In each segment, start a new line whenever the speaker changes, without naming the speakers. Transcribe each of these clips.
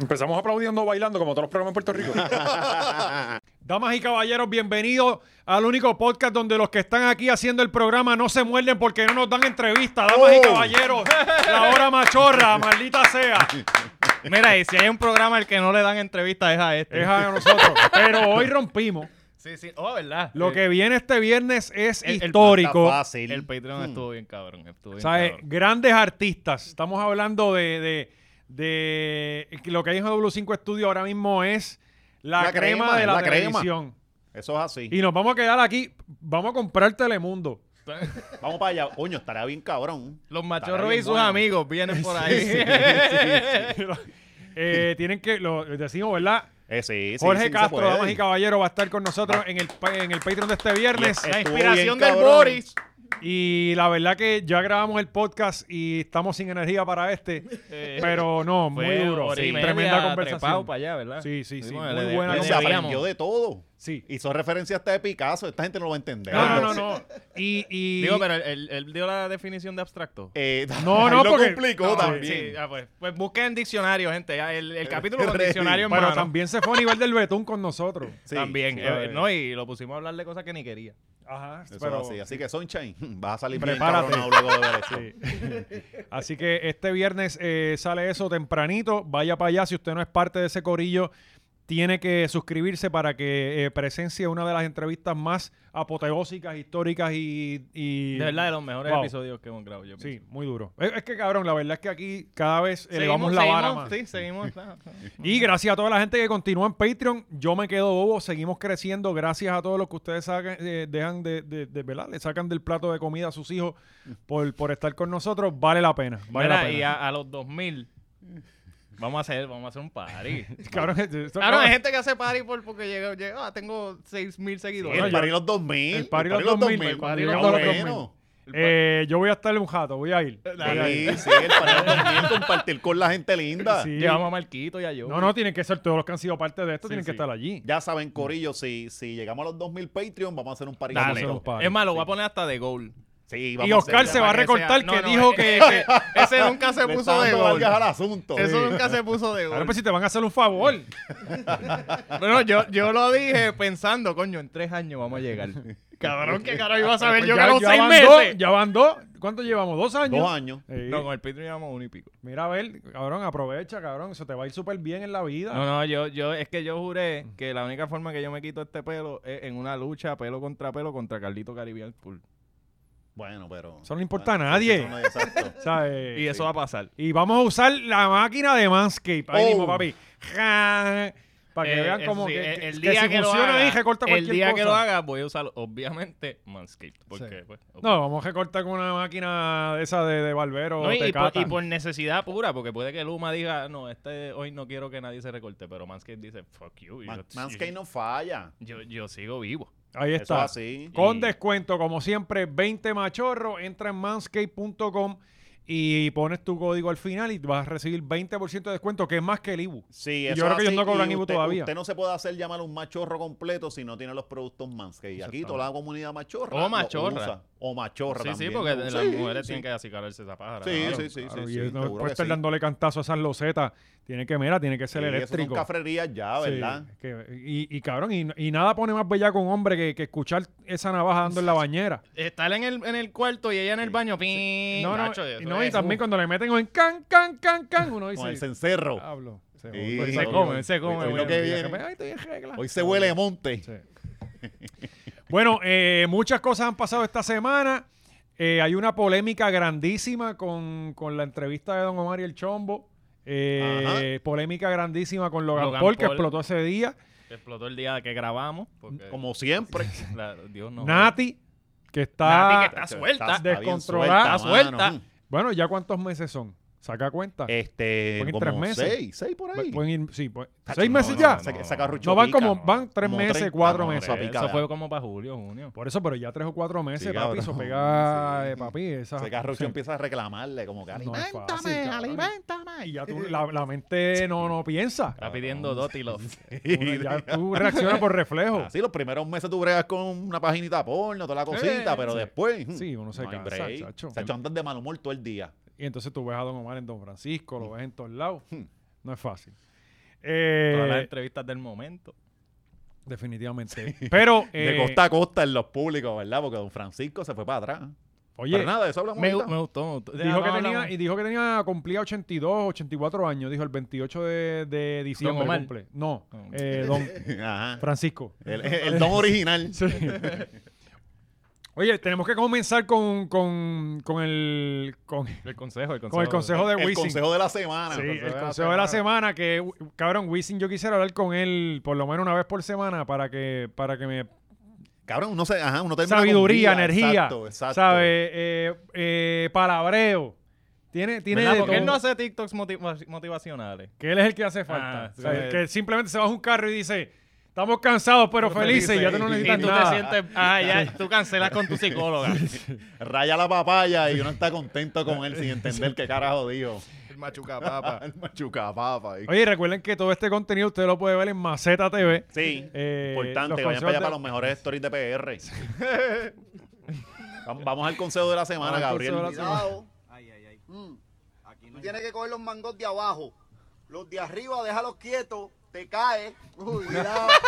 Empezamos aplaudiendo, bailando, como todos los programas en Puerto Rico.
Damas y caballeros, bienvenidos al único podcast donde los que están aquí haciendo el programa no se muerden porque no nos dan entrevista. Damas y
Oh.
caballeros, la hora machorra, maldita sea.
Mira, y si hay un programa al que no le dan entrevistas es a este.
Es a nosotros. Pero hoy rompimos.
Sí, sí. Oh, ¿verdad?
Lo
Sí.
que viene este viernes es
El- el-
histórico.
Está fácil. Hmm.
El Patreon estuvo bien cabrón. Estuvo bien
¿Sabes?
cabrón.
Grandes artistas. Estamos hablando de, de- de- que lo que hay en W5 Studio ahora mismo es la,
La
crema,
crema,
de la,
la crema.
televisión.
Eso es así.
Y nos vamos a quedar aquí. Vamos a comprar Telemundo.
Vamos para allá. Coño, estará bien cabrón.
Los
Estará
machorros
bien
y sus
bueno.
amigos vienen por ahí.
Eh, tienen que, lo decimos, ¿verdad?
Eh, sí, sí,
Jorge
sí, se
Castro,
puede.
damas y caballeros, va a estar con nosotros en el, pa- en el Patreon de este viernes.
Yes.
La
Estuvo
inspiración
bien
del
cabrón.
Boris.
Y la verdad que ya grabamos el podcast y estamos sin energía para este.
Eh,
Pero no, muy
fue
duro.
hora y
Sí,
media
tremenda
trepado
conversación.
para allá, ¿verdad?
Sí, sí, sí.
Fuimos
Muy
a
buena
la- la-
Pero se
conversación.
aprendió
debíamos.
de todo.
Sí.
Hizo referencia hasta de Picasso. Esta gente no lo va a entender.
No, no, no, no. Y, y-
Digo, pero él- él, él dio la definición de abstracto.
Eh,
No,
ahí
no,
lo
porque-
complicó
no,
también. Eh,
Sí, ah, pues, pues busquen diccionario, gente. Ah, El, el capítulo con
Ready.
diccionario en
pero
mano.
también se fue a nivel del betún con nosotros.
Sí,
También,
sí,
eh,
sabe.
no, y lo pusimos a hablar de cosas que ni quería.
Ajá.
Eso es
pero-
así. Así que, Sunshine, vas a salir
Prepárate.
bien cabronado luego de ver esto.
Así que este viernes eh, sale eso tempranito. Vaya para allá. Si usted no es parte de ese corillo, tiene que suscribirse para que eh, presencie una de las entrevistas más apoteósicas, históricas y. y-
De verdad, de los mejores
Wow.
episodios que hemos grabado. Yo
Sí, muy duro. Es, es que cabrón, la verdad es que aquí cada vez elevamos
Seguimos-
la vara
seguimos,
más.
Sí, seguimos. ah, ah.
Y gracias a toda la gente que continúa en Patreon. Yo me quedo bobo. Seguimos creciendo. Gracias a todos los que ustedes sacan, eh, dejan de, de- de- ¿verdad? Le sacan del plato de comida a sus hijos por, por estar con nosotros. Vale la pena. Vale
Mira,
la pena.
y a, a los 2000 vamos a hacer, vamos a hacer un party.
Cabrón, esto-
claro, hay gente que hace party por, porque llega, llega ah, tengo 6000 seguidores.
no,
El
yo-
party los 2000.
el party los 2000, cuando
está
llegamos a los
bueno.
Eh, yo voy a estar un jato, voy a ir.
Sí, sí, el party los 2000. Compartir con la gente linda.
Sí.
Llevamos a Marquito y a yo.
No, no, tienen que ser todos los que han sido parte de esto, tienen que
sí.
estar allí.
Ya saben, Corillo, si, si llegamos a los 2000 Patreon, vamos a hacer un party.
Dale.
nosotros.
Vamos a hacer un party.
Es más, lo voy a poner hasta de goal.
Sí, vamos
Y
a
Oscar
hacer-
se va a
Para que
recortar
sea-
que,
no, no,
dijo
eh,
que...
eh, Ese nunca se
Le
puso
está
de
dando
gol.
largas al asunto.
Eso
Sí.
nunca se puso de
Claro,
gol.
pues si te van a hacer un favor.
Bueno, yo, yo lo dije pensando, coño, en tres años vamos a llegar. Cabrón, que carajo iba a saber yo
Pues
que
ya,
a los
ya
seis
van
meses.
dos, ya van dos. ¿Cuánto llevamos? ¿Dos años?
Dos años.
Sí.
No, con el Patreon llevamos uno y pico.
Mira, a ver, cabrón, aprovecha, cabrón. Se te va a ir súper bien en la vida.
No, no, yo, yo, es que yo juré que la única forma que yo me quito este pelo es en una lucha pelo contra pelo contra Carlito Caribbean Pool.
Bueno, pero.
Eso no le importa a
Bueno,
nadie.
sí, eso no es exacto.
¿Sabes?
Y eso va a pasar.
Y vamos a usar la máquina de Manscape. Ahí
Oh.
mismo, papi. Ja. Para que
Eh,
vean
eso
como
sí,
que,
el-
que-
el
que
día
si
que lo
funciona
haga,
ahí, recorta
El
cualquier
día
cosa.
que lo haga voy a usar obviamente Manscaped. Porque, pues, ob-
No, vamos a recortar con una máquina de esa de, de barbero.
No, y, y por,
Tecata.
y por necesidad pura, porque puede que Luma diga, no, este hoy no quiero que nadie se recorte, pero Manscaped dice, fuck you. y
Man-
yo-
Manscaped no falla.
yo, yo sigo vivo.
Ahí
Eso
está.
es así.
Con
Y-
descuento, como siempre, 20 machorro. Entra en manscape.com y pones tu código al final y vas a recibir 20% de descuento, que es más que el IBU.
Sí,
Y
eso
yo creo que
es
ellos no
así.
cobran
Y
IBU
usted-
todavía.
Usted no se puede hacer llamar un machorro completo si no tiene los productos Manscaped. Y aquí toda la comunidad machorra.
O
lo
machorra.
usa. O machorra.
Sí, sí,
también.
porque las
Sí,
mujeres
sí.
tienen que acicalarse esa pájara.
Sí,
claro.
sí, sí,
Claro,
sí,
y
sí,
no
seguro
puede
que
estar
sí.
dándole cantazo a esas losetas. Tiene que, mira, tiene que ser
Sí, eso
eléctrico.
Son cafrerías ya,
Sí,
Ah, ¿verdad?
es que- y, y cabrón, y, y nada pone más bella con hombre que, que escuchar esa navaja dando en la bañera.
Estar en el, en el cuarto y ella en el baño, pin.
No, no,
gacho,
y
eso
no, y
es-
también cuando le meten en can, can, can, can, uno
Con el
dice,
cencerro.
"Diablo, se-
Sí,
hoy-
se
hoy-
come, se come,
hoy
bueno,
lo que
hoy
viene.
viene.
Ay, estoy en regla.
Hoy se huele a monte.
Sí. Bueno, eh, muchas cosas han pasado esta semana. Eh, hay una polémica grandísima con, con la entrevista de Don Omar y el Chombo. Eh, polémica grandísima con Logan,
Logan
Paul, que
Paul.
explotó ese día.
Explotó el día que grabamos.
Mm,
Porque
Como siempre.
la- Dios no.
Nati, que está...
Nati, que está suelta.
bien
descontrolada.
suelta,
Está
mano.
Bueno, ¿ya cuántos meses son? Saca cuenta.
Este,
Pueden ir
como
tres meses.
seis, seis por ahí.
Pu- pueden ir- sí, pu-
Tacho,
¿Seis
no,
meses
no,
ya?
no,
No,
esa- esa carrucho
van
pica,
como,
no.
van tres
Como
meses,
treinta,
cuatro
no,
meses.
eso pica,
Eso
¿verdad?
fue como para julio, junio.
Por eso, pero ya tres o cuatro meses,
Sí,
papi,
cabrón.
eso pega, eh, papi, esa-
Ese carrucho
sí.
empieza a reclamarle como que
No es
aliméntame,
fácil, cabrón.
aliméntame.
Y ya tú, la, la mente no, no piensa.
Está pidiendo Dotty Love.
Uno ya tú reaccionas por reflejo.
Así los primeros meses tú bregas con una paginita porno, toda la cosita,
Eh,
pero
sí.
después... hmm,
Sí, uno se
no hay
cansa,
break.
chacho.
Chacho, andas de mal humor todo el día. Hmm.
Y entonces tú ves a Don Omar en Don Francisco, lo ves en todos lados. No es fácil. Eh,
Todas las entrevistas del momento.
definitivamente. Pero,
De
eh,
costa a costa en los públicos, ¿verdad? Porque don Francisco se fue para atrás.
oye,
Pero nada, de eso hablamos
Me,
ahorita.
me gustó, me gustó.
dijo que,
Hablamos-
tenía, y dijo que tenía cumplía 82, 84 años. Dijo el 28 de, de diciembre.
Omar.
cumple. No,
Don-
eh, don
Ajá.
Francisco.
El, el don original.
Oye, tenemos que comenzar con, con, con el, con,
El consejo, el consejo.
con el consejo de
El
Wisin.
consejo de la semana.
Sí, el
la
consejo de la semana que, u- cabrón, Wisin, yo quisiera hablar con él por lo menos una vez por semana para que, para que me...
Cabrón, uno se, ajá, uno termina con
Sabiduría,
guía,
energía,
Exacto, exacto.
¿sabe? Eh, eh, palabreo. Tiene, tiene
¿Verdad?
de
Porque él no
todo.
hace TikToks motiva- motivacionales.
que él es el que hace falta.
Ah,
O sea,
sí.
Que simplemente se baja un carro y dice, estamos cansados pero felices, y ya tú no necesitas
Y tú
nada. Eh,
te sientes, ah, ya, tú cancelas con tu psicóloga.
Raya la papaya y uno está contento con él sin entender qué carajo dijo.
el machucapapa.
El machucapapa. ahí.
Oye, recuerden que todo este contenido usted lo puede ver en Maceta TV.
Sí,
Eh, los
importante. Vayan para
consejos
allá
de-
para los mejores stories de PR. Vam- Vamos al consejo de la semana,
Vamos al
Gabriel.
consejo de la semana.
Cuidado. Mm. Tú tienes que coger los mangos de abajo. Los de arriba, déjalos quietos. Te caes. Uy, cuidado.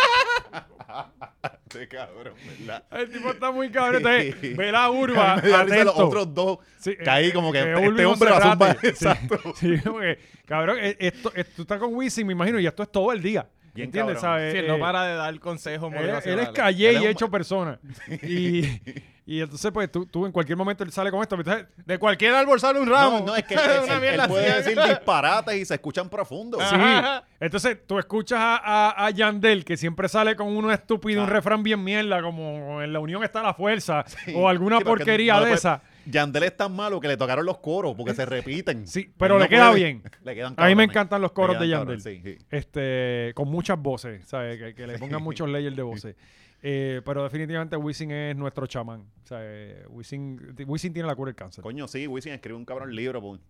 Este cabrón, ¿verdad?
El tipo está muy cabrón. Entonces, ve la urba,
Me dio risa los
atento.
otros dos.
Sí,
Caí
eh,
como que
eh,
este
Ulvi
hombre va a zumbar.
Monserrate. Sí,
Exacto.
Sí, porque, cabrón, eh, esto, esto- tú estás con Wisin, me imagino, y esto es todo el día.
Bien
¿Entiendes?
cabrón.
¿Sabes?
Sí, él no
Eh,
para de dar consejos
Él,
motivacionales.
él es calle
Él es
y
un-
hecho persona. Y, y entonces, pues, tú, tú en cualquier momento él sale con esto. pues, Entonces,
De cualquier árbol sale un ramo.
No, no, es que él,
Una
él- él
mierda
puede
así.
decir disparates y se escuchan profundo.
sí.
Ajá.
Entonces, tú escuchas a, a- a Yandel, que siempre sale con uno estúpido, un
Ah.
refrán bien mierda, como en la unión está la fuerza,
Sí.
o alguna
Sí, porque
porquería
no
de
le puede-
esa.
Yandel es tan malo que le tocaron los coros porque se repiten.
Sí, pero
Él
le
no
queda
puede-
bien.
Le quedan
A mí me
cabrones.
encantan los
Le
coros de
quedan
Yandel.
cabrones, sí, sí.
este, con muchas voces, ¿sabes? Que, que le pongan muchos layers de voces. Eh, pero definitivamente Wisin es nuestro chamán. ¿sabes? Wisin, Wisin tiene la cura del cáncer.
Coño, sí, Wisin escribe un cabrón libro. pues.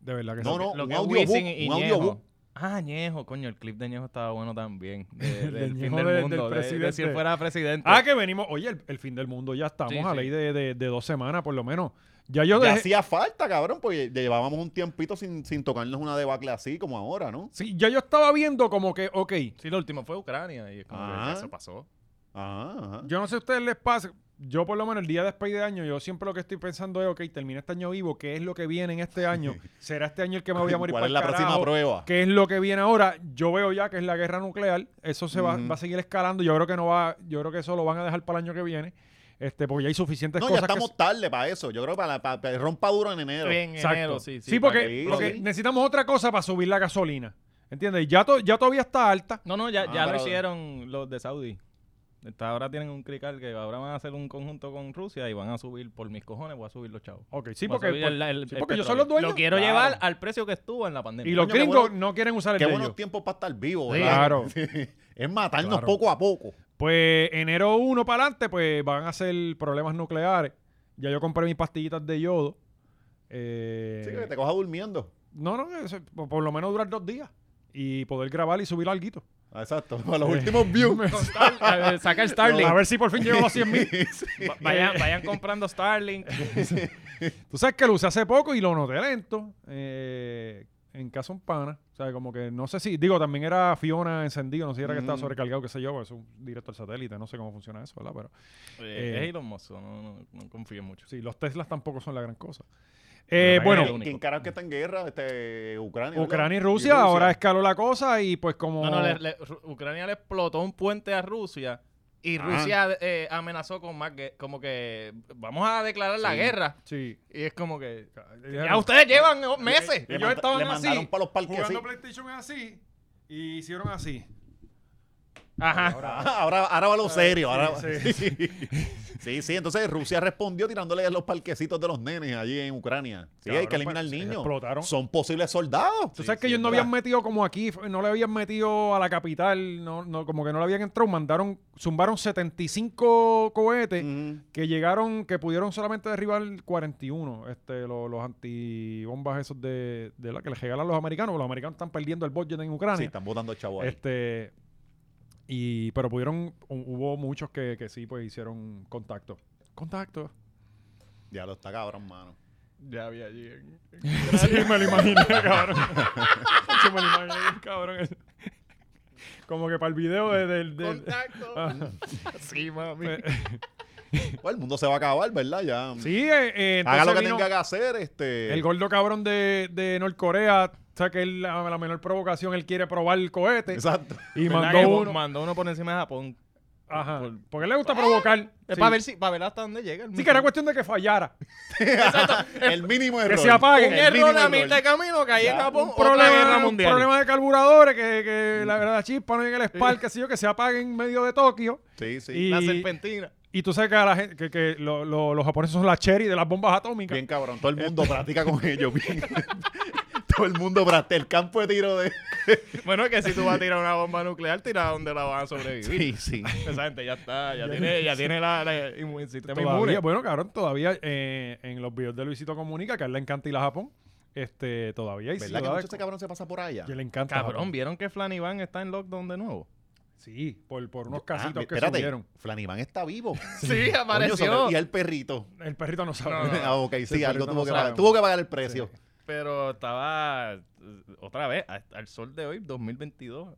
De verdad que
No,
sí.
no,
Lo
un
que es
audiobook,
Wisin y
un
Ñejo.
audiobook.
Ah, Ñejo, coño, el clip de Ñejo estaba bueno también. De-
El
del
del
fin
Ñejo
del
de- del
mundo. de- de, si
presidente.
él fuera presidente.
Pues
Ah, que venimos. Oye, el, el fin del mundo ya estamos
Sí,
a
sí.
ley de, de- de dos semanas, por lo menos. Ya yo
Ya
dejé-
hacía falta, cabrón, porque llevábamos un tiempito sin, sin tocarnos una debacle así como ahora, ¿no?
sí, ya yo estaba viendo como que, ok,
Sí, lo último fue Ucrania y es como que
Ah.
eso pasó.
Ajá, ajá.
yo no sé si a ustedes les pasa. Yo, por lo menos, el día después de año, yo siempre lo que estoy pensando es, ok, termina este año vivo, ¿qué es lo que viene en este año? ¿Será este año el que me voy a morir
¿Cuál
pa'l
es la próxima
carajo?
prueba?
¿Qué es lo que viene ahora? Yo veo ya que es la guerra nuclear. Eso se va,
Ujú.
va a seguir escalando. Yo creo que no va, yo creo que eso lo van a dejar para el año que viene. Este, porque ya hay suficientes
No, ya
cosas
estamos
que.
tarde para eso. Yo creo que para, la- para, para- rompa duro en enero.
En
Exacto.
enero, sí, sí. para que-
porque,
para
porque
que-
necesitamos otra cosa para subir la gasolina. ¿Entiendes? Ya, to- ya todavía está alta.
No, no, ya,
Ah,
ya lo
pero-
hicieron los de Saudi. Está- Ahora tienen un crical que ahora van a hacer un conjunto con Rusia y van a subir por mis cojones, voy a subir los chavos.
Ok, sí,
Voy a
porque, pues,
subir el- el-
sí,
el
porque ellos son
petróleo.
los dueños.
Lo quiero
Claro.
llevar al precio que estuvo en la pandemia.
y los
Coño, qué
gringos
bueno-
no quieren usar el
Qué
de
buenos
ellos.
tiempos para estar vivos,
Sí.
¿verdad?
Claro.
Es matarnos
Claro.
poco a poco.
Pues enero 1 para adelante, pues van a ser problemas nucleares. Ya yo compré mis pastillitas de yodo. Eh,
Sí, que te coja durmiendo.
No, no, eso- por, por lo menos durar dos días y poder grabar y subir algo.
Ah, Exacto. Para los últimos views.
Star- eh, saca el Starlink.
A ver si por fin llegó a 100 mil.
Va- vayan, vayan comprando Starlink.
Tú sabes que lo usé hace poco y lo noté lento. eh, en casa un pana. O sea, como que no sé si. Digo, también era Fiona encendido. No sé si era que estaba
Mm.
sobrecargado, qué sé yo. porque Es un directo al satélite. No sé cómo funciona eso, ¿verdad? Pero
Eh, es Elon Musk, no, no, no confío mucho.
sí, los Teslas tampoco son la gran cosa. Eh,
Pero
bueno,
es el único.
¿Quién carajo que está en guerra? Este, Ucrania. ¿verdad?
Ucrania y Rusia, ahora escaló la cosa y pues como.
No, no, le- le- Ru- Ucrania le explotó un puente a Rusia y
Ah.
Rusia eh, amenazó con más gue- como que vamos a declarar la guerra.
Sí.
Y es como que ya
Dijeron,
ustedes llevan oh, meses.
Le,
Ellos
manda-
estaban
le
así,
mandaron para los parques así.
Jugando PlayStation así y hicieron así.
Ajá.
Ah, ahora, ahora va lo serio. Ahora...
sí,
Sí, sí. entonces Rusia respondió tirándole los parquecitos de los nenes allí en Ucrania. Sí, hay
Cabrón,
que eliminar
pues,
niños.
explotaron.
Son posibles soldados.
Tú sabes que ellos no habían metido como aquí, f- no le habían metido a la capital, no, no, como que no le habían entrado, mandaron, zumbaron 75 cohetes
Ujú.
que llegaron, que pudieron solamente derribar 41, este, lo- los antibombas esos de, de la que les regalan los americanos, porque los americanos están perdiendo el budget en
Sí,
Ucrania.
están votando chavos ahí.
este, y, pero pudieron, hu- hubo muchos que, que sí, pues hicieron contacto. Contacto.
Ya lo está cabrón, mano.
Ya había allí. en-
sí, me lo imaginé, cabrón. Sí, me lo imaginé, cabrón. Como que para el video de- del... del- ah.
Contacto. sí, mami.
Eh,
Pues,
Pues el mundo se va a acabar, ¿verdad? Ya. mm,
sí, eh, eh,
Haga
entonces
lo que
vino
tenga que hacer, este.
El gordo cabrón de, de Norcorea, o sea que él, la, la menor provocación, él quiere probar el cohete.
Exacto.
Y
¿Verdad
mandó
que
uno.
Mandó uno por encima de Japón.
Ajá.
Por-
Porque a él le gusta provocar.
Es
Sí.
Para Eh, ver, si, para ver hasta dónde llega. El
Sí, que era cuestión de que fallara.
El mínimo error.
Que se apague.
Un
el mínimo
error a
error.
mitad de camino que ahí en
Oh,
Japón.
Un
otra
problema,
guerra
un
mundial.
problema de carburadores, que, que la, la chispa no llega al spark, qué sé yo, que se apague en medio de Tokio.
Sí, sí.
Y-
La serpentina.
Y tú sabes que, a la gente, que, que lo- lo- los japoneses son la cherry de las bombas atómicas.
Bien cabrón, todo el mundo
Este
practica con ellos. bien. todo el mundo practica. El campo de tiro de.
Bueno, es que si tú vas a tirar una bomba nuclear, tira donde la van a sobrevivir.
Sí, sí.
Esa gente ya está, ya tiene, ya tiene la, la inmu- el sistema
Todavía-
inmune.
Bueno, cabrón, todavía eh, en los videos de Luisito Comunica, que a él le encanta ir a Japón, este, todavía hay
¿Verdad que
ciudades
mucho ese cabrón se pasa por allá?
que le encanta.
Cabrón,
Japón.
¿vieron que Flanivan está en lockdown de nuevo?
Sí, por, por unos
Ah,
casitos que
espérate,
subieron.
Flanivan está vivo. Coño,
Sí, apareció.
sobre- y el perrito.
El perrito no sabe.
Ah, ok, sí,
perrito
algo
no
tuvo que
sabe.
pagar. Tuvo que pagar el precio.
Pero estaba, eh, otra vez, a- al sol de hoy, 2022.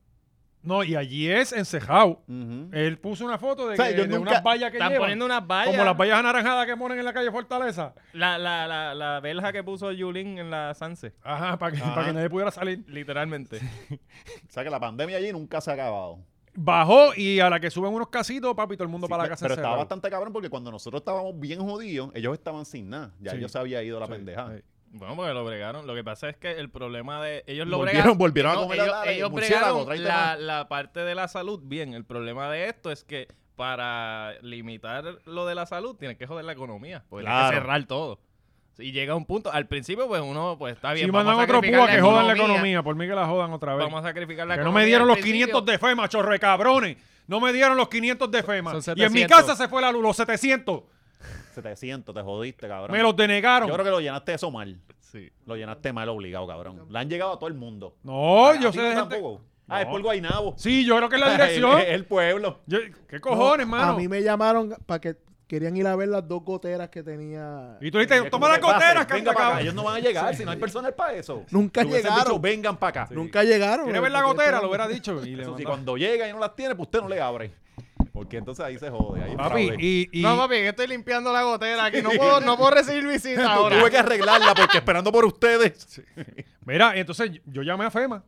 No, y allí es encejado.
Ujú.
Él puso una foto de,
O sea,
que-
yo
de
nunca-
unas vallas que
Están
llevan,
poniendo unas vallas.
Como las vallas anaranjadas que ponen en la calle Fortaleza.
La, la, la, la verja que puso Yulín en la Sanse,
Ajá, para que,
Ajá.
para que nadie pudiera salir.
literalmente.
O sea que la pandemia allí nunca se ha acabado.
Bajó y a la que suben unos casitos, papi, todo el mundo
Sí,
para la
pe-
casa
pero estaba
encerrado.
bastante cabrón porque cuando nosotros estábamos bien jodidos, ellos estaban sin nada. Ya
Sí.
ellos se había ido la
Sí,
pendeja.
sí.
Bueno, porque lo bregaron. Lo que pasa es que el problema de. Ellos lo
Volvieron,
bregaron.
volvieron a
No,
comer
ellos,
a la-
ellos
murciélago,
bregaron
tráete
la,
más.
la parte de la salud bien. El problema de esto es que para limitar lo de la salud tienes que joder la economía. Porque tienes que
Claro.
cerrar todo. Y llega un punto. Al principio, pues uno, pues está bien.
Si
vamos,
mandan
a
otro
sacrificar
púa
púa
la
que jodan la
economía,
economía, por mí que la jodan otra vez.
Vamos a sacrificar la
que no
economía.
me dieron
al
los
principio.
500 de FEMA, chorre cabrones. No me dieron los 500 de FEMA.
Son
Y en mi
700.
casa se fue la luz, los 700.
700, te jodiste, cabrón.
Me los denegaron.
Yo creo que lo llenaste eso mal.
Sí.
Lo llenaste mal obligado, cabrón. Le han llegado a todo el mundo.
No, yo
¿A
sé
ti tú
de gente-
tampoco. Eh, Ah, es
No.
por Guainabo.
Sí, yo creo que es la dirección.
Es el pueblo.
Yo- ¿Qué cojones,
No,
mano?
A mí me llamaron para que querían ir a ver las dos goteras que tenía.
Y tú dijiste,
Es
Eh, toma
como
las
que pase,
goteras,
venga
canta
para acá.
cabrón.
Ellos no van a llegar si no hay personal para eso.
Nunca
Le hubiesen
llegaron.
dicho, vengan para acá.
Nunca llegaron. Este,
¿Quieres ver la
porque
gotera?
estaban-
Lo hubiera dicho. Y le
Eso sí,
mandaba.
cuando llega y no las tiene, pues usted no le abre. Porque entonces ahí se jode. Ahí es
Papi,
fraude.
y, y-
No, papi, que estoy limpiando la gotera aquí. No puedo, no puedo recibir visitas ahora.
Tuve que arreglarla porque esperando por ustedes.
mira, entonces yo llamé a FEMA.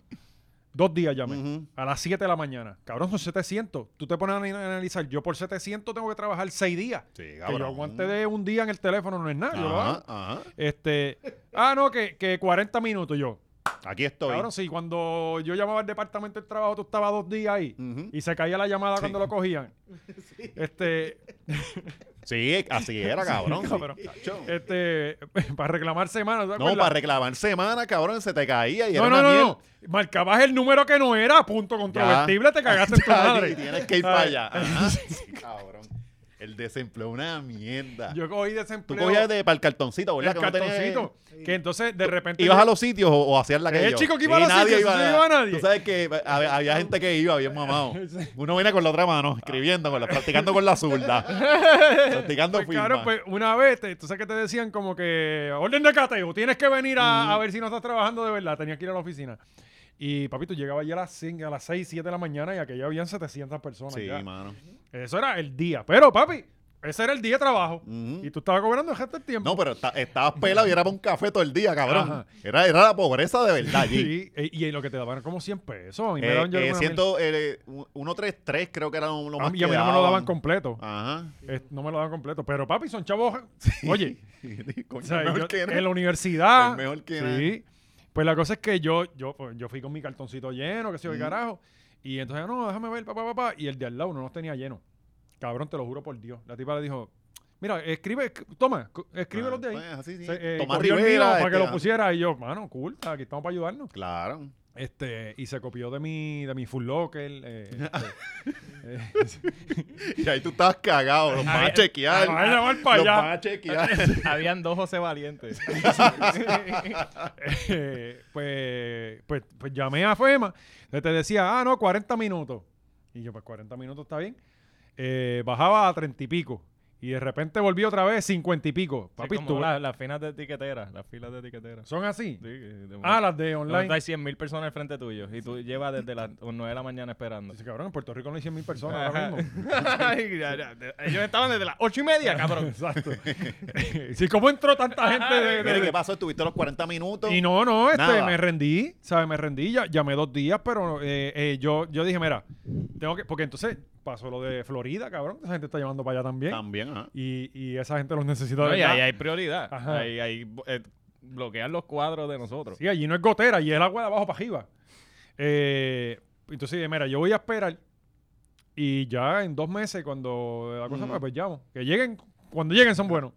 Dos días llamé.
Ujú.
A las 7 de la mañana. Cabrón, son 700. Tú te pones a ana- analizar. Yo por 700 tengo que trabajar 6 días.
Sí,
que yo aguante de un día en el teléfono no es nada. yo lo
Ajá,
hago.
ajá.
Este, ah, no, que, que 40 minutos yo.
Aquí estoy.
Cabrón, sí, cuando yo llamaba al departamento del trabajo, tú estabas dos días ahí.
Ujú.
Y se caía la llamada cuando lo cogían. Este,
Sí, así era, cabrón.
cabrón.
Cacho.
este, para reclamar semanas. ¿te
No,
acuerdas?
para reclamar semana, cabrón, se te caía y
No,
era
no,
una
no,
miel.
no. Marcabas el número que no era, punto controvertible, te cagaste en tu
Ya,
madre.
Y tienes que ir para
Ay,
allá. Ajá. Cabrón. El desempleo, una mierda.
Yo cogí
Tú
desempleo.
cogías de, para el cartoncito,
el
¿verdad? Que no tenías-
cartoncito. Que entonces, de repente...
¿Ibas
yo-
a los sitios o, o hacías la que
El
yo?
chico que
Sí,
iba a los
nadie
sitios, eso no iba a nadie.
Tú sabes que había, había gente que iba bien mamado. Uno viene con la otra mano, escribiendo, con la, practicando con la zurda. practicando
Pues,
firma.
claro, pues una vez, te, tú sabes que te decían como que orden de cateo, tienes que venir a, a ver si no estás trabajando de verdad, tenías que ir a la oficina. Y papito, llegaba ya a las, cin- a las 6, 7 de la mañana y aquella habían 700 personas.
sí,
ya.
mano.
Eso era el día. Pero papi, ese era el día de trabajo.
Ujú.
Y tú estabas cobrando el resto del tiempo.
No, pero esta- estabas pelado y era para un café todo el día, cabrón.
Ajá.
Era, era la pobreza de verdad allí.
Sí, eh, y, en lo que te daban como 100 pesos. A mí Pues me
Eh,
daban yo
eh,
alguna mil-
133 creo que era lo
a
más
mí,
que
a mí no me lo daban
daban.
completo.
Ajá.
Eh, no me lo daban completo. Pero papi, son chavos. Oye,
Coño,
O sea,
mejor
yo-
que no.
en la universidad.
El mejor que
Sí. Pues la cosa es que yo, yo, pues, yo fui con mi cartoncito lleno, que se yo, qué
Mm.
carajo. Y entonces, no, déjame ver, papá, papá. Y el de al lado no los tenía lleno. Cabrón, te lo juro por Dios. La tipa le dijo, mira, escribe, esc- toma, co- escribe los de ahí.
Pues, así, sí.
Se- eh,
Tomás
cogió el mío
Rivera.
para que
este, ah,
lo pusiera. Y yo, mano, cool, aquí estamos para ayudarnos.
Claro.
Este, y se copió de mi, de mi full locker. eh, este, eh,
Y ahí tú estabas cagado. Los van a chequear.
Ay, ay, ay, para
los
allá.
van a chequear.
Habían dos José Valientes.
Eh, pues, pues, pues llamé a FEMA. Entonces te decía, ah, no, 40 minutos. Y yo, pues 40 minutos está bien. Eh, bajaba a 30 y pico. Y de repente volvió otra vez 50 y pico. Papi,
como
tú-
la- las filas de etiquetera, las filas de etiquetera.
¿Son así?
Sí, que de-
Ah, las de
de momento
online.
Hay 100 mil personas al frente tuyo y tú llevas desde las 9 de la mañana esperando.
Dice, cabrón, en Puerto Rico no hay 100 mil personas
Ajá.
ahora mismo.
Ay, ya, ya, de- Ellos estaban desde las 8 y media, cabrón.
Exacto. Sí, ¿cómo entró tanta gente de- de-
Mire, ¿qué pasó? Estuviste los 40 minutos.
Y no, no, este,
Nada.
me rendí, ¿sabes? Me rendí, ya, llamé dos días, pero eh, eh, yo, yo dije, mira, tengo que, porque entonces pasó lo de Florida, cabrón, esa gente está llamando para allá también.
También, ajá.
Y, y esa gente los necesita.
No,
de
y
verdad.
ahí hay prioridad.
Ajá.
Ahí, ahí eh, bloquean los cuadros de nosotros.
Sí, allí no es gotera, allí es el agua de abajo para arriba. Eh, entonces dije, mira, yo voy a esperar y ya en dos meses, cuando la cosa,
Ujú.
pues, pues llamo. Que lleguen, cuando lleguen son buenos.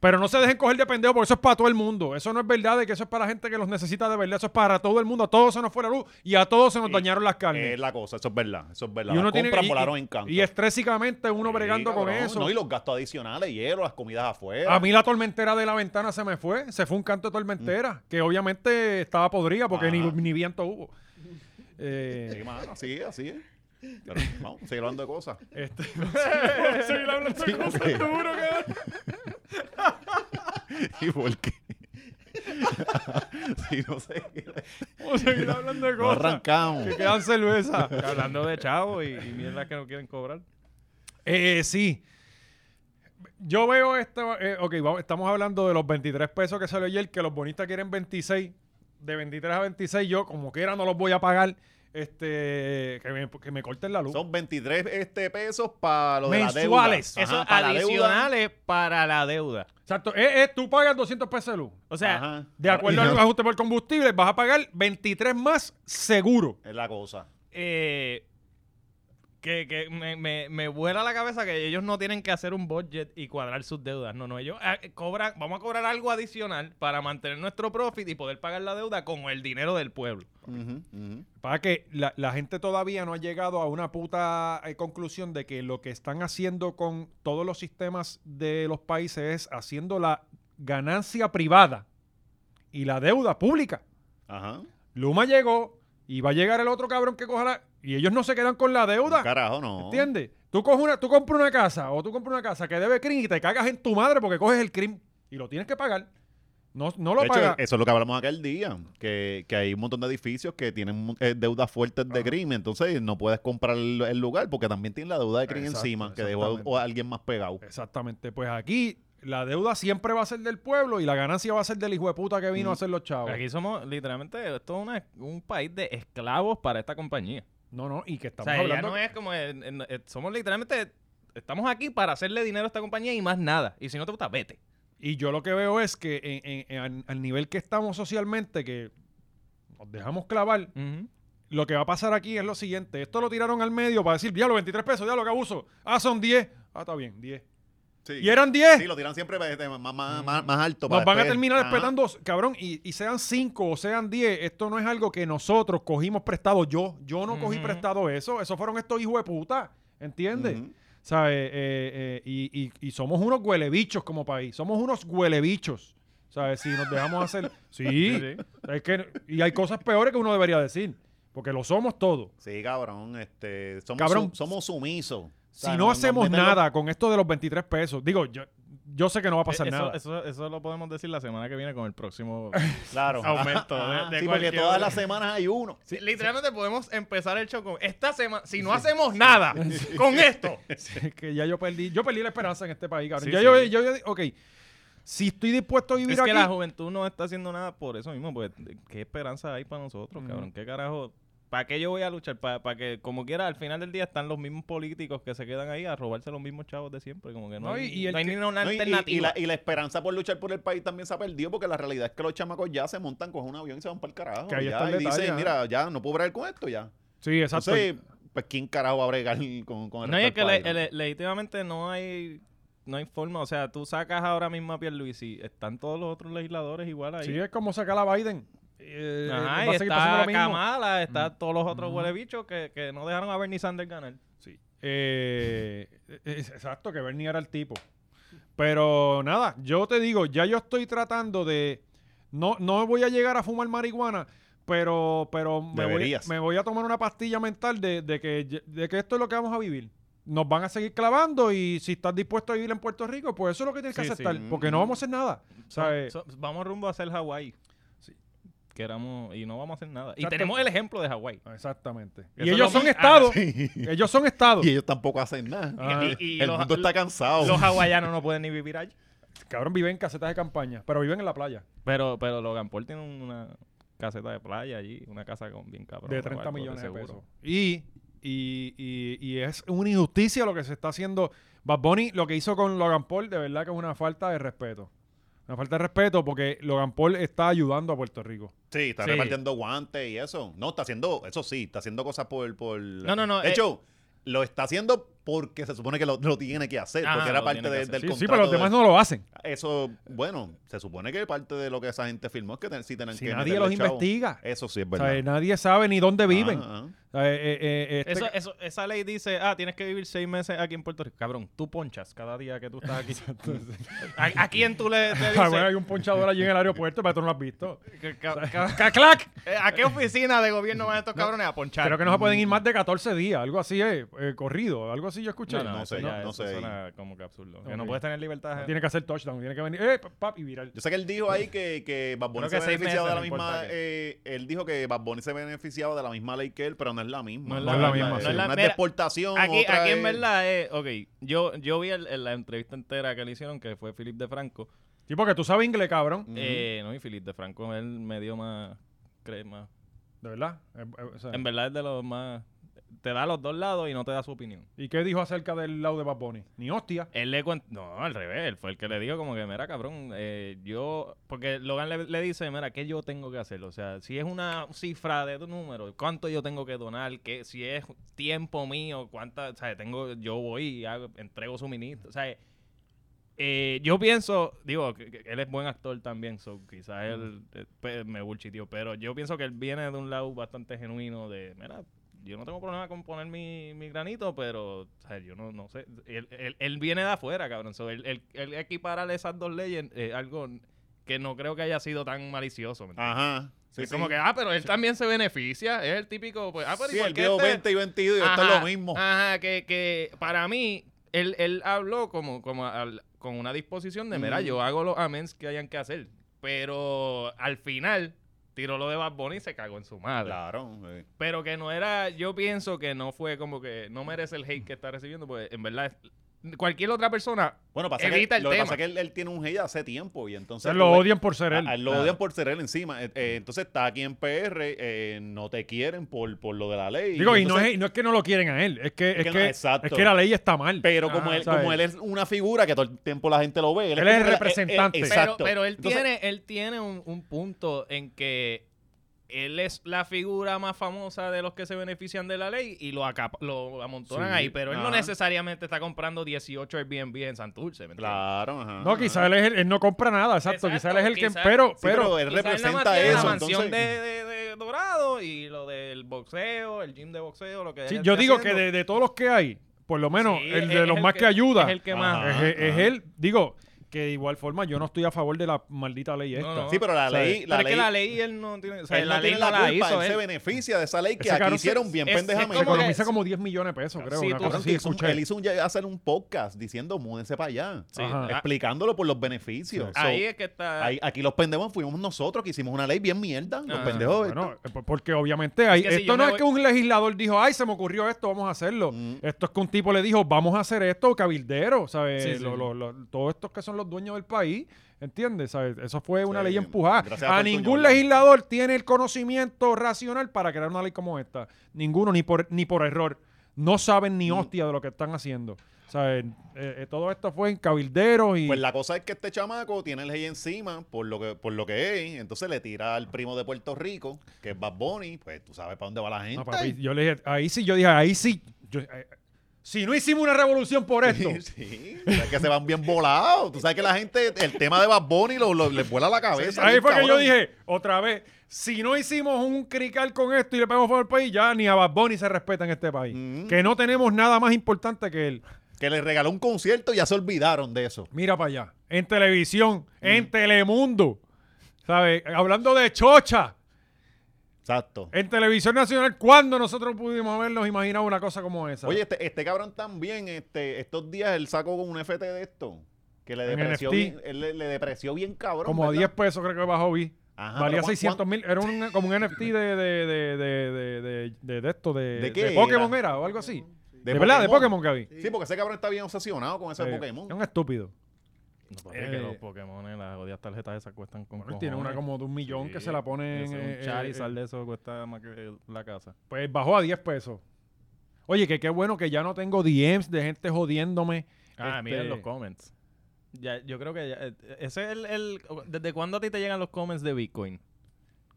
Pero no se dejen coger de pendejo porque eso es para todo el mundo. Eso no es verdad de que eso es para la gente que los necesita de verdad. Eso es para todo el mundo. A todos se nos fue la luz y a todos se nos
Sí.
dañaron las carnes.
Es eh, la cosa, eso es verdad. Eso es verdad.
y uno
las
tiene
compras
y-
volaron
y-
en canto.
Y estrésicamente uno bregando
Sí,
con
cabrón.
eso.
No, y los gastos adicionales, hielo, las comidas afuera.
A mí la tormentera de la ventana se me fue. Se fue un canto de tormentera, que obviamente estaba podrida porque ni,
Ajá.
ni viento hubo. Eh,
Sí, mano, así es, así es. Pero vamos, seguir hablando de cosas.
este, no sé, seguir hablando de cosas
sí.
duro, cabrón.
¿Y por qué? sí, no sé.
Vamos a seguir hablando de
No
cosas.
arrancamos.
que quedan cerveza.
Hablando de chavo y, y mierda que no quieren cobrar.
Eh, sí. Yo veo esto. eh, ok, vamos- estamos hablando de los 23 pesos que salió ayer, que los bonistas quieren 26. De 23 a 26, yo como quiera no los voy a pagar. Este, que me, que me corten la luz.
Son 23 este, pesos para lo de la deuda.
Mensuales.
Ajá,
Eso
para la deuda.
adicionales para la deuda.
Exacto. Eh, eh, tú pagas 200 pesos de luz.
O sea,
Ajá.
De acuerdo al ajuste por combustible, vas a pagar 23 más seguro.
Es la cosa.
eh, que, que me, me, me vuela la cabeza que ellos no tienen que hacer un budget y cuadrar sus deudas. No, no, ellos eh, cobran, vamos a cobrar algo adicional para mantener nuestro profit y poder pagar la deuda con el dinero del pueblo.
Ujú, ujú.
Para que la, la gente todavía no ha llegado a una puta eh, conclusión de que lo que están haciendo con todos los sistemas de los países es haciendo la ganancia privada y la deuda pública.
Ajá.
Luma llegó y va a llegar el otro cabrón que coja la- Y ellos no se quedan con la deuda.
Carajo, no.
¿Entiendes? Tú, coges una, tú compras una casa o tú compras una casa que debe crimen y te cagas en tu madre porque coges el crimen y lo tienes que pagar. No, no lo
De hecho,
pagas.
eso es lo que hablamos aquel día, que, que hay un montón de edificios que tienen eh, deudas fuertes de crimen, entonces no puedes comprar el, el lugar porque también tienen la deuda de crimen
Exacto,
encima, que dejó a-
exactamente.
a, alguien más pegado.
Exactamente. Pues aquí la deuda siempre va a ser del pueblo y la ganancia va a ser del hijo de puta que vino
Mm.
a hacer los chavos.
Aquí somos literalmente, esto es una- un país de esclavos para esta compañía.
No, no, y que estamos
o sea, ya
hablando.
no es como, en- en- eh, somos literalmente, estamos aquí para hacerle dinero a esta compañía y más nada. Y si no te gusta, vete.
Y yo lo que veo es que en- en- en- al- al nivel que estamos socialmente, que nos dejamos clavar, lo que va a pasar aquí es lo siguiente. Esto lo tiraron al medio para decir, diablo, 23 pesos, diablo, que abuso. Ah, son 10. Ah, está bien, 10.
Sí.
Y eran 10.
Sí, lo tiran siempre este, más,
Mm.
más, más- más alto.
Nos
para
van a
después. Ah.
terminar
Ajá.
respetando, cabrón, y, y sean cinco o sean diez, esto no es algo que nosotros cogimos prestado. Yo, yo no cogí
Ujú.
prestado eso. Eso fueron estos hijos de puta, ¿entiendes?
Ujú.
¿Sabes? Eh, eh, y, y- y somos unos huelebichos como país. Somos unos huelebichos. ¿Sabes? Si nos dejamos hacer... Sí. Es que, y hay cosas peores que uno debería decir. Porque lo somos todos.
Sí, cabrón, este, somos,
Cabrón.
su- somos sumisos. O
Si
sea,
no, hacemos
meten lo-
nada con esto de los 23 pesos, digo, yo, yo sé que no va a pasar
Eh, eso,
nada.
Eso, eso lo podemos decir la semana que viene con el próximo.
Claro.
Aumento de-
Ajá.
de
sí, porque
cualquier-
todas las semanas hay uno.
Sí, literalmente podemos empezar el show con esta semana. Si no hacemos nada con esto,
Es que ya yo perdí, yo perdí la esperanza en este país, cabrón.
Sí,
ya yo,
sí.
yo, yo- ok, si estoy dispuesto a vivir
es que
aquí,
la juventud no está haciendo nada por eso mismo. Pues, ¿qué esperanza hay para nosotros, cabrón? ¿Qué carajo? ¿Para qué yo voy a luchar? Para, para que, como quiera, al final del día están los mismos políticos que se quedan ahí a robarse los mismos chavos de siempre. Como que no,
No,
hay,
y- y el
no hay
que-
ni una
No, y- y-
alternativa.
Y, la, y la esperanza por luchar por el país también se ha perdido porque la realidad es que los chamacos ya se montan, cogen un avión y se van para el carajo.
Que ahí
ya,
está el
y
detalle,
dicen,
ajá.
mira, ya no puedo bregar con esto ya.
sí, exacto.
Entonces, pues quién carajo va a bregar con, con el
No, y es
resto
que
del
le-
país, ¿no?
le- legítimamente no hay no hay forma. O sea, tú sacas ahora mismo a Pierluisi, están todos los otros legisladores igual ahí.
sí, es como sacar a Biden. Eh,
Ajá,
va
y
a seguir pasando
está
lo mismo.
Kamala, está
Mm.
todos los otros
Ujú.
huelebichos que, que no dejaron a Bernie Sanders ganar.
Sí. Eh, es- exacto, que Bernie era el tipo. Pero nada, yo te digo, ya yo estoy tratando de. No, no voy a llegar a fumar marihuana, pero, pero me, voy,
Deberías.
me voy a tomar una pastilla mental de, de que, de que esto es lo que vamos a vivir. nos van a seguir clavando y si estás dispuesto a vivir en Puerto Rico, pues eso es lo que tienes que
Sí, sí.
aceptar, porque no vamos a hacer nada. ¿sabes?
So- vamos rumbo a hacer Hawái. Queramos, y no vamos a hacer nada. Y
Exacto.
tenemos el ejemplo de Hawái.
Exactamente.
Eso
Y
es
ellos
lo Ah,
son
más-
estados.
Sí.
Ellos son estados.
Y ellos tampoco hacen nada.
Ah,
y, e- y
el
los,
mundo está cansado.
los hawaianos no pueden ni vivir allí.
Cabrón, viven en casetas de campaña, pero viven en la playa.
Pero, pero Logan Paul tiene una caseta de playa allí, una casa con bien cabrón.
de 30 millones de, pesos. Y, y, y, y es una injusticia lo que se está haciendo. Bad Bunny, lo que hizo con Logan Paul, de verdad que es una falta de respeto. Una falta de respeto porque Logan Paul está ayudando a Puerto Rico.
Sí, está
Sí.
repartiendo guantes y eso. No, está haciendo, eso sí, está haciendo cosas por... por... No,
no, no,
De
eh.
hecho, lo está haciendo porque se supone que lo, lo tiene que hacer,
Ajá,
porque era
lo
parte
tiene que
de-
hacer.
del
Sí,
contrato.
sí, pero los
de-
demás no lo hacen.
Eso, bueno, se supone que parte de lo que esa gente firmó es que ten- sí tienen
Si
que...
nadie
meterle
los
chavo.
investiga.
Eso sí es
O
verdad.
sea, nadie sabe ni dónde viven.
Ah, ah.
O sea, eh, eh, eh, este-
Eso, eso- esa ley dice, ah, tienes que vivir seis meses aquí en Puerto Rico. Cabrón, tú ponchas cada día que tú estás aquí. ¿A, a quién tú le, le dices?
Ah, bueno, hay un ponchador allí en el aeropuerto, pero tú no lo has visto.
"Ca- ca- ca- ca- clac". Eh, ¿A qué oficina de gobierno van estos cabrones a ponchar?
Creo que no se
Mm.
pueden ir más de 14 días, algo así, eh, eh, corrido, algo así yo escuché.
no,
eso
sé,
ya-
no
eso
sé.
suena como que absurdo. Que no
Ok.
puedes tener libertad.
Tiene que hacer touchdown, tiene que venir, eh, pa- pap, y viral.
Yo sé que él dijo ahí que, que Bad Bunny
Creo que
se
seis
beneficiaba de la
meses, no
misma...
importa
eh, él dijo que Bad Bunny se beneficiaba de la misma ley que él, pero no es la misma.
No es
la- no es la
sí.
misma, sí.
Una es de
Mira,
exportación,
Aquí,
otra
aquí en
es-
verdad es, ok, yo, yo vi el- el- la entrevista entera que le hicieron, que fue Philip de Franco.
Sí, porque tú sabes inglés, cabrón.
Eh, no, y Philip de Franco es el medio más, cre- más-
De verdad. Eh, eh, o sea,
En verdad es de los más... Te da los dos lados y no te da su opinión.
¿Y qué dijo acerca del lado de Bad Bunny? Ni hostia.
Él le cuenta... No, al revés. Él fue el que le dijo como que, mira, cabrón, eh, yo... Porque Logan le, le dice, mira, ¿qué yo tengo que hacer? O sea, si es una cifra de tu número, ¿cuánto yo tengo que donar? ¿Qué, si es tiempo mío, cuánta... O sea, tengo, yo voy y hago- entrego suministro. O sea, eh, yo pienso... Digo, que, que él es buen actor también, so quizás él eh, pues, me bullshitió. Pero yo pienso que él viene de un lado bastante genuino de, mira, yo no tengo problema con poner mi, mi granito, pero o sea, yo no, no sé. Él, él- él viene de afuera, cabrón. So, él, él, él equiparar esas dos leyes eh, algo que no creo que haya sido tan malicioso. ¿me entiendes?
Ajá. Sí,
es
sí.
como que, ah, pero él también se beneficia. Es el típico, pues, ah, pero
Sí,
¿y por
él
qué
vio
este-
20 y 22 y esto es
Ajá,
lo mismo.
Ajá, que, que para mí, él, él habló como, como al- con una disposición de, mira,
Mm.
yo hago los amens que hayan que hacer. Pero al final, tiró lo de Bad Bunny y se cagó en su madre.
Claro. eh.
Pero que no era, yo pienso que no fue como que no merece el hate que está recibiendo, porque en verdad cualquier otra persona
Bueno, pasa que,
Evita el
lo que
tema.
pasa es que él, él tiene un hate hace tiempo y
O sea,
entonces...
lo
pues,
odian por ser él.
a- a él lo odian por ser él encima. Eh, eh, entonces está aquí en PR, eh, no te quieren por, por lo de la ley.
Digo, y no
entonces-
es, no es que no lo quieren a él, es que, es
que
que,
no, exacto.
es que la ley está mal.
Pero como,
Ah,
él,
¿sabes?
como él es una figura que todo el tiempo la gente lo ve.
Él es
como
el
la- eh, eh,
representante. Pero-
exacto.
Pero, pero él
Entonces,
tiene, él tiene un, un punto en que él es la figura más famosa de los que se benefician de la ley y lo, acapa- lo amontonan
Sí,
ahí, pero él no
ajá.
necesariamente está comprando 18 Airbnb en Santurce, ¿me entiendes?
Claro, ajá.
no, quizás él, es el- él no compra nada, exacto.
Exacto,
quizás él es el
quizá-
que. Pero,
Sí, pero,
pero,
él
Quizá él nada más
representa
tiene
eso.
La mansión
entonces,
de, de- de Dorado y lo del boxeo, el gym de boxeo, lo que
sí,
él
yo
esté
digo
haciendo.
que de, de todos los que hay, por lo menos
Sí,
el
es-
de
es
los
el
más
que-
que, ayuda,
es
es,
el que más.
Ajá,
es
ajá.
él. Digo, que de igual forma yo no estoy a favor de la maldita ley esta.
no.
Sí, pero la
O sea,
ley...
Pero
La
es que la
ley
ley él no tiene. O sea,
él
la
no
ley
tiene
no la,
la culpa,
hizo.
él se
Él.
beneficia de esa ley que
Ese
aquí
cabrón se-
hicieron bien
es- es
Se
pendejamente.
como que-
economiza como 10 millones de pesos, creo.
Sí,
una cosa
tú-
Cabrón,
así,
que hizo un-
escuché.
él hizo un, hacer un podcast diciendo múdense para allá,
Sí.
Ajá.
Ah,
explicándolo por los beneficios. So,
Ahí es que está.
ahí- aquí los pendejos fuimos nosotros que hicimos una ley bien mierda. Los
Ah,
pendejos.
Bueno, eh, por- porque obviamente hay,
Es que si
esto
yo
no es
me voy-
que un legislador dijo, ay, se me ocurrió esto, vamos a hacerlo.
Mm.
Esto es que un tipo le dijo, vamos a hacer esto, cabildero, ¿sabes?
Sí, sí,
Lo-
sí.
lo- lo- todos estos que son los dueños del país, ¿entiendes? ¿Sabes? Eso fue una
Sí,
ley empujada.
gracias a
A
Fortuño,
ningún
¿verdad?
legislador tiene el conocimiento racional para crear una ley como esta. Ninguno, ni por, ni por error. No saben
Mm.
ni hostia de lo que están haciendo. ¿Sabes? Eh, eh, todo esto fue en cabilderos y... Ah,
Pues la cosa es que este chamaco tiene el hate encima por lo que por lo que es, entonces le tira al primo de Puerto Rico, que es Bad Bunny, pues tú sabes para dónde va la gente.
No, papi, yo le dije, ahí sí, yo dije, ahí sí. yo- eh, si no hicimos una revolución por esto...
Sí, sí. O sea, que se van bien volados. Tú sabes que la gente, el tema de Bad Bunny lo, lo- les vuela la cabeza.
Ahí
bien
fue que yo
cabrón.
dije, otra vez, si no hicimos un crical con esto y le pegamos fuego al país, ya ni a Bad Bunny se respeta en este país.
Mm.
Que no tenemos nada más importante que él.
que le regaló un concierto y ya se olvidaron de eso.
Mira para allá. En
Mm.
televisión, en Telemundo. ¿Sabes? Hablando de chocha.
Exacto.
En televisión nacional, ¿cuándo nosotros pudimos habernos imaginado una cosa como esa?
Oye, este, este cabrón también, este, estos días él sacó con un FT de esto. Que le
En
depreció
NFT.
bien, él le, le depreció bien cabrón.
como a
¿verdad?
10 pesos creo que bajó vi.
Ajá,
Valía
pero ¿cuán-
600 mil. Era un- como un NFT de, de, de, de, de, de- de- de esto, de,
¿De qué
de Pokémon
era?
era? o algo así.
Sí.
De, verdad, de Pokémon, Gaby.
Sí, porque ese cabrón está bien obsesionado con ese
Eh,
Pokémon.
Es un estúpido.
No, papi,
Eh.
que los Pokémon, las odias tarjetas esas cuestan con
Bueno, tiene una
cojones.
como de un millón que
Sí,
se la pone en.
ese,
eh,
Un
eh,
Charizard
eh,
de eso cuesta más que la casa.
Pues bajó a 10 pesos. Oye, que qué bueno que ya no tengo DMs de gente jodiéndome.
Ah,
Este,
miren los comments. Ya, yo creo que ya, eh, ese es el, el- ¿Desde cuándo a ti te llegan los comments de Bitcoin?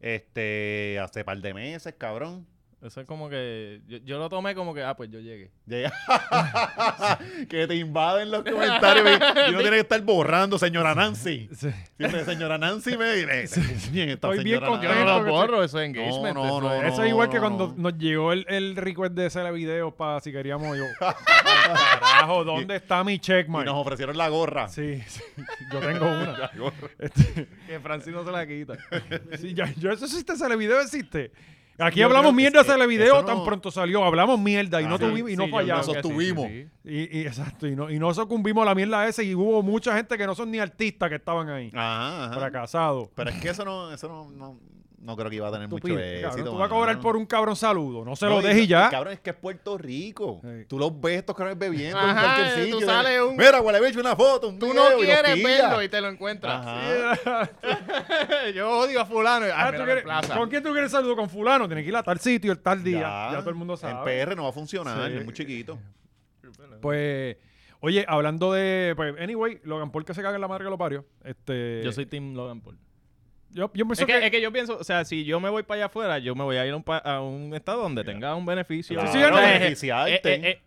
Este, hace par de meses, cabrón.
Eso es como que... Yo, yo lo tomé como que, ah, pues yo llegué.
Llega. que te invaden los comentarios. y uno tiene que estar borrando, señora Nancy. Siempre, señora Nancy me dice. Bien, esta
Estoy bien
señora
contento.
Nancy.
Yo no
creo
lo
que
borro, eso es
No,
engagement.
no,
eso
no,
es-
no.
Eso es igual que cuando nos llegó el, el request de hacer videos para si queríamos yo. Carajo, ¿dónde está mi
Y
checkmark?
nos ofrecieron la gorra.
Sí, sí, yo tengo una.
Que Francino se la quita.
Sí, ya- yo, eso existe, Celevideo existe. Aquí
Yo
hablamos
creo que
mierda,
sí, eh,
Celevideo
eso no-
tan pronto salió. Hablamos mierda y no
Ajá.
tuvimos y no
Sí, yo
fallamos.
creo que sí,
Sostuvimos.
sí, sí.
Y, y- exacto, y no, y no sucumbimos a la mierda esa y hubo mucha gente que no son ni artistas que estaban ahí,
Ajá, ajá.
fracasados.
Pero es que eso no, eso no, no, no creo que iba a tener
Tú,
mucho
pides,
éxito.
cabrón, tú vas a cobrar
mano.
por un cabrón saludo, no se
No,
lo dejes y ya.
Cabrón, es que es Puerto Rico.
Sí.
Tú los ves estos cabrones bebiendo en
Ajá,
cualquier
tú
sitio.
sales un-
Mira, huele bicho, una foto, un
Tú no
video, y los
quieres
pilla.
verlo y te lo encuentras.
Ajá.
yo odio a fulano. y,
Ah,
Ah,
¿tú
mira,
quieres-
en plaza.
¿Con quién tú quieres saludo? Con fulano, tienes que ir a tal sitio, el tal día. Ya, todo el mundo
En
sabe.
PR no va a funcionar,
Sí.
es muy chiquito.
Pues, oye, hablando de. Pues, anyway, Logan Paul que se caga en la madre que lo parió. Este,
Yo soy Team Logan Paul.
Yo, yo pienso
Es que,
que.
es que yo pienso, o sea, si yo me voy para allá afuera, yo me voy a ir a un, pa- a un estado donde tenga un beneficio.
Claro,
Sí, sí, yo no-
beneficiarte.
Eh, eh, eh,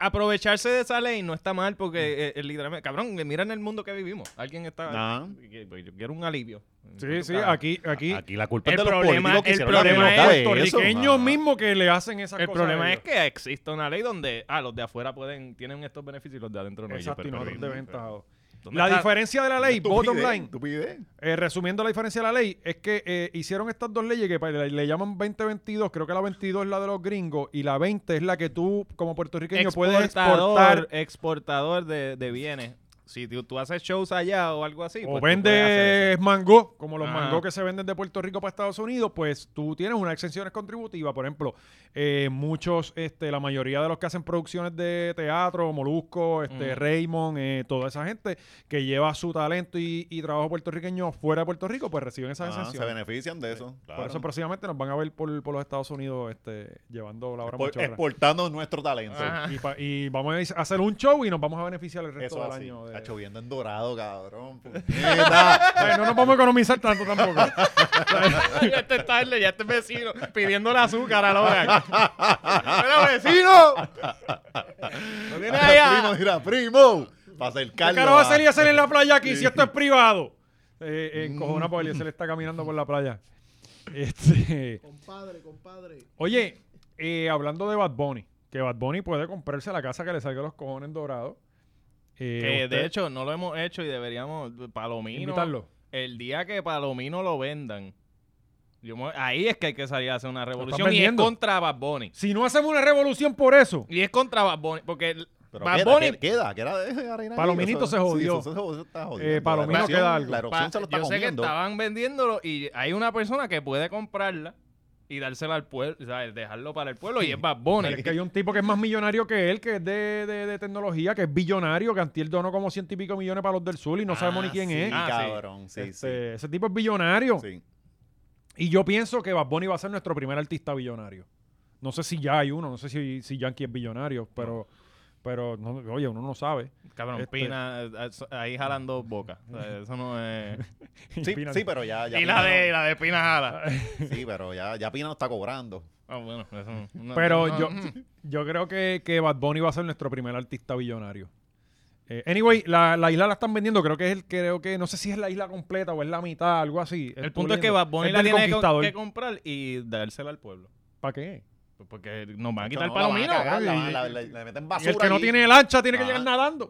aprovecharse de esa ley no está mal porque
Mm.
eh, eh, literalmente, cabrón, mira en el mundo que vivimos. Alguien está...
Nah.
que- pues, Yo quiero un alivio.
sí, sí, aquí, aquí.
Aquí la culpa
El
es de los
problema-
políticos que
el
hicieron la
problema
mierda
es
de eso.
puertorriqueños
Ajá.
mismos que le hacen esas
Ah. El
cosas. a
problema es
ellos.
que existe una ley donde, ah, los de afuera pueden, tienen estos beneficios y los de adentro no. Y yo,
Exacto, y
pero-
nosotros
pues, pero-
desventajados.
¿dónde
La
está-
diferencia de la ley,
Tú
bottom
pide,
line,
tú pide.
eh, resumiendo la diferencia de la ley, es que eh, hicieron estas dos leyes que pa- le, le llaman 2022, creo que la 22 es la de los gringos y la 20 es la que tú como puertorriqueño puedes exportar
exportador, exportador de, de bienes. Si tú, tú haces shows allá o algo así.
o
pues tú puedes hacer
vendes mango, como los
Ajá.
mangos que se venden de Puerto Rico para Estados Unidos, pues tú tienes unas exenciones contributivas. Por ejemplo, eh, muchos, este, la mayoría de los que hacen producciones de teatro, Molusco, este,
Ujú.
Raymond, eh, toda esa gente que lleva su talento y, y trabajo puertorriqueño fuera de Puerto Rico, pues reciben esas
Ah, se
exenciones.
benefician de eso.
Por eso próximamente nos van a ver por, por los Estados Unidos este, llevando la hora
Por-
machorra.
exportando nuestro talento.
Ajá.
Y, pa- y vamos a is- a hacer un show y nos vamos a beneficiar el resto
Eso
del
así.
año. de-
Está lloviendo en dorado, cabrón. puñeta.
Ay, no nos vamos a economizar tanto tampoco.
eso. ya este tarde, ya este vecino pidiéndole azúcar a Logan. ¡Pero vecino! ¿No tienes ahí a-
Mira, primo, mira, primo. Para
¿Qué
acercarlo.
caro va a hacer y
a-
hacer en la playa aquí si esto es privado? Eh, encojona porque se le está caminando por la playa. Este,
Compadre, compadre.
oye, eh, hablando de Bad Bunny, que Bad Bunny puede comprarse la casa que le salga los cojones dorados. Eh,
Que
usted-
de hecho no lo hemos hecho y deberíamos Palomino
Invitarlo.
el día que Palomino lo vendan yo me- ahí es que hay que salir a hacer una revolución
están
y es
vendiendo.
contra Bad Bunny
si no hacemos una revolución por eso,
y es contra Bad Bunny porque el-
Pero
Bad
queda,
Bunny
que- queda, queda de Arena
Palominito
Eso-
se jodió.
sí, eso- eso- eso está jodiendo.
Eh,
La
Palomino
erupción-
queda algo.
La
pa-
erupción se lo está
yo sé que
comiendo.
estaban vendiéndolo y hay una persona que puede comprarla y dársela al pueblo o sea, dejarlo para el pueblo y es Bad Bunny
pero es que hay un tipo que es más millonario que él, que es de, de- de tecnología, que es billonario, que antier donó como ciento y pico millones para los del sur y no sabemos ni
Ah,
quién
sí,
es.
cabrón. Sí,
Este, Ese tipo es billonario.
sí. Sí.
Y yo pienso que Bad Bunny va a ser nuestro primer artista billonario. No sé si ya hay uno, no sé si, si Yankee es billonario, pero, pero no, oye, uno no sabe.
cabrón
Este-
Pina eh, eh, ahí jalando boca O sea, eso no es
Sí,
Pina-
sí, pero ya. ya
y la
Pina
de,
no-
la de Pina jala
Sí, pero ya, ya Pina no está cobrando.
Ah, bueno eso no- no-
Pero
no-
yo, yo creo que, que Bad Bunny va a ser nuestro primer artista billonario. Eh, anyway, la, la isla la están vendiendo, creo que es el, creo que, no sé si es la isla completa o es la mitad, algo así.
El punto es que Bad Bunny la tiene que, que comprar y dársela al pueble.
¿Para qué?
Pues Porque nos van a quitar
No,
el
la van a
palomino.
cagar, la van-
Y-
la- la- Le meten
Y
basura.
el que no
allí.
tiene lancha tiene que
Ah.
llegar nadando.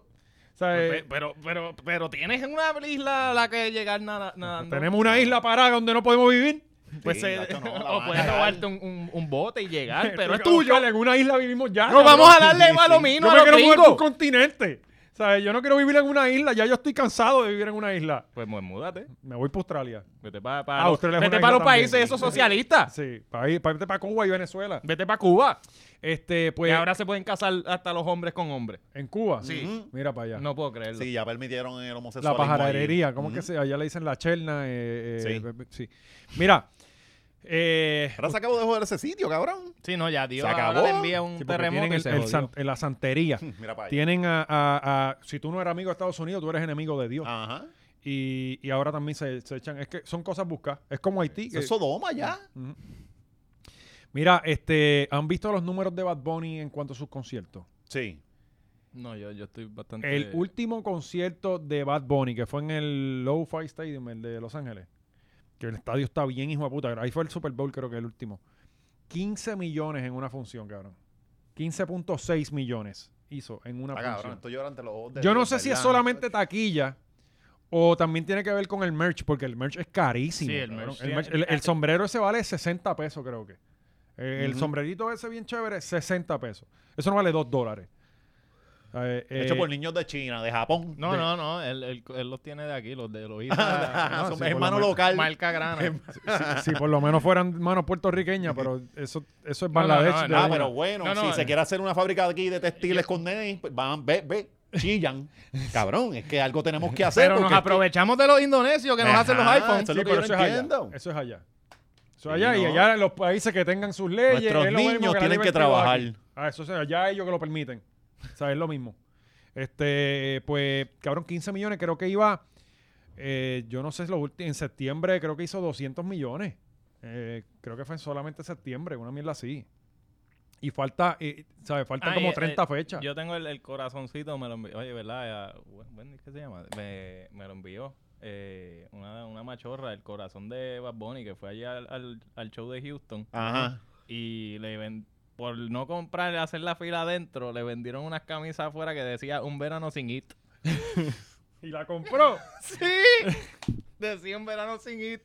O sea, eh,
Pe- pero, pero, pero tienes en una isla a la que llegar nada. nada- no.
tenemos una isla parada donde no podemos vivir.
Pues
Sí,
se-
gacho, no, la
o
van a
puedes
cagar.
robarte un, un- un bote y llegar, pero es
Porque,
tuyo.
Oscar, En una isla vivimos ya.
No
cabrón.
vamos a darle
Yo
palomino
me
a los
quiero mudar por un
gringos.
continente. O sea, yo no quiero vivir en una isla. Ya yo estoy cansado de vivir en una isla.
Pues mu- múdate.
Me voy para Australia.
Vete para pa
Ah,
los-
Australia es
vete
una
pa
isla
los países
también.
esos socialistas.
Sí, para ir, para irte para Cuba y Venezuela.
Vete para Cuba.
Este,
Que
pues
ahora se pueden casar hasta los hombres con hombres.
en Cuba.
Sí.
Mira para allá.
No puedo creerlo.
Sí, ya permitieron el
la
homosexualismo.
pajarería,
ahí.
¿cómo es que
Ujú.
se allá le dicen la cherna? eh, eh,
Sí.
be- be- sí. Mira, eh,
Ahora se acabó de joder ese sitio, cabrón.
Sí, no, ya Dios
Se
ahora
acabó.
le envía un
sí, porque
terremoto
tienen
y
el-
se
el
jodió.
san- la santería.
Mira para allá.
tienen a, a- a- si tú no eres amigo de Estados Unidos, tú eres enemigo de Dios.
Ajá.
Y, y ahora también se, se echan, es que son cosas buscadas. Es como Haití.
Eso
que-
es Sodoma ya.
mira, este, ¿han visto los números de Bad Bunny en cuanto a sus conciertos?
Sí.
No, yo, yo estoy bastante...
El último concierto de Bad Bunny, que fue en el Lo-Fi Stadium, el de Los Ángeles, que el estadio está bien, hijo de puta. Ahí fue el Super Bowl, creo que el último. 15 millones en una función, cabrón. 15.6 millones hizo en una
Ah,
función.
cabrón, estoy llorando ante los ojos de
Yo no
Dios,
sé si es
¿verdad?
solamente taquilla o también tiene que ver con el merch, porque el merch es carísimo.
Sí, el
cabrón.
merch,
El,
sí,
merch-
el-
el- el sombrero ese vale 60 pesos, creo que. Eh, El
Ujú.
sombrerito ese bien chévere, 60 pesos. Eso no vale 2 dólares. Eh, eh,
Hecho por niños de China, de Japón.
No,
de-
no, no, él, él- él los tiene de aquí, los de los
Ah,
islas.
son
sí, por
hermano
lo menos.
local.
Marca grana.
si por lo menos fueran manos puertorriqueñas, pero eso, eso es
No, no,
Bangladesh.
no,
de
Ah,
una.
pero bueno,
No, no,
si
eh.
se quiere hacer una fábrica de aquí de textiles con nenes, pues van, ve, ve, chillan. Cabrón, es que algo tenemos que hacer.
Pero nos
porque es que-
aprovechamos de los indonesios que nos hacen los
Ajá,
iPhones.
eso es lo
Sí,
que
pero
yo
eso
no
es allá.
entiendo.
Eso es allá. Eso es
Sí,
allá y
no.
allá en los países que tengan sus leyes.
Nuestros
es lo mismo
niños
la
tienen
libertad
que
de
trabajar.
aquí. Ah, eso es allá ellos que lo permiten. O sea, es lo mismo. Este, pues, cabrón, 15 millones creo que iba, eh, yo no sé, lo ulti- en septiembre creo que hizo 200 millones. Eh, creo que fue en solamente septiembre, una mierda así. Y falta, eh, ¿sabes? Faltan
Ah,
como
eh,
30
eh,
fechas.
Yo tengo el, el corazoncito, me lo envió. Oye, ¿verdad? Ya, Wendy, ¿Qué se llama? Me, me lo envió eh, una, una machorra, el corazón de Bad Bunny, que fue allá al, al- al show de Houston.
Ajá.
Y le ven, por no comprar, hacer la fila adentro, le vendieron unas camisas afuera que decía un verano sin it.
Y la compró.
¡Sí! decía un verano sin it.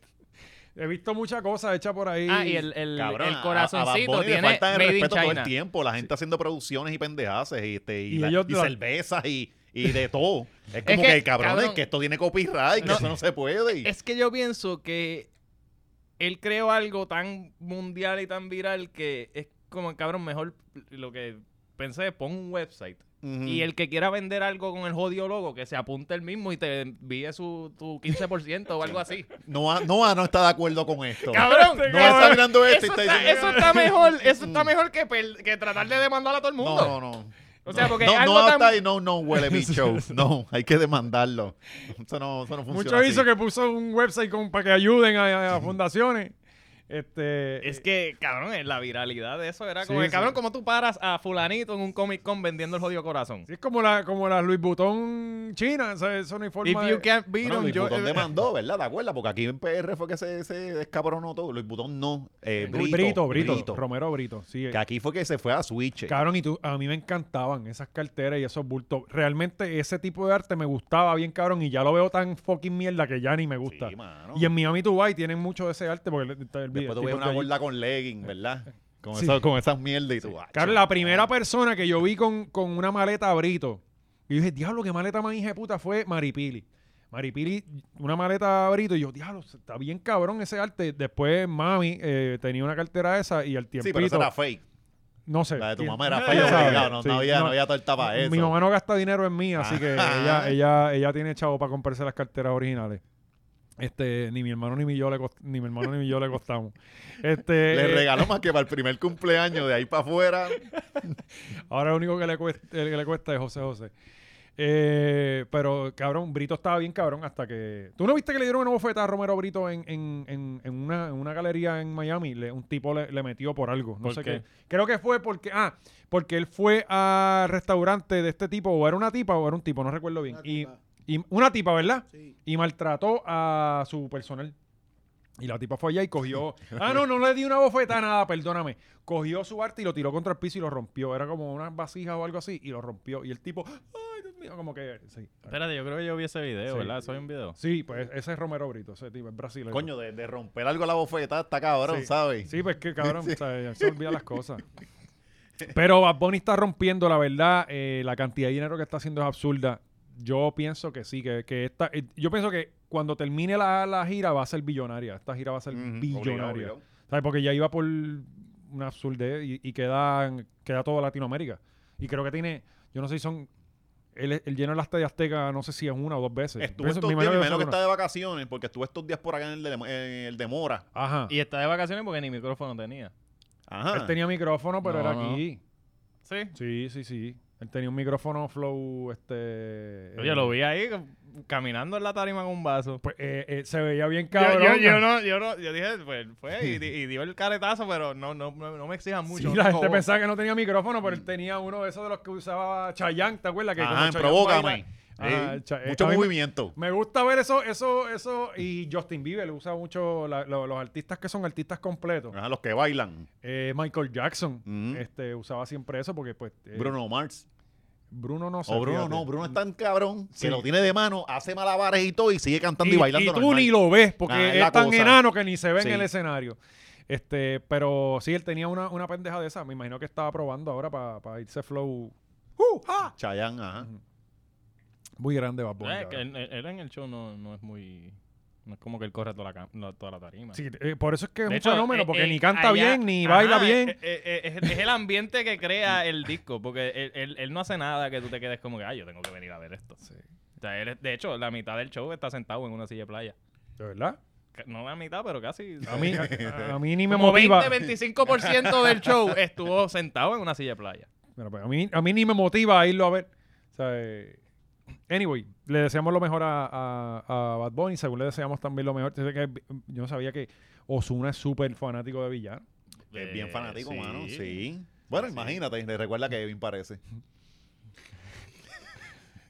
He visto muchas cosas hechas por ahí.
Ah, y el, el,
Cabrón,
el
a- a
corazoncito
Bad Bunny
tiene
le falta el
Made in
respeto todo
China.
el tiempo. La gente haciendo producciones y pendejaces y, este, y,
Y
la-
ellos
y
la-
cervezas y, y de todo. Es como
que,
que, cabrón,
cabrón,
es que esto tiene copyright, que
no,
eso no se puede. y-
Es que yo pienso que él creó algo tan mundial y tan viral que es como, cabrón, mejor lo que pensé, pon un website.
Ujú.
Y el que quiera vender algo con el jodido logo, que se apunte el mismo y te envíe su tu 15% o algo así.
Noah, Noah no está de acuerdo con esto.
¡Cabrón!
Noah
cabrón,
está mirando esto y está
eso, está,
diciendo-
eso está mejor, eso está mejor que, per- que tratar de demandar a todo el mundo.
No, no, no.
O sea, porque
no,
algo
no,
tan-
está ahí, no, no, huele bicho. No, hay que demandarlo. Eso no, eso no funciona.
Mucho
así.
hizo que puso un website con- para que ayuden a, a fundaciones. Este,
Es que, cabrón, eh, la viralidad de eso era como
Sí,
que, cabrón,
sí.
como tú paras a fulanito en un Comic Con vendiendo el jodido corazón.
sí, es como la, como la Louis Vuitton china. o sea, eso no hay
If
forma de-
you can't beat
Bueno,
'em,
Luis
yo-
eh,
Butón demandó, ¿verdad? ¿Te acuerdas? Porque aquí en PR fue que se, se escabronó todo. Luis Butón no. Eh,
Brito,
Brito,
Brito, Romero Brito. Sí,
Que aquí fue que se fue a Switch.
Cabrón, y tú, a mí me encantaban esas carteras y esos bultos. Realmente ese tipo de arte me gustaba bien, cabrón, y ya lo veo tan fucking mierda que ya ni me gusta.
Sí, mano.
y en Miami, Dubai tienen mucho de ese arte porque el- el- el
Después tuve
tipo
una
está allí.
gorda con legging, ¿verdad? Con,
Sí.
eso- con esas mierdas y tú. ah,
Claro,
chaval.
la primera persona que yo vi con, con una maleta Brito, y yo dije, diablo, qué maleta más hija de puta fue Maripili. Maripili, una maleta Brito, y yo, diablo, está bien cabrón ese arte. Después mami eh, tenía una cartera esa y al tiempito,
Sí, pero eso era fake.
no sé.
La de tu
quién-
mamá era
quién
fake.
sabe.
obligado, No,
Sí,
no había,
no.
no había torta para eso. Ah.
Mi mamá no gasta dinero en mí, así que ella,
Ajá.
ella, ella tiene chavo para comprarse las carteras originales. Este, ni mi hermano ni mi yo le cost- ni mi hermano ni yo le costamos. Este,
Le
eh,
regaló más que para el primer cumpleaños de ahí para afuera.
Ahora lo único que le cuesta, que le cuesta es José José. Eh, pero, cabrón, Brito estaba bien cabrón hasta que... ¿Tú no viste que le dieron una bofeta a Romero Brito en, en- en- en una, en una galería en Miami? Le- un tipo le, le metió por algo, no
¿Por
sé qué?
qué?
Creo que fue porque... Ah, porque él fue al restaurante de este tipo, o era una tipa o era un tipo, no recuerdo bien.
Una
Y,
tipa.
y- una tipa, ¿verdad?
Sí.
Y maltrató a su personal. Y la tipa fue allá y cogió. Ah, no, no le di una bofeta, nada, perdóname. Cogió su arte y lo tiró contra el piso y lo rompió. Era como una vasija o algo así y lo rompió. Y el tipo, ay, Dios mío, mío, como que... Sí,
Espérate, yo creo que yo vi ese video,
Sí.
¿verdad? Soy un video.
Sí, pues ese es Romero Brito, ese tipo, es brasileño.
Coño, de, de romper algo la bofetada está cabrón,
Sí.
¿sabes?
Sí, pues que cabrón, o sea, ya se olvida las cosas. Pero Bad Bunny está rompiendo, la verdad. eh, la cantidad de dinero que está haciendo es absurda. Yo pienso que sí, que, que esta, eh, yo pienso que cuando termine la, la gira va a ser billonaria. Esta gira va a ser
Ujú,
billonaria.
obligado, obligado.
¿Sabes? Porque ya iba por una absurdez y, y queda, queda todo Latinoamérica. Y creo que tiene, yo no sé si son, el, el lleno de las de Azteca, no sé si es una o dos veces.
Estuve
Pienso-
estos
me
días, me
imagino
imagino que
son
está
una.
de vacaciones, porque estuve estos días por acá en el de, en el de Mora.
Ajá.
Y está de vacaciones porque ni micrófono tenía.
Ajá.
Él tenía micrófono, pero
No,
era
no.
aquí.
Sí.
Sí, sí, sí. Él tenía un micrófono flow, este...
Oye,
eh,
lo vi ahí caminando en la tarima con un vaso.
pues, eh, eh, se veía bien
Yo,
cabrón.
yo- yo no, yo no, yo dije, pues fue y, di- y dio el caretazo, pero no, no, no, no me exijan
Sí,
mucho.
la gente
Como-
pensaba que no tenía micrófono, pero él tenía uno de esos de los que usaba Chayanne, ¿te acuerdas? Que
Mm. Ajá,
como
en
Chayanne
Provócame.
baila- Ajá,
Eh,
Cha- eh,
mucho
a mí me-
movimiento.
Me gusta ver eso, eso, eso. Y Justin Bieber usa mucho la- lo- los artistas que son artistas completos.
Ajá, los que bailan.
Eh, Michael Jackson
Ujú.
este, usaba siempre eso porque, pues. eh,
Mm. Bruno Mars.
Bruno no
O Bruno,
fíjate.
no, Bruno es tan cabrón
Sí.
que lo tiene de mano, hace malabares y todo y sigue cantando y,
Y,
bailando.
y tú
normal.
ni lo ves porque
Ah, es
es,
la
tan
cosa.
enano que ni se ve
Sí.
en el escenario. Este, pero sí, él tenía una, una pendeja de esa. Me imagino que estaba probando ahora para irse flow
Chayanne, ajá.
muy grande, Bad Bunny,
Eh, que
cabrón.
él, él- él en el show no, no es muy. No es como que él corre toda la, cam- la- toda la tarima.
Sí, eh, por eso es que es
De
un
hecho,
fenómeno,
eh,
porque
eh,
ni canta
allá-
bien, ni
ajá,
baila
eh,
bien.
eh, eh, Es, es el ambiente que crea el disco, porque él, él- él no hace nada que tú te quedes como que, ay, yo tengo que venir a ver esto. O sea, él es- de hecho, la mitad del show está sentado en una silla de playa.
de verdad.
Ca- No la mitad, pero casi.
A mí, a- a mí ni me
como
motiva.
20-25% del show estuvo sentado en una silla de playa.
Mira, pues, a, mí, a mí ni me motiva a irlo a ver. O sea, eh, anyway, le deseamos lo mejor a, a- a Bad Bunny. Según le deseamos también lo mejor. Yo sé que- Yo no sabía que Osuna es súper fanático de Villano.
Es bien
Eh,
fanático,
sí.
mano. Sí. Bueno, imagínate, le recuerda que Evin parece.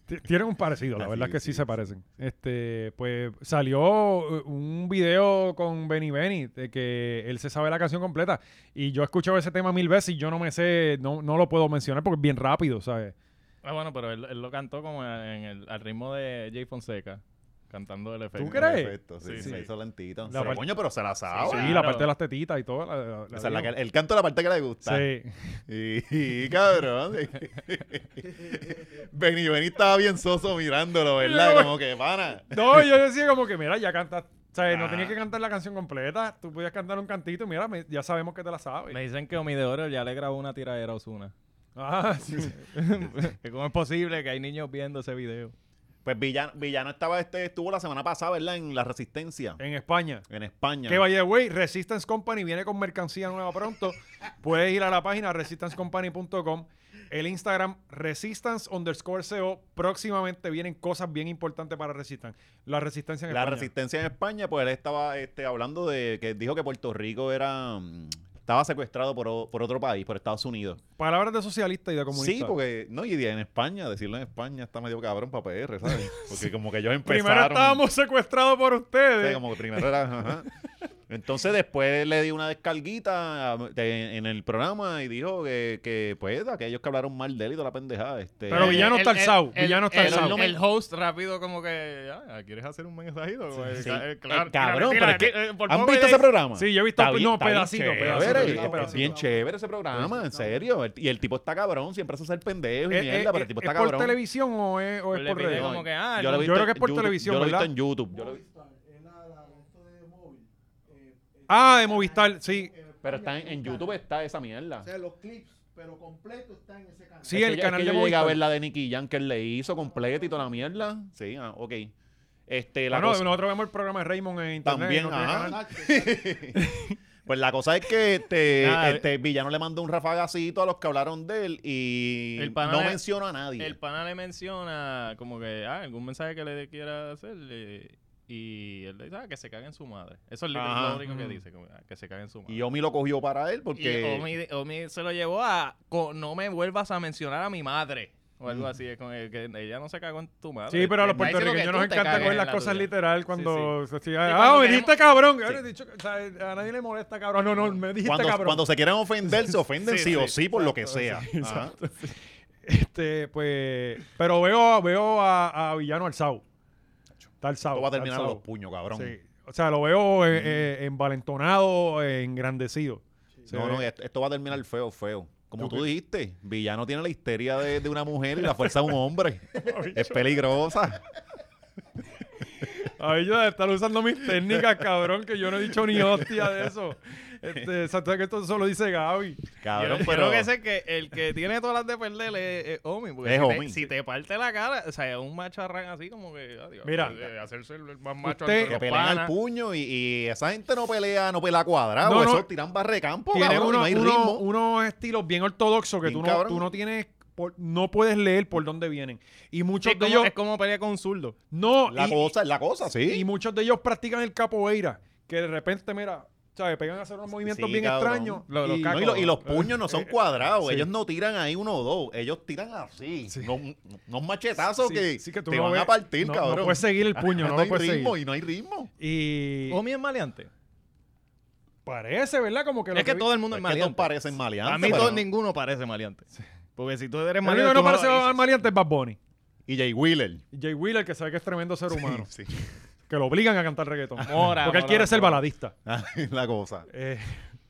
T- Tienen un parecido, la
Ah,
verdad
sí,
que sí,
sí,
se parecen. Este, pues salió eh, un video con Benny Benny de que él se sabe la canción completa y yo he escuchado ese tema mil veces y yo no me sé, no, no lo puedo mencionar porque es bien rápido, ¿sabes?
Ah, bueno, pero él, él lo cantó como en el, al ritmo de Jay Fonseca, cantando el efecto.
¿Tú crees?
Perfecto, sí,
Sí,
se
sí.
hizo lentito.
La
Pero,
parte-
coño, pero se la sabe.
sí, la
claro.
parte de las tetitas y todo. la- la- la
O sea, la que-
digo.
el canto de la parte que le gusta.
Sí.
Y, y, cabrón. Benny, Benny estaba bien soso mirándolo, ¿verdad? Como que pana.
No, yo decía como que, mira, ya cantas. O sea, no
Ah.
tenías que cantar la canción completa. Tú podías cantar un cantito. Mira, me- ya sabemos que te la sabes.
Me dicen que Omi de Oro ya le grabó una tiradera a Osuna.
Ah, sí.
¿Cómo es posible que hay niños viendo ese video?
Pues Villano, Villano estaba este, estuvo la semana pasada, ¿verdad? En la resistencia.
En España.
En España.
Que by the way, Resistance Company viene con mercancía nueva pronto. Puedes ir a la página resistancecompany.com, el Instagram resistance underscore co. Próximamente vienen cosas bien importantes para Resistance. La resistencia en
la
España.
resistencia en España, pues él estaba este, hablando de que dijo que Puerto Rico era mm, estaba secuestrado por, o- por otro país, por Estados Unidos.
Palabras de socialista y de comunista.
Sí, porque no, y de- en España, decirlo en España está medio cabrón para PR, ¿sabes? Porque como que ellos empezaron.
primero estábamos secuestrados por ustedes.
Sí, como que primero era, ajá. Entonces después le di una descarguita a- de- en el programa y dijo que, que pues aquellos que hablaron mal de él y toda la pendejada. Este,
Pero Villano está alzado,
el-
Villano está
el-
alzado.
El host rápido como que, ah, ¿quieres hacer un mensajito? Eh,
sí.
eh,
Eh,
claro,
cabrón,
tírale,
pero es
tírale, eh, por
¿Han
poco
visto
y
ese
le-
programa?
Sí, yo he visto- no, pedacito,
chévere,
pedacito,
es-
pedacito,
es
pedacito.
Bien chévere ese programa, en serio. El- y el tipo está cabrón, siempre hace ser pendejo y
¿Es,
mierda,
es-
pero el tipo
Eh, es
está
por
cabrón.
televisión o es, o es
Le
por
pide
radio?
como que, ah,
lo he
yo
visto
creo
en
que es por
YouTube,
televisión,
Yo lo he visto
¿verdad?
en YouTube. yo lo he visto-
Es la, la esto de móvil. eh, eh,
Ah, de Movistar, sí.
Pero está en, en YouTube está esa mierda.
O sea, los clips, pero completo está en ese canal.
Sí,
Es que
el
yo- es
canal
que
de
yo llegué a
Movistar.
ver la de Nicky Jam que él le hizo completa y toda la mierda. Sí, ah, ok. Este, la
Bueno,
cosa-
nosotros vemos el programa de Raymond en internet.
También,
Ah, no tiene
ajá.
canal.
Exacto, exacto.
Pues la cosa es que este,
Nada,
este Villano le mandó un rafagacito a los que hablaron de él y
El pana
no
le-
menciona a nadie.
El pana le menciona como que, ah, algún mensaje que le quiera hacer eh, y él le dice, ah, que se cague en su madre. Eso es lo-
Ajá.
lo único que
Mm.
dice, como, ah, que se cague en su madre.
Y Omi lo cogió para él
Y
porque...
Omi, Omi se lo llevó a "Co- no me vuelvas a mencionar a mi madre. O
Mm.
algo así, es con el que ella no se cagó en tu madre.
Sí, pero a los
Está diciendo que
puertorriqueños
tú
nos
te
encanta
cagas
coger
en
las
la
cosas
tuya.
literal
Sí,
cuando se sí, ah,
cuando
viniste
queremos-
cabrón. Ahora he dicho que- o sea, a nadie le molesta cabrón. No, no, me dijiste
Cuando,
cabrón.
cuando se quieran ofender, se ofenden sí,
Sí,
o
sí,
sí por lo que
exacto,
sea. Ajá.
Este, pues. Pero veo, veo a, a Villano alzado. Está alzado.
Esto va a
está
terminar a
alzado.
los puños, cabrón.
Sí. O sea, lo veo eh, eh, envalentonado, eh, engrandecido. Se
No,
ve-
no, esto, esto va a terminar feo, feo. Como
¿Tú
tú dijiste, Villano tiene la histeria de, de una mujer y la fuerza de un hombre. es peligrosa.
Ay, yo de estar usando mis técnicas, cabrón, que yo no he dicho ni hostia de eso. Este, exacto, que esto solo dice Gaby.
Cabrón,
yo, yo
pero.
creo que sé que el que tiene todas las de perder es, es Omi. Porque
Es
si, te-
Omi.
si te parte la cara, o sea, es un macharrán así como que. adiós,
Mira.
de hacerse el el más macho.
Usted-
entre
que
los
pelean al
panas.
puño y, y esa gente no pelea, no pelea cuadrado.
No, no.
Eso tiran barre de campo,
Tiene
cabrón, y no
uno-
hay
uno-
ritmo.
unos estilos bien ortodoxos que
Bien
tú no,
cabrón.
tú no tienes, por- no puedes leer por dónde vienen. Y
Sí,
muchos
es,
de
como,
ellos,
es como pelea con un zurdo.
no,
La
y-
cosa es la cosa, sí.
y muchos de ellos practican el capoeira, que de repente, mira, ¿sabes? Pegan a hacer unos movimientos
Sí,
bien
cabrón.
extraños.
Lo- los
y-
No,
cacos.
y, lo- y los puños no son cuadrados.
sí.
Ellos no tiran ahí uno o dos. Ellos tiran así. No, no machetazos
Sí,
que,
sí que tú
te
no
van
ves-
a partir,
no- no
cabrón.
puedes seguir el puño, no lo
hay
puedes
ritmo
seguir.
y Oh. no hay ritmo.
y
Omi es maleante.
parece, ¿verdad? Como que lo
Es que
vi-
todo el mundo
Es
es
que todos
maleante.
parecen maleantes.
a mí
pero
todo,
no.
ninguno parece maleante. Porque si tú eres
El único
maleante.
que no
tú
parece
lo dices.
maleante es Bad Bunny.
Y Jay Wheeler.
Jay Wheeler, que sabe que es tremendo ser humano,
Sí,
que lo obligan a cantar reggaetón.
Mora,
porque él
mora,
quiere ser
mora.
baladista.
sí. la cosa.
Eh,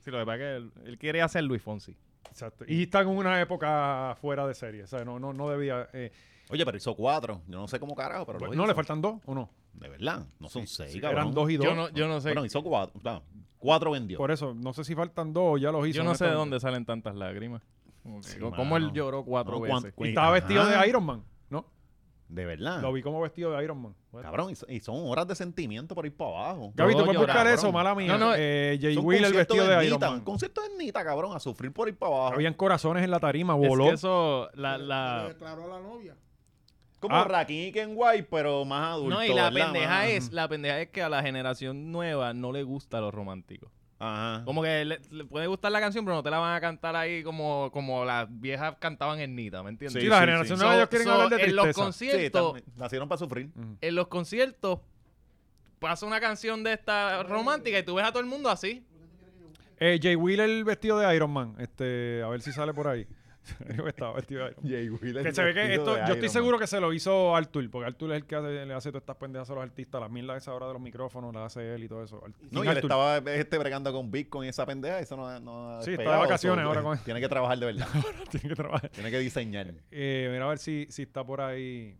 Sí, lo que pasa es que él, él quiere hacer Luis Fonsi.
exacto. Y está en una época fuera de serie. O sea, no, no, no debía. eh,
Oye, pero hizo cuatro. Yo no sé cómo carajo, pero lo
Pues no,
hizo.
le faltan dos o no.
De verdad. No son seis, cabrón.
Eran dos y dos.
Yo no, yo no sé.
Bueno, hizo cuatro. Claro, cuatro vendió.
Por eso, no sé si faltan dos o ya los hizo.
yo no sé de
honestamente.
dónde salen tantas lágrimas. Como que-
Sí,
como
mano.
él lloró cuatro
No, cuan-
veces.
cu-
Y estaba vestido
Ajá.
de Iron Man, ¿no?
De verdad.
Lo vi como vestido de Iron Man.
Cabrón, y so- y son horas de sentimiento por ir para abajo.
Gaby, tú
No,
puedes
yo-
buscar
cabrón.
eso, mala mía.
No, no,
Eh, Jay
Son
Wheeler
conciertos
vestido de Iron
Nita, Un
Man.
concierto de Nita, cabrón, a sufrir por ir para abajo.
Habían corazones en la tarima,
Es
voló.
que eso, la,
Se
la...
declaró a la novia.
Como
Ah.
Rakim y Kenway, pero más adulto.
No, y la
¿verdad,
pendeja
mano?
es, la pendeja es que a la generación nueva no le gusta los románticos.
Ajá.
Como que le, le puede gustar la canción, pero no te la van a cantar ahí como, como las viejas cantaban en Nita, ¿me entiendes?
Sí,
Sí,
la
sí,
generación
So-
nueva ellos quieren
so,
hablar de
en los
tristeza.
Sí,
conciertos,
también, nacieron para sufrir.
Ujú.
en los conciertos pasa una canción de esta romántica y tú ves a todo el mundo así.
Eh, Jay Wheeler vestido de Iron Man. Este, a ver si sale por ahí. Estaba vestido de Iron Man. Que se ve que esto, yo estoy seguro que se lo hizo Artur, porque Artur es el que hace- le hace todas estas pendejas a los artistas, las mierdas esa hora de los micrófonos, las hace él y todo eso. Art-
No,
sin
y él
Artur.
estaba este, bregando con Bitcoin y esa pendeja, eso no, no ha
Sí, está de
despegado,
vacaciones
so,
ahora con-
Tiene que trabajar de verdad,
Tiene que trabajar.
tiene que diseñar.
Eh, mira a ver si, si está por ahí.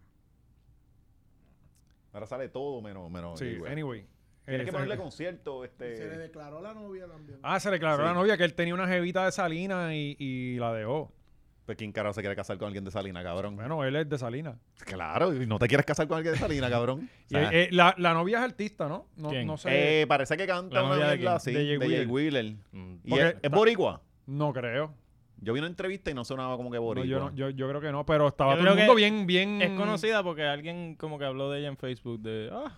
Ahora sale todo menos... menos
Sí,
anyway.
anyway.
Tiene
Eh,
que ponerle concierto,
Se le
este...
declaró a la novia también.
Ah, se le declaró a la
Sí.
novia que él tenía una jevita de Salinas y, y la dejó.
Pues quién carajo se quiere casar con alguien de Salina, cabrón.
Bueno, él es de Salinas.
Claro, y no te quieres casar con alguien de Salina, cabrón. O
Y,
sea,
eh, la, la novia es artista, ¿no? No,
¿Quién?
no sé.
eh, parece que canta
¿La
una
novia de
mierda
quién?
así,
De Jay
de Jay Wheeler. Y
Porque
es, es boricua.
no creo.
Yo vi una entrevista y no sonaba como que
No,
boricua.
yo, no- yo, yo creo que no, pero estaba
Yo
todo el
creo
mundo
que
bien, bien.
Es conocida porque alguien como que habló de ella en Facebook de, ah,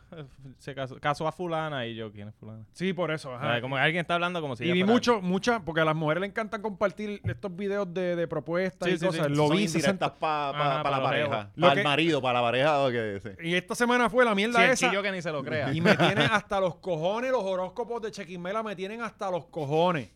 se casó, casó a fulana y yo, ¿quién es fulana?
Sí, por eso.
O
Ajá.
sea, como que alguien está hablando como si
y
ella
vi
fuera-
mucho, muchas, porque a las mujeres les encanta compartir estos videos de, de propuestas
Sí,
y
sí,
cosas.
sí.
Lo
Son
vi. 60.
indirectas para
Ajá, pa'
la
los
pareja,
lejos.
Lo
para
que-
el marido, para la pareja. o que- sí.
Y esta semana fue la
Sí,
mierda
el
esa.
chillo que ni se lo crea.
Y me tienen hasta los cojones, los horóscopos de Chequimela me tienen hasta los cojones.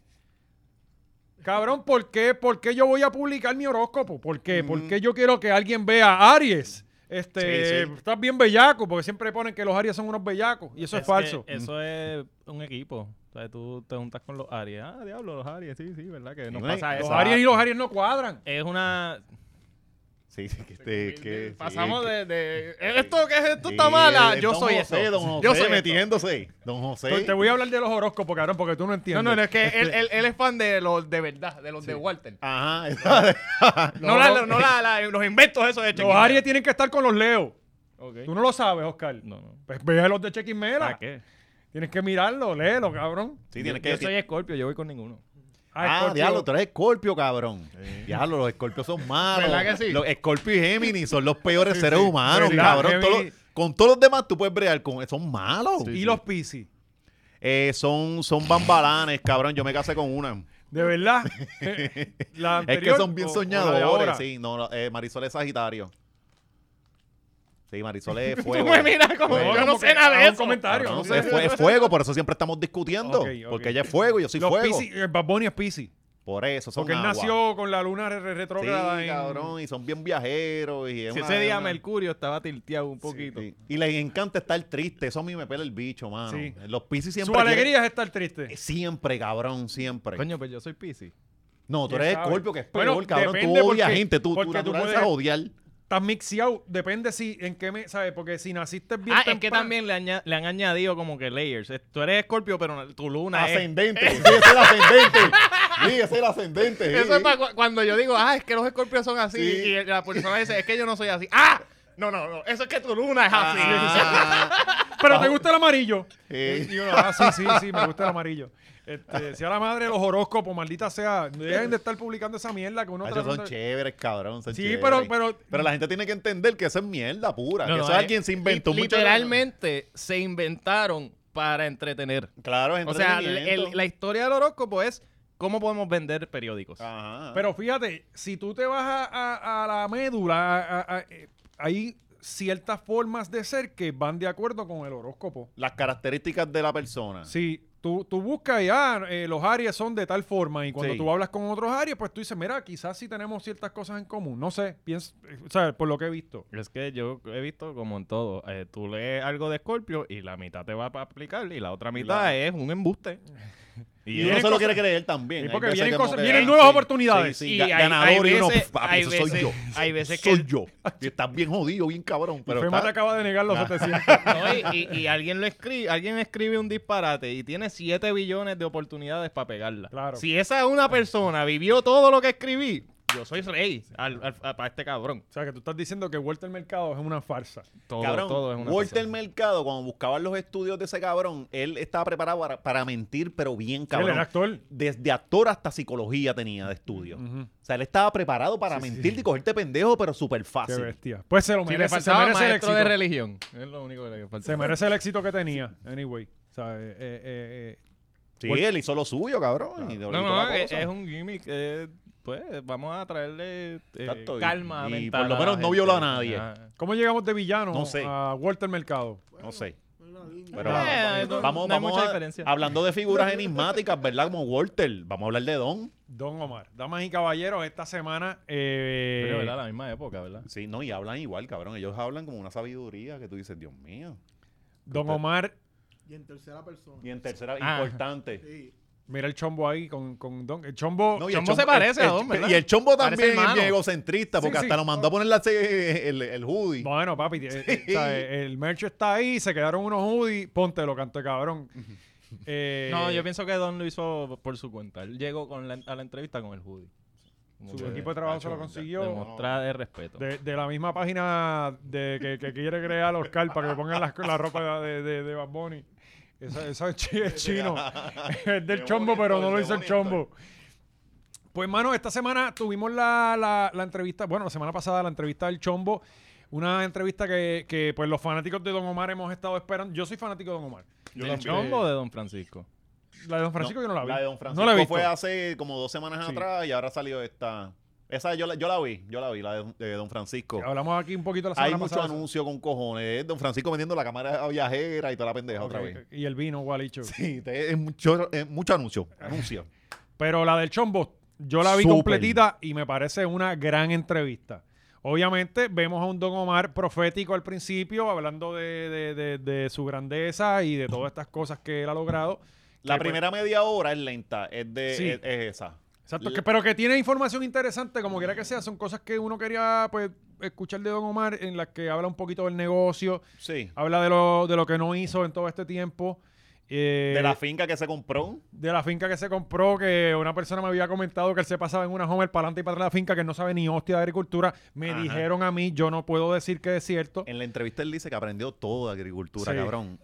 Cabrón, ¿por qué, ¿por qué yo voy a publicar mi horóscopo? ¿Por qué? ¿Por qué yo quiero que alguien vea Aries? Este,
Sí, sí.
estás bien bellaco, porque siempre ponen que los Aries son unos bellacos, y eso es,
que
falso.
Eso es un equipo. O sea, tú te juntas con los Aries. Ah, diablo, los Aries, sí, sí, ¿verdad? Que nos
güey,
pasa
los
Los
eso.
Exacto.
Aries y los Aries no cuadran.
Es una...
Sí, sí, que, este, que- sí,
Pasamos
que-
de, de- ¿Esto que es? ¿Esto está
Sí,
mala?
el
Yo
don
soy
José,
eso.
Don José
Yo soy esto.
metiéndose. Don José.
Te voy a hablar de los horóscopos, cabrón, porque tú no
No,
entiendes.
no, no, es que él, él- él es fan de los de verdad, de los de Walter.
Ajá.
Ah, No, la- no la- la- los inventos esos de
Los
Chequimera.
Aries tienen que estar con los Leo.
Ok.
Tú no lo sabes, Oscar.
No, no.
Pues ve a los de Chequimela.
¿Para qué?
Tienes que mirarlo, léelo, cabrón.
Sí, tiene que
Yo soy Scorpio, yo voy con ninguno.
Ah,
Scorpio.
diablo, tú eres Escorpio, cabrón. Diablo, los Escorpios son malos.
¿Verdad que sí?
Los Escorpio y Géminis son los peores seres humanos,
¿Verdad?
cabrón.
Géminis.
Todos los- con todos los demás tú puedes bregar con son malos.
Y los Pisces.
Eh, son son bambalanes, cabrón. Yo me casé con una.
De verdad. Eh, La
Es que
anterior
son bien
o- o la de ahora.
soñadores, sí. No, no, eh, Marisol es Sagitario. Sí, Marisol es fuego.
me miras como-
Fuego.
Pues
Yo no
como
sé
que
nada de
haga un
eso.
comentario.
Cabrón,
no
es
sé.
fue- es fuego, por eso siempre estamos discutiendo.
Ok, ok.
Porque ella es fuego y yo soy
Los
fuego.
Pisces, el Bad Bunny es Pisces.
Por eso son
Porque él
agua.
nació con la luna re- re-
Sí,
retrógrada en-
cabrón, y son bien viajeros. Y es
Si
una-
ese día
una-
Mercurio estaba tilteado un poquito.
Sí. Y les encanta estar triste. Eso a mí me pela el bicho, mano.
Sí.
Los piscis siempre.
Su alegría
quieren-
es estar triste.
Siempre, cabrón, siempre.
Coño, pues yo soy Pisces.
no, tú
¿quién
eres
sabe?
Scorpio, que es peor,
Bueno,
cabrón. Tú
depende
odias
porque-
gente. Tú, tu
porque tú
naturaleza
puedes- Eh.
es odiar.
Estás mixiado, depende si en qué me, ¿sabes? Porque si naciste bien
Ah, es que
temprano-
también le, aña- le han añadido como que layers. Es- Tú eres Scorpio, pero no- tu luna es...
Eh.
Ascendente. Ah, Sí, ese es el ascendente. Sí, ese es el ascendente. sí.
Eso es para cu- cuando yo digo, ah, es que los escorpios son así.
Sí.
Y la persona dice, es que yo no soy así. ¡Ah! No, no, no. Eso es que tu luna es así.
Ah,
Pero te gusta el amarillo.
Sí.
Y uno, ah, sí, sí, sí, me gusta el amarillo. Este, sea la madre de los horóscopos, maldita sea. Dejen de estar publicando esa mierda que uno
Macho,
tratando
Ah, son
de-
chéveres, cabrón. son
Sí,
chéveres.
pero- pero-
la gente tiene que entender que eso es mierda pura.
No,
que
no,
eso
eh,
alguien se inventó.
li-
mucho-
Literalmente se inventaron para entretener.
Claro, es
O sea, el-
entretenimiento.
el- la historia del horóscopo es cómo podemos vender periódicos.
Ajá.
Pero fíjate, si tú te vas a, a- a la médula, a- a- a- eh, hay ciertas formas de ser que van de acuerdo con el horóscopo.
las características de la persona.
Si tú, tú buscas y ah, eh, los Aries son de tal forma, y cuando
Sí.
tú hablas con otros Aries, pues tú dices, mira, quizás sí tenemos ciertas cosas en común. No sé, pienso, eh, o sea, por lo que he visto.
Es que yo he visto como en todo, eh, tú lees algo de Escorpio y la mitad te va a aplicar y la otra mitad
Claro.
es un embuste.
Y
vienen
uno se lo
cosas-
quiere creer
Sí,
también. Hay
porque
veces
vienen
como
cosas-
que,
vienen
ah,
nuevas
sí,
oportunidades.
Sí, sí,
Y
ga-
hay-
ganador
hay
y uno,
veces-
papi,
hay
eso soy
veces-
yo.
hay veces
soy
que-
yo. Y estás bien jodido, bien cabrón.
Pero
Pero
FEMA
está- Ah.
te acaba de negar los 700.
No, y, y- y alguien lo escribe, alguien escribe un disparate y tiene 7 billones de oportunidades para pegarla.
Claro.
Si esa una persona vivió todo lo que escribí, yo soy rey al- al- a- para este cabrón.
O sea, que tú estás diciendo que Walter Mercado es una farsa.
Todo,
cabrón,
todo es una
Walter
farsa.
Mercado, cuando buscaban los estudios de ese cabrón, él estaba preparado para, para mentir, pero bien
Sí, Él
cabrón.
era actor.
Desde actor hasta psicología tenía de estudio.
Ujú.
O sea, él estaba preparado para mentir y cogerte pendejo, pero súper
Qué
fácil.
bestia. Pues se lo
Si le
merece. se
faltaba
merece el
maestro
éxito.
de religión. Es lo único que le faltaba.
Se merece el éxito que tenía. Anyway. O sea, eh, eh, eh, eh,
Sí,
Wal-
él hizo lo suyo, cabrón. y
No,
dobló
no,
la
es,
cosa.
es un gimmick. eh, pues vamos a traerle eh,
Exacto, y-
calma
y
mental.
por lo
a la
menos no
gente.
violó a nadie.
Ah.
¿Cómo llegamos de villano
No sé.
a Walter Mercado?
No sé.
Una linda.
Pero
Eh,
vamos,
no-
vamos,
no hay
vamos
mucha
a-
diferencia.
hablando de figuras enigmáticas, ¿verdad? Como Walter, vamos a hablar de Don.
Don Omar. Damas y caballeros, esta semana. eh,
Pero, ¿verdad? La misma época, ¿verdad?
Sí, no, y hablan igual, cabrón. Ellos hablan como una sabiduría que tú dices, Dios mío.
Don Omar.
Y en tercera persona.
Y en tercera,
Ah.
importante.
Sí.
Mira el chombo ahí con, con Don. El chombo.
No,
No,
y el
Chombo se parece a
el-
Don, ¿verdad?
Y el chombo
Parece
también es
hermano.
bien egocentrista,
Sí,
porque hasta
sí.
lo mandó a poner la, el, el hoodie.
Bueno, papi, eh, eh, o sea, eh, el merch está ahí, se quedaron unos hoodies, póntelo, canto de cabrón. Eh,
No, yo pienso que Don lo hizo por su cuenta. Él llegó con la- a la entrevista con el hoodie. Como
Su
que
equipo de trabajo
macho,
se lo
ya,
consiguió.
Demostrar el respeto.
De, de la misma página de que, que quiere crear Oscar para que le pongan las- la ropa de, de, de Bad Bunny. Esa, esa es chi- es chino. Es del
Qué
chombo, pero no
bonito,
lo
qué
hizo el
bonito.
chombo. Pues, mano, esta semana tuvimos la, la- la entrevista, bueno, la semana pasada la entrevista del chombo. Una entrevista que, que, pues, los fanáticos de Don Omar hemos estado esperando. Yo soy fanático de Don Omar.
¿Del chombo o de Don Francisco?
La de Don Francisco yo no la vi.
La de Don Francisco
no la he visto.
fue hace como dos semanas
Sí.
atrás y ahora salió esta. Esa yo la, yo la vi, yo la vi, la de, de Don Francisco.
Hablamos aquí un poquito la semana
Hay mucho
pasada.
anuncio con cojones. Es Don Francisco vendiendo la cámara viajera y toda la pendeja otra
Ok,
vez.
Y el vino, Gualicho.
Sí, te- es mucho, es mucho anuncio. Anuncio.
Pero la del Chombo, yo la vi
Súper.
completita y me parece una gran entrevista. Obviamente vemos a un Don Omar profético al principio, hablando de, de- de- de su grandeza y de todas estas cosas que él ha logrado.
La
Que, pues,
primera media hora es lenta, es de
Sí.
es, es esa.
exacto, que- pero que tiene información interesante, como quiera que sea, son cosas que uno quería pues, escuchar de Don Omar, en las que habla un poquito del negocio,
Sí.
habla de lo, de lo que no hizo en todo este tiempo. eh,
de la finca que se compró.
de la finca que se compró, que una persona me había comentado que él se pasaba en una Homer para adelante y para atrás de la finca, que él no sabe ni hostia de agricultura. Me
Ajá.
dijeron a mí, yo no puedo decir que es cierto.
En la entrevista él dice que aprendió todo de agricultura,
Sí.
cabrón.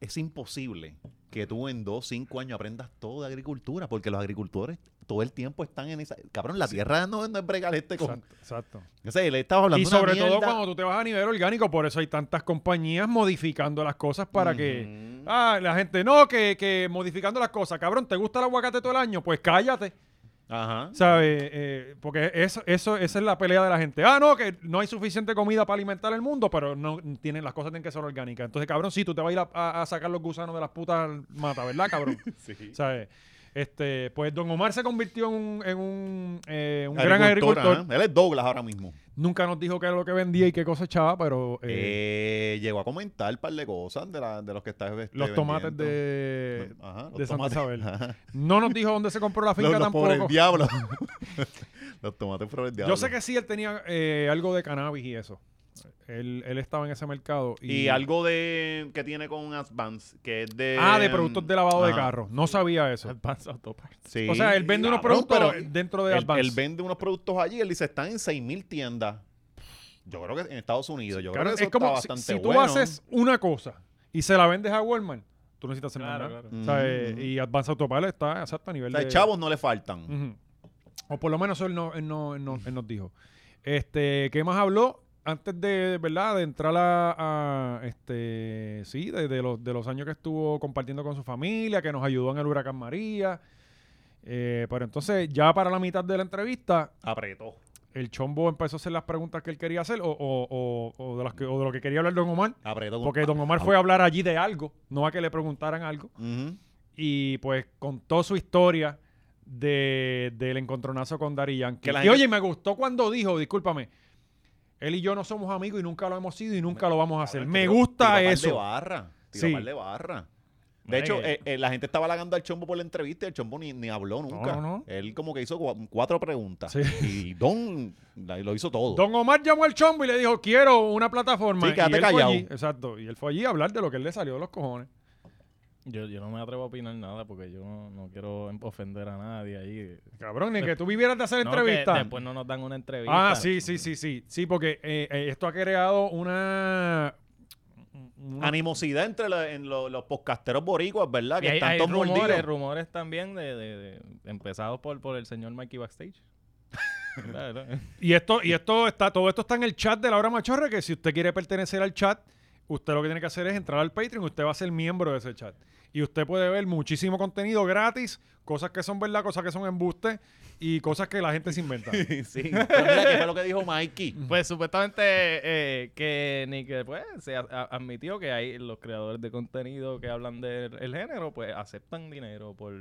Es imposible que tú en dos, cinco años aprendas todo de agricultura, porque los agricultores todo el tiempo están en esa. Cabrón, la tierra no, no es bregal este con.
Exacto, exacto.
O sea, él estaba hablando
Y
una
sobre todo
mierda.
cuando tú te vas a nivel orgánico, por eso hay tantas compañías modificando las cosas para que... Ah, la gente, no, que, que modificando las cosas. Cabrón, ¿te gusta el aguacate todo el año? Pues cállate.
Ajá.
¿Sabes? Eh, porque eso, eso, esa es la pelea de la gente. Ah, no, que no hay suficiente comida para alimentar el mundo, pero no tienen, las cosas tienen que ser orgánicas. Entonces, cabrón, sí, tú te vas a ir a, a- a sacar los gusanos de las putas mata, ¿verdad, cabrón?
Sí.
¿Sabes? Este, pues Don Omar se convirtió en un, en un, eh, un
Agricultor,
gran agricultor.
ajá. Él es Douglas ahora mismo.
Nunca nos dijo qué era lo que vendía y qué cosechaba, pero eh,
Eh, llegó a comentar un par de cosas de, la- de los que está este,
los tomates
vendiendo.
de,
Ajá, los
de Santa
tomates.
Isabel.
Ajá.
No nos dijo dónde se compró la
Los,
finca
los por el
tampoco.
diablo. los tomates por el diablo.
Yo sé que sí, él tenía eh, algo de cannabis y eso. Él, él estaba en ese mercado. Y,
Y algo de que tiene con Advance, que es de.
Ah, de productos de lavado de
Em, Ajá.
carro. No sabía eso.
Advanced Auto Parts.
Sí.
O sea, él vende unos
Cabrón,
productos
pero
dentro de
Él,
Advance.
él vende unos productos allí, él dice, están en 6.000 tiendas. Yo creo que en Estados Unidos, yo
Claro,
creo que eso
es como
está
si,
bastante
si tú
bueno.
haces una cosa y se la vendes a Walmart, tú necesitas hacer más
Claro,
nada.
claro.
O sea, eh,
Ujú.
Y Advance Autopilot está exacto a nivel
O sea,
de...
chavos no le faltan.
Ujú. O por lo menos eso él, no, él no- él no- él nos dijo. Este, ¿Qué más habló? Antes de, ¿verdad? De entrar a, a, este, sí, de, de los, de los años que estuvo compartiendo con su familia, que nos ayudó en el huracán María. Eh, pero entonces, ya para la mitad de la entrevista,
Apretó.
el chombo empezó a hacer las preguntas que él quería hacer o, o- o- o de, las que, o de lo que quería hablar Don Omar.
Apretó. con-
Porque Don Omar fue a hablar allí de algo, no a que le preguntaran algo.
Ujú.
Y pues contó su historia de, del encontronazo con Dari Yankee.
Que la
y
gente-
oye, me gustó cuando dijo, discúlpame, él y yo no somos amigos y nunca lo hemos sido y nunca lo vamos a hacer.
Cabrón,
Me
tiró-
gusta
tiró par de
eso.
barra. Tiró
Sí.
par de barra. De
Mira
hecho,
que-
eh, eh, la gente estaba halagando al chombo por la entrevista y el chombo ni, ni habló nunca.
No, no.
Él como que hizo cua- cuatro preguntas.
Sí.
Y Don la- lo hizo todo.
Don Omar llamó al chombo y le dijo, quiero una plataforma.
Sí, quédate
y él fue
callado.
allí, exacto. Y él fue allí a hablar de lo que él le salió de los cojones.
Yo, yo no me atrevo a opinar nada porque yo no, no quiero ofender a nadie ahí.
Cabrón, ni que tú vivieras de hacer
No,
entrevistas.
que después no nos dan una entrevista.
Ah, sí, sí, sí, sí. Sí, porque eh, eh, esto ha creado una... una-
Animosidad entre la- en lo- los podcasteros boricuas, ¿verdad?
Y
Que
hay,
están
hay
todos
rumores,
mordidos.
rumores también de, de- de- empezados por, por el señor Mikey Backstage. ¿Verdad, verdad?
Y esto, y esto está, todo esto está en el chat de la hora machorra, que si usted quiere pertenecer al chat, usted lo que tiene que hacer es entrar al Patreon, usted va a ser miembro de ese chat. Y usted puede ver muchísimo contenido gratis, cosas que son verdad, cosas que son embuste y cosas que la gente se inventa.
sí. Pero mira, ¿qué fue lo que dijo Mikey?
Pues supuestamente eh, que ni que pues se a- a- admitió que hay los creadores de contenido que hablan del el género, pues aceptan dinero por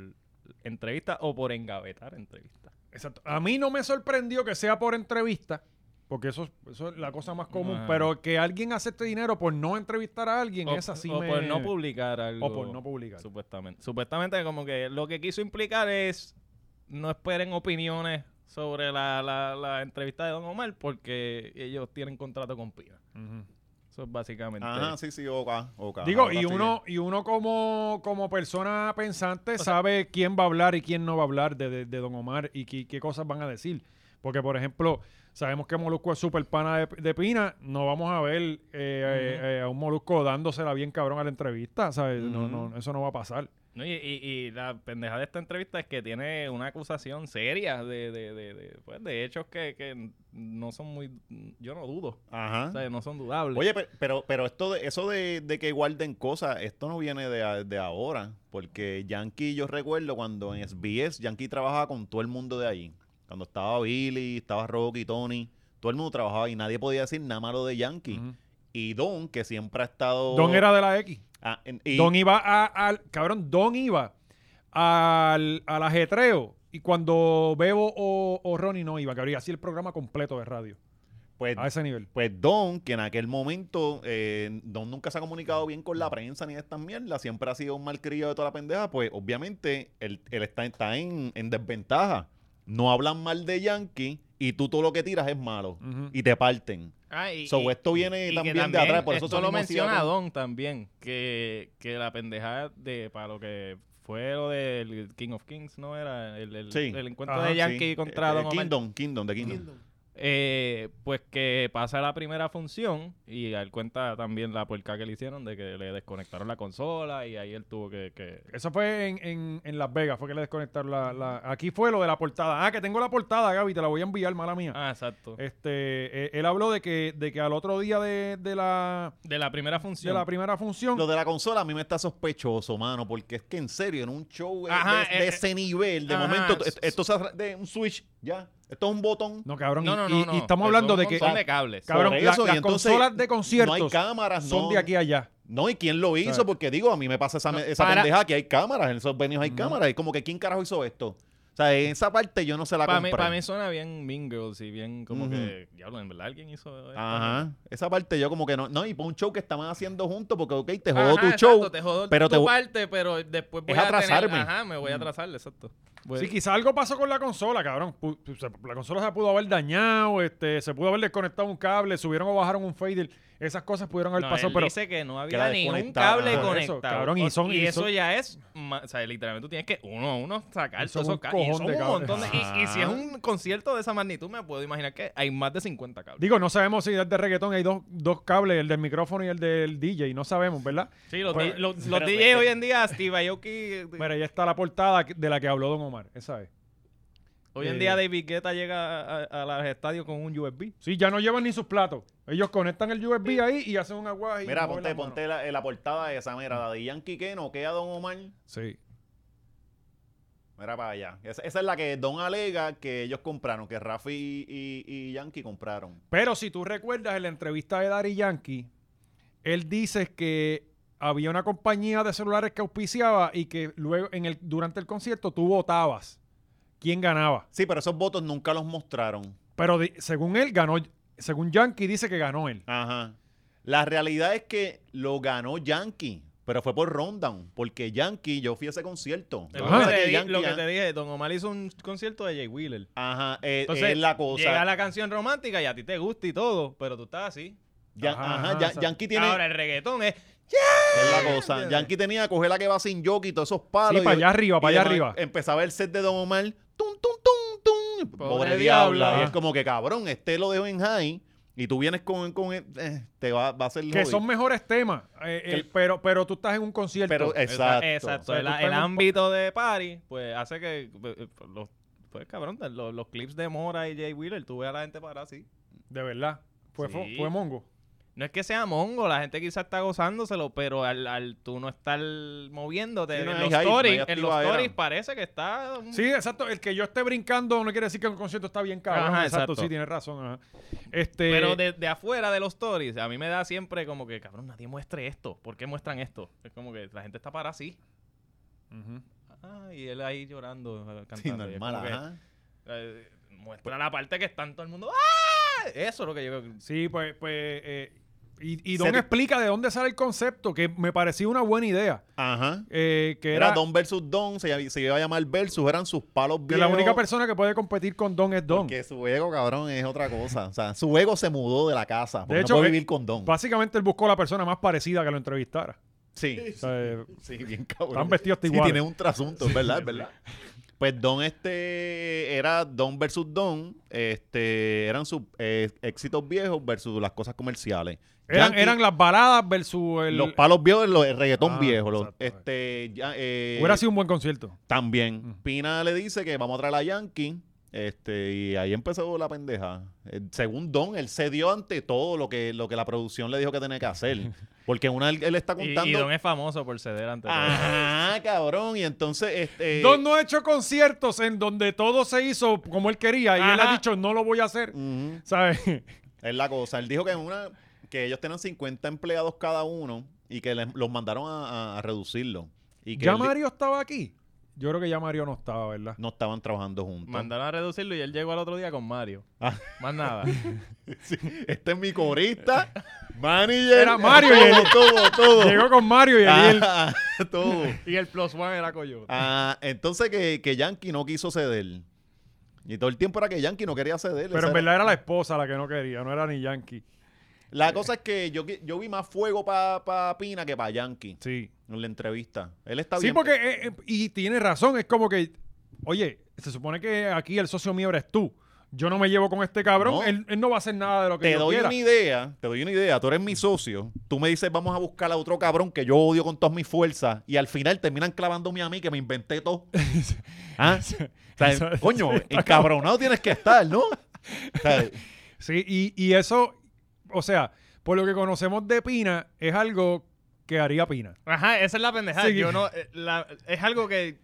entrevistas o por engavetar entrevistas.
Exacto. A mí no me sorprendió que sea por entrevista, porque eso, eso es la cosa más común,
Ajá.
pero que alguien acepte dinero por no entrevistar a alguien,
O,
es así.
o por no publicar algo.
o por no publicar.
Supuestamente. Supuestamente como que lo que quiso implicar es no esperen opiniones sobre la, la- la entrevista de Don Omar porque ellos tienen contrato con PINA.
Ujú.
Eso es básicamente.
Ajá, sí, sí, ok, ok.
Digo,
Ahora
y
sí.
uno, y uno como, como persona pensante
sea-
sabe quién va a hablar y quién no va a hablar de, de- de Don Omar y qué, qué cosas van a decir. Porque, por ejemplo, sabemos que Molusco es super pana de, de Pina. No vamos a ver eh, eh, eh, a un Molusco dándosela bien cabrón a la entrevista. ¿sabes? No,
Ujú.
no, eso no va a pasar.
No, y, y- y la pendeja de esta entrevista es que tiene una acusación seria de, de, de- de, pues, de hechos que, que no son muy... Yo no dudo.
Ajá.
O sea, no son dudables.
Oye, pe- pero, pero esto de, eso de, de que guarden cosas, esto no viene de, a- de ahora, porque Yankee, yo recuerdo cuando en SBS, Yankee trabajaba con todo el mundo de ahí. Cuando estaba Billy, estaba Rocky, Tony, todo el mundo trabajaba y nadie podía decir nada malo de Yankee.
Ujú.
Y Don, que siempre ha estado...
Don era de la X.
Ah, en- Oh. y-
Don iba a- al. Cabrón, Don iba al, al ajetreo. Y cuando Bebo o, o Ronnie no iba, cabrón, y así el programa completo de radio.
pues,
A ese nivel.
pues Don, que en aquel momento, eh, Don nunca se ha comunicado bien con la prensa ni de estas mierdas, siempre ha sido un malcriado de toda la pendeja, pues obviamente él, él está, está en, en desventaja. No hablan mal de Yankee y tú todo lo que tiras es malo
Ujú.
y te parten.
Ah, y-
So, pues,
y-
esto viene
y que
también de atrás, por eso
esto
esa
lo
misma
menciona
ciudad-
Don también, que, que la pendejada de para lo que fue lo del King of Kings, ¿no? Era el, el,
Sí.
el encuentro
Ajá,
de Yankee
Sí.
contra
Eh,
Don
eh,
Omar.
Kingdom, Kingdom, de Kingdom.
Kingdom.
Eh, pues que pasa la primera función y él cuenta también la puerca que le hicieron de que le desconectaron la consola y ahí él tuvo que... que-
Eso fue en, en- en Las Vegas, fue que le desconectaron la, la- Aquí fue lo de la portada. Ah, que tengo la portada, Gaby, te la voy a enviar, mala mía.
Ah, exacto.
Este, eh, él habló de que, de que al otro día de, de la,
De la primera
de
función.
la primera función,
Lo de la consola a mí me está sospechoso, mano, porque es que en serio, en un show eh,
Ajá,
de, de
eh,
ese nivel, de
ajá.
momento, esto, esto se arra- de un switch, ya. Esto es un botón.
no, cabrón,
No,
y-
no,
y,
no,
y
no.
estamos hablando
Son
de
un
que
montón de cables.
cabrón,
Por
la-
eso, y
las
entonces,
consolas de
No hay
conciertos
cámaras,
son
no-
de aquí a allá.
No, ¿y quién lo hizo? Porque digo, a mí me pasa esa, me- esa
para-
pendeja que hay cámaras, en esos venues hay cámaras. Y como que, ¿quién carajo hizo esto? O sea, en esa parte yo no se la
Para mí,
compré.
pa' mí suena bien Mean Girls y bien como
Ujú.
que, diablo, en verdad alguien hizo... esto?
Ajá. Esa parte yo como que no. No, y para un show que estaban haciendo juntos, porque, ok, te
Ajá,
jodó tu
exacto,
show.
te jodó
pero
tu
te-
parte, pero después voy
Es
a tener-
atrasarme. Mm.
ajá, me voy a atrasar, exacto. Bueno,
Sí, quizá algo pasó con la consola, cabrón. Pu- pu- se- La consola se pudo haber dañado, este, se pudo haber desconectado un cable, subieron o bajaron un fader. Esas cosas pudieron haber
no,
pasado,
él
pero
dice que no
la
había ni un
desconectaron.
cable
Ajá,
eso,
conectado.
cabrón, y son- y
eso
son-
ya es, ma- o sea, literalmente tú tienes que uno a uno sacar
Eso es
todos
un
esos cables. Y
cojón
son
de
un
cables.
montón de- y, y si es
Ajá.
un concierto de esa magnitud, me puedo imaginar que hay más de 50 cables.
Digo, no sabemos si es de reggaetón, hay dos, dos cables, el del micrófono y el del DJ, no sabemos, ¿verdad?
Sí, los,
Pues-
di- los, los DJs hoy en día, Steve Aoki, eh,
Mira, ahí está la portada que- de la que habló Don Omar, esa es.
hoy
eh,
en día David Guetta llega a, a- a los estadios con un USB.
Sí, ya no llevan ni sus platos. Ellos conectan el USB ahí y hacen un aguaje. y
Mira,
mueven
ponte,
las manos.
ponte la, eh, la portada esa, mira, la de Yankee que noquea a Don Omar.
Sí.
Mira para allá. Esa, esa es la que Don alega que ellos compraron, que Rafi y, y- y Yankee compraron.
Pero si tú recuerdas en la entrevista de Dari Yankee, él dice que había una compañía de celulares que auspiciaba y que luego en el, durante el concierto tú votabas quién ganaba.
Sí, pero esos votos nunca los mostraron.
Pero di- según él ganó, según Yankee dice que ganó él.
Ajá. La realidad es que lo ganó Yankee, pero fue por rundown, porque Yankee, yo fui a ese concierto.
Lo
Ajá.
que
Yo
te
sé
di-
Yankee
lo que
an-
te dije, Don Omar hizo un concierto de Jay Wheeler.
Ajá, eh,
Entonces,
es la cosa.
Llega la canción romántica y a ti te gusta y todo, pero tú estás así.
Ya-
Ajá,
ajá,
ajá,
ya-
exacto.
Yankee tiene
Ahora el reggaetón es.
es la cosa. Yankee tenía que coger la que va sin jockey y todos esos palos.
Sí,
y-
para allá arriba, para
Ah, y
allá
demás.
arriba.
Empezaba el set de Don Omar. Tum, tum, tum, tum. Pobre,
Pobre
diabla.
diabla.
Y es como que cabrón, este lo dejo en high y tú vienes con, con el- eh, te va, va a hacer
Que son mejores temas, eh,
Que-
eh, pero, pero tú estás en un concierto.
Pero exacto.
Exacto.
O sea,
el,
tú estás
el
en un-
ámbito de party, pues hace que. eh, Los, pues cabrón, los, los clips de Mora y Jay Wheeler, tú ves a la gente para así.
de verdad. Fue, fue-
Sí.
fue mongo.
No es que sea mongo, la gente quizás está gozándoselo, pero al, al tú no estar moviéndote
Sí, no
en,
hay
los
hype, no hay
stories, en los
activadera.
stories parece que está. um, un-
Sí, exacto. El que yo esté brincando no quiere decir que el concierto está bien cabrón.
Ajá,
exacto,
exacto.
sí, tienes razón. ajá. Este,
Pero de, de afuera de los stories, a mí me da siempre como que, cabrón, nadie muestre esto. ¿Por qué muestran esto? Es como que la gente está para así.
Ujú.
Ah, y él ahí llorando, eh, cantando.
Sí,
Y es
normal,
como que,
ajá.
eh, muestra la parte que está en todo el mundo. ¡Ah! Eso es lo que yo creo.
Sí, pues, pues eh, y, y
Se
Don
te-
explica de dónde sale el concepto, que me parecía una buena idea.
Ajá.
eh, que
Era
era,
Don versus Don, se, ll- se iba a llamar versus, eran sus palos
que
viejos.
la única persona que puede competir con Don es Don.
Que su ego, cabrón, es otra cosa. O sea, su ego se mudó de la casa. Porque
De hecho,
no puede
eh,
vivir con Don.
Básicamente él buscó la persona más parecida que lo entrevistara.
Sí.
O sea, eh,
Sí, bien cabrón.
Están vestidos
sí,
iguales.
tiene un trasunto, es verdad, es verdad. Pues Don este era Don versus Don, este eran sus eh, éxitos viejos versus las cosas comerciales.
eran,
Yankee,
eran las baladas versus el...
los palos viejos, los, el reggaetón
Ah,
viejo, los-
exacto.
este ya, eh,
Hubiera sido un buen concierto.
también.
Mm.
Pina le dice que vamos a traer a Yankee, este y ahí empezó la pendeja. Eh, según Don, él cedió ante todo lo que lo que la producción le dijo que tenía que hacer, porque en una él, él está
Y,
contando Ah.
y Don es famoso por ceder ante todo.
Ajá, cabrón. Y entonces, este.
Don no ha hecho conciertos en donde todo se hizo como él quería y él ha
Ajá.
dicho no lo voy a hacer.
Ujú,
¿Sabes?
Es la cosa. Él dijo que en una. que ellos tenían 50 empleados cada uno y que les- los mandaron a, a- a reducirlo. Y que
¿Ya
él di-
Mario estaba aquí? Yo creo que ya Mario no estaba, ¿verdad?
no estaban trabajando juntos.
Mandaron a reducirlo y él llegó al otro día con Mario.
Ah.
Más nada.
Sí, Este es mi corista, manager.
Era Mario y él-
todo, todo, todo.
Llegó con Mario y ahí él...
Ah, todo.
y el plus one era Coyote.
Ah, entonces que, que Yankee no quiso ceder. Y todo el tiempo era que Yankee no quería ceder.
Pero
Esa
en
era-
verdad era la esposa la que no quería, no era ni Yankee.
La cosa es que yo, yo vi más fuego para Pina que para Yankee
Sí.
en la entrevista. Él está
sí,
bien.
porque, eh, eh, y tiene razón, es como que, oye, se supone que aquí el socio mío eres tú. Yo no me llevo con este cabrón,
No.
Él, él no va a hacer nada de lo que
te
yo
doy
quiera.
una idea, te doy una idea, tú eres mi socio, tú me dices vamos a buscar a otro cabrón que yo odio con todas mis fuerzas y al final terminan clavándome a mí que me inventé todo. ¿Ah? O sea,
Eso-
coño, encabronado tienes que estar, ¿no? O sea,
Sí, y, y eso, o sea, por lo que conocemos de Pina, es algo que haría Pina.
Ajá, esa es la pendejada.
Sí.
Yo no, eh, la- es algo que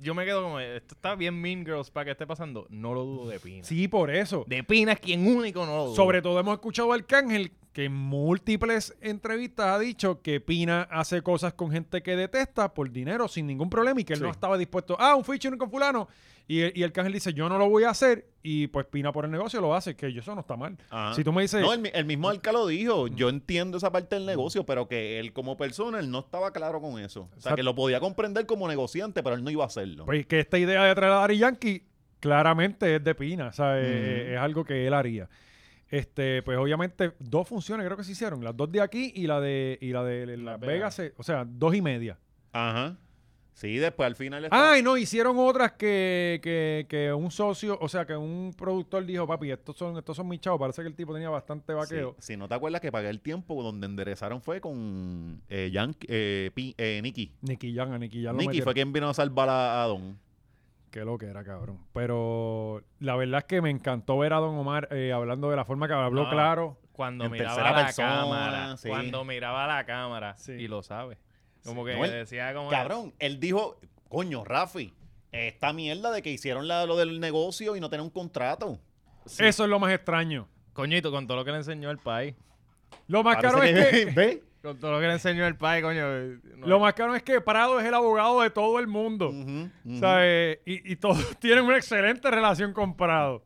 yo me quedo como, esto está bien Mean Girls para que esté pasando. No lo dudo de Pina.
Sí, por eso.
De Pina es quien único no lo dudo.
Sobre todo hemos escuchado a Arcángel que en múltiples entrevistas ha dicho que Pina hace cosas con gente que detesta por dinero sin ningún problema y que él
Sí.
no estaba dispuesto ah, un featuring con fulano. Y, el- y el cángel dice, yo no lo voy a hacer. Y pues Pina por el negocio lo hace, que yo eso no está mal.
Ajá.
Si tú me dices...
No, el, mi- el mismo Alca lo dijo.
Mm.
Yo entiendo esa parte del negocio, pero que él como persona, él no estaba claro con eso. O sea,
Exacto.
que lo podía comprender como negociante, pero él no iba a hacerlo.
Pues que esta idea de traer a Daddy Yankee claramente es de Pina, o sea, eh, es, es algo que él haría. Este, pues obviamente dos funciones creo que se hicieron, las dos de aquí y la de y la de Las Vegas, se- o sea, dos y media.
Ajá. Sí, después al final... estaba-
Ay, no, hicieron otras que, que, que un socio, o sea, que un productor dijo, papi, estos son estos son mis chavos, parece que el tipo tenía bastante
Sí,
vaqueo.
Si no te acuerdas que pagué el tiempo donde enderezaron fue con eh, Yankee, eh, Pi- eh, Nicky.
Nicky Jan, a Nicky Jan lo
Nicky
metieron.
fue quien vino a salvar a, a Don.
Qué lo que era, cabrón. Pero la verdad es que me encantó ver a Don Omar eh, hablando de la forma que habló,
Ah,
No.
claro.
Cuando
En
miraba
tercera
la
persona,
cámara.
sí.
Cuando miraba la cámara.
Sí.
Y lo sabe. Como que
No, él-
decía como...
Cabrón, él dijo, coño, Rafi, esta mierda de que hicieron la- lo del negocio y no tener un contrato.
Eso es lo más extraño.
Coñito, con todo lo que le enseñó el país.
Lo más caro
Parece
Ah, es que,
¿Ve?
Con todo lo que le enseñó el país, coño. eh, no-
lo más caro es que Prado es el abogado de todo el mundo.
Ujú, ujú.
¿sabes? Y, y todos tienen una excelente relación con Prado.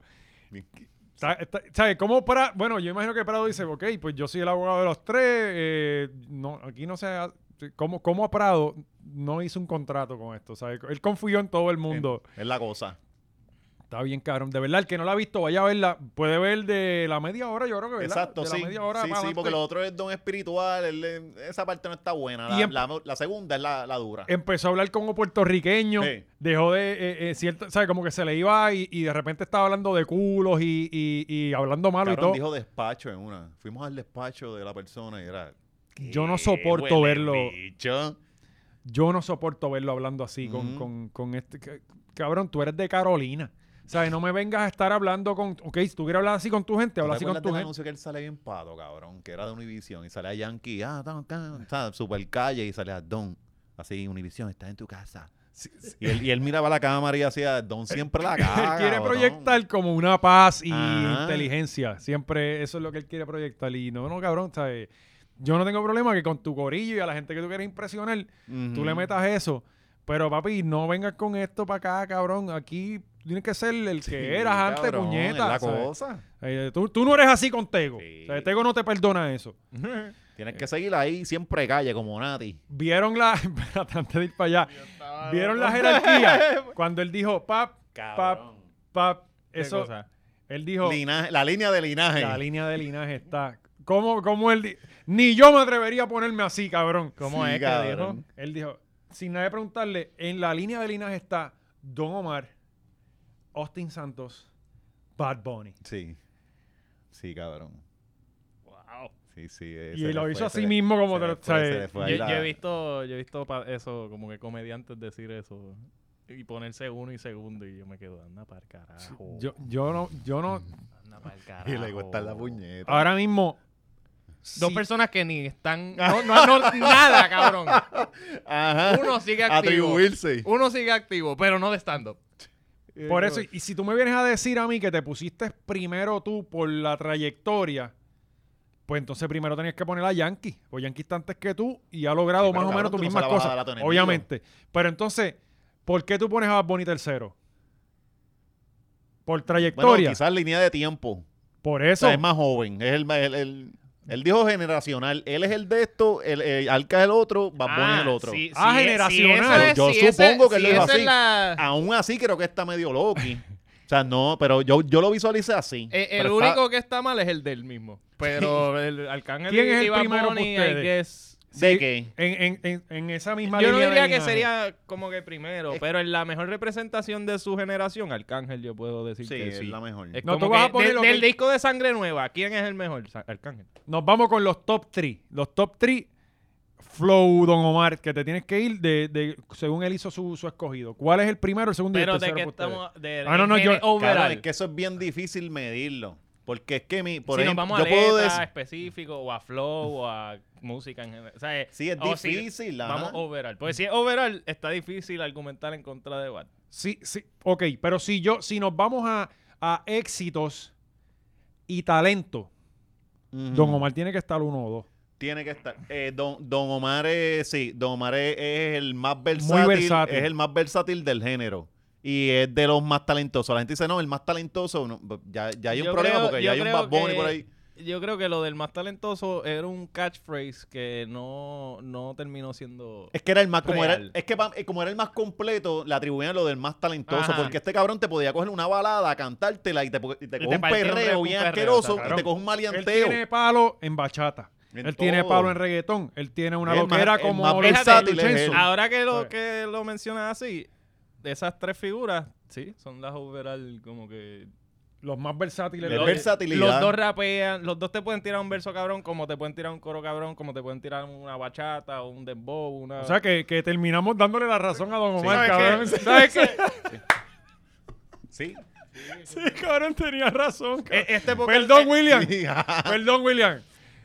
Sa- está- ¿Sabes cómo Prado? Bueno, yo imagino que Prado dice, ok, pues yo soy el abogado de los tres. eh, no, aquí no se... ha- ¿Cómo, ¿Cómo Prado no hizo un contrato con esto? ¿sabes? Él confió en todo el mundo.
Es la cosa.
Está bien, cabrón. De verdad, el que no la ha visto, vaya a verla. Puede ver de la media hora, yo creo que, ¿verdad?
Exacto,
de la
sí.
media hora
sí,
para
sí, porque
adelante.
lo otro es don espiritual. él, eh, esa parte no está buena. La,
Y en-
la- la segunda es la, la dura.
empezó a hablar como puertorriqueño,
Sí.
dejó de, eh, eh, cierto, ¿sabes? Como que se le iba y, y de repente estaba hablando de culos y, y- y hablando malo
Cabrón,
y todo.
dijo despacho en una. Fuimos al despacho de la persona y era...
Yo no soporto
"Huele
verlo,
bicho".
yo no soporto verlo hablando así con,
Ujú.
con, con este, ca- cabrón, tú eres de Carolina. O sea, no me vengas a estar hablando con, ok, si tú quieres hablar así con tu gente,
¿Tú
habla
te
así con
acuerdas
tu
del
gente.
anuncio que él sale bien pato, cabrón? Que era de Univision y sale a Yankee, ah, tan, tan, tan, super calle y sale a Don. Así, Univision, estás en tu casa. Y, él, y él miraba la cámara y hacía, Don siempre la caga,
Él quiere
cabrón".
proyectar como una paz y
Ajá.
inteligencia. Siempre eso es lo que él quiere proyectar. Y no, no, cabrón, ¿sabes? Yo no tengo problema que con tu corillo y a la gente que tú quieres impresionar,
Ujú.
tú le metas eso. Pero papi, no vengas con esto para acá, cabrón. Aquí tienes que ser el que
Sí,
eras antes,
cabrón,
puñeta.
es la
¿sabes?
cosa.
Eh, tú, tú no eres así con Tego.
Sí.
O sea, Tego no te perdona eso.
Tienes
Eh.
que seguir ahí siempre calle, como Nati.
Vieron la. espérate, antes de ir para allá. Vieron la jerarquía. cuando él dijo, pap, pap,
Cabrón.
pap.
¿Qué
Eso.
cosa?
Él dijo.
Linaje- la línea de linaje.
La línea de linaje está. ¿Cómo, cómo él.? di- Ni yo me atrevería a ponerme así, cabrón.
¿Cómo
Sí,
es que dijo?
cabrón.
Él dijo, sin nadie preguntarle, en la línea de linaje está Don Omar, Austin Santos, Bad Bunny.
Sí. Sí, cabrón. Wow. Sí, sí. eh,
Y
se
lo
le
hizo
fue,
a
se
sí
le-
mismo como
se
te
le
lo-
fue,
o sea,
se le fue
Yo,
ahí la-
yo he visto, yo he visto pa- eso, como que comediantes decir eso. Y ponerse uno y segundo. Y yo me quedo, anda para el carajo.
Yo, yo no, yo no.
Mm.
Anda para el carajo.
Y le gusta la puñeta.
Ahora mismo.
Dos
sí,
personas que ni están. No, no, no, nada, cabrón.
Ajá.
Uno sigue activo.
Atribuirse.
Uno sigue activo, pero no de stand-up.
Por eso, y si tú me vienes a decir a mí que te pusiste primero tú por la trayectoria, pues entonces primero tenías que poner a Yankee. O Yankee está antes que tú y ha logrado
Sí, pero
más o
cabrón,
menos
tú
tus
no se
mismas
la vas a
cosas.
dar a tu enemigo.
obviamente. Pero entonces, ¿por qué tú pones a Bad Bunny tercero? Por
Bueno,
trayectoria.
quizás línea de tiempo.
por
O
eso.
sea, es más joven. Es el, el, el- él dijo generacional. Él es el de esto, el, el Alca es el otro, Bad Bunny es el otro.
sí,
Ah,
sí, eh,
generacional.
sí, eso es,
Yo
sí, ese-
supongo que
sí,
lo hizo
esa es
así.
la-
Aún así creo que está medio Loki. o sea, no, pero yo, yo lo visualicé así.
eh, el
Pero está-
único que está mal es el del mismo. Pero el Arcángel
¿Quién
y-
es el
y Bad
primero para
Bunny, I
ustedes?
guess.
¿De
Sí,
qué?
En, en- en- en esa misma
Yo no
línea de
diría que
linaje.
sería como que primero,
Es-
pero en la mejor representación de su generación, Arcángel, yo puedo decir
Sí,
que
es
sí.
la mejor.
Es
No,
como
tú vas
que
a poner
de-
lo
del
que-
disco de Sangre Nueva, ¿quién es el mejor? Sa- Arcángel.
Nos vamos con los top 3. Los top 3, Flow, Don Omar, que te tienes que ir de, de- según él hizo su, su escogido. ¿Cuál es el primero, el segundo y
Pero
el
de
tercero?
que
para ustedes?
estamos de
Ah, no, no,
en
yo-
gene- overall.
Cabrón, es que eso es bien difícil medirlo. Porque es que mi, por
si
ejemplo,
nos vamos
yo
a ah,
puedo
letra
decir.
específico o a flow o a música en general. O sea, eh,
Sí, es
o si-
difícil. ajá.
vamos oh. overall. Porque si es overall, está difícil argumentar en contra de Bad.
Sí, sí, ok, pero si yo, si nos vamos a, a éxitos y talento,
Ujú.
Don Omar tiene que estar uno o dos.
Tiene que estar. Eh, don, don Omar es, sí, Don Omar es, es el más versátil,
versátil.
Es el más versátil del género. Y es de los más talentosos. La gente dice, no, el más talentoso. no, pues, ya, ya hay un
Yo
problema
creo-
porque
yo
ya hay un
creo
Bad Bunny
que-
por ahí.
Yo creo que lo del más talentoso era un catchphrase que no, no terminó siendo...
Es que era el más, como era,
Real.
es que pa- eh, como era el más completo, le atribuían lo del más talentoso.
Ajá.
Porque este cabrón te podía coger una balada, cantártela y te, po- y te
Y
coge
te
un
partía un
perreo
re- un
bien
perreo,
asqueroso,
exacto.
y te coge un
Él
maleanteo.
tiene palo en bachata.
En
él tiene
todo.
palo en reggaetón. Él tiene una
Es más-
loquera
es
como
más
Loretta
versátil, es
Luchenzo.
él.
Ahora que lo,
Right.
que lo mencionas así, de esas tres figuras, sí, son las overall como que...
Los más versátiles.
Es
de-
versatilidad.
Los dos rapean, los dos te pueden tirar un verso cabrón, como te pueden tirar un coro cabrón, como te pueden tirar una bachata, un dembow, una...
O sea, que, que terminamos dándole la razón a Don
Sí.
Omar, cabrón.
¿Sabes qué? ¿Sabes qué?
Sí.
Sí, cabrón, tenía razón. cabrón.
E- Este podcast-
Perdón,
eh,
William. Perdón, William.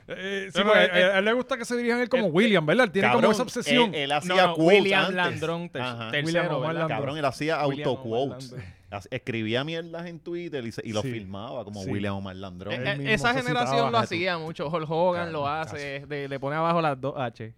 Eh, sí,
No, no,
porque
eh,
a, a él le gusta que se dirijan él como
eh,
William, ¿verdad? Él tiene como
Cabrón,
esa obsesión.
Él, él
No,
hacía
no,
quotes
William
antes.
Landrón, ter-
Ajá.
tercero,
William Omar
¿verdad?
Landrón.
Cabrón, él hacía
William Omar
autoquotes.
Landrón.
As- Escribía mierdas en Twitter y, se- y lo
Sí.
filmaba como
Sí.
William Omar Landrón.
Eh,
Él
eh,
mismo
esa
se citaba
generación lo
Bajeto.
hacía mucho. Hulk Hogan lo
Cabrón,
hace. de- le pone abajo las dos H.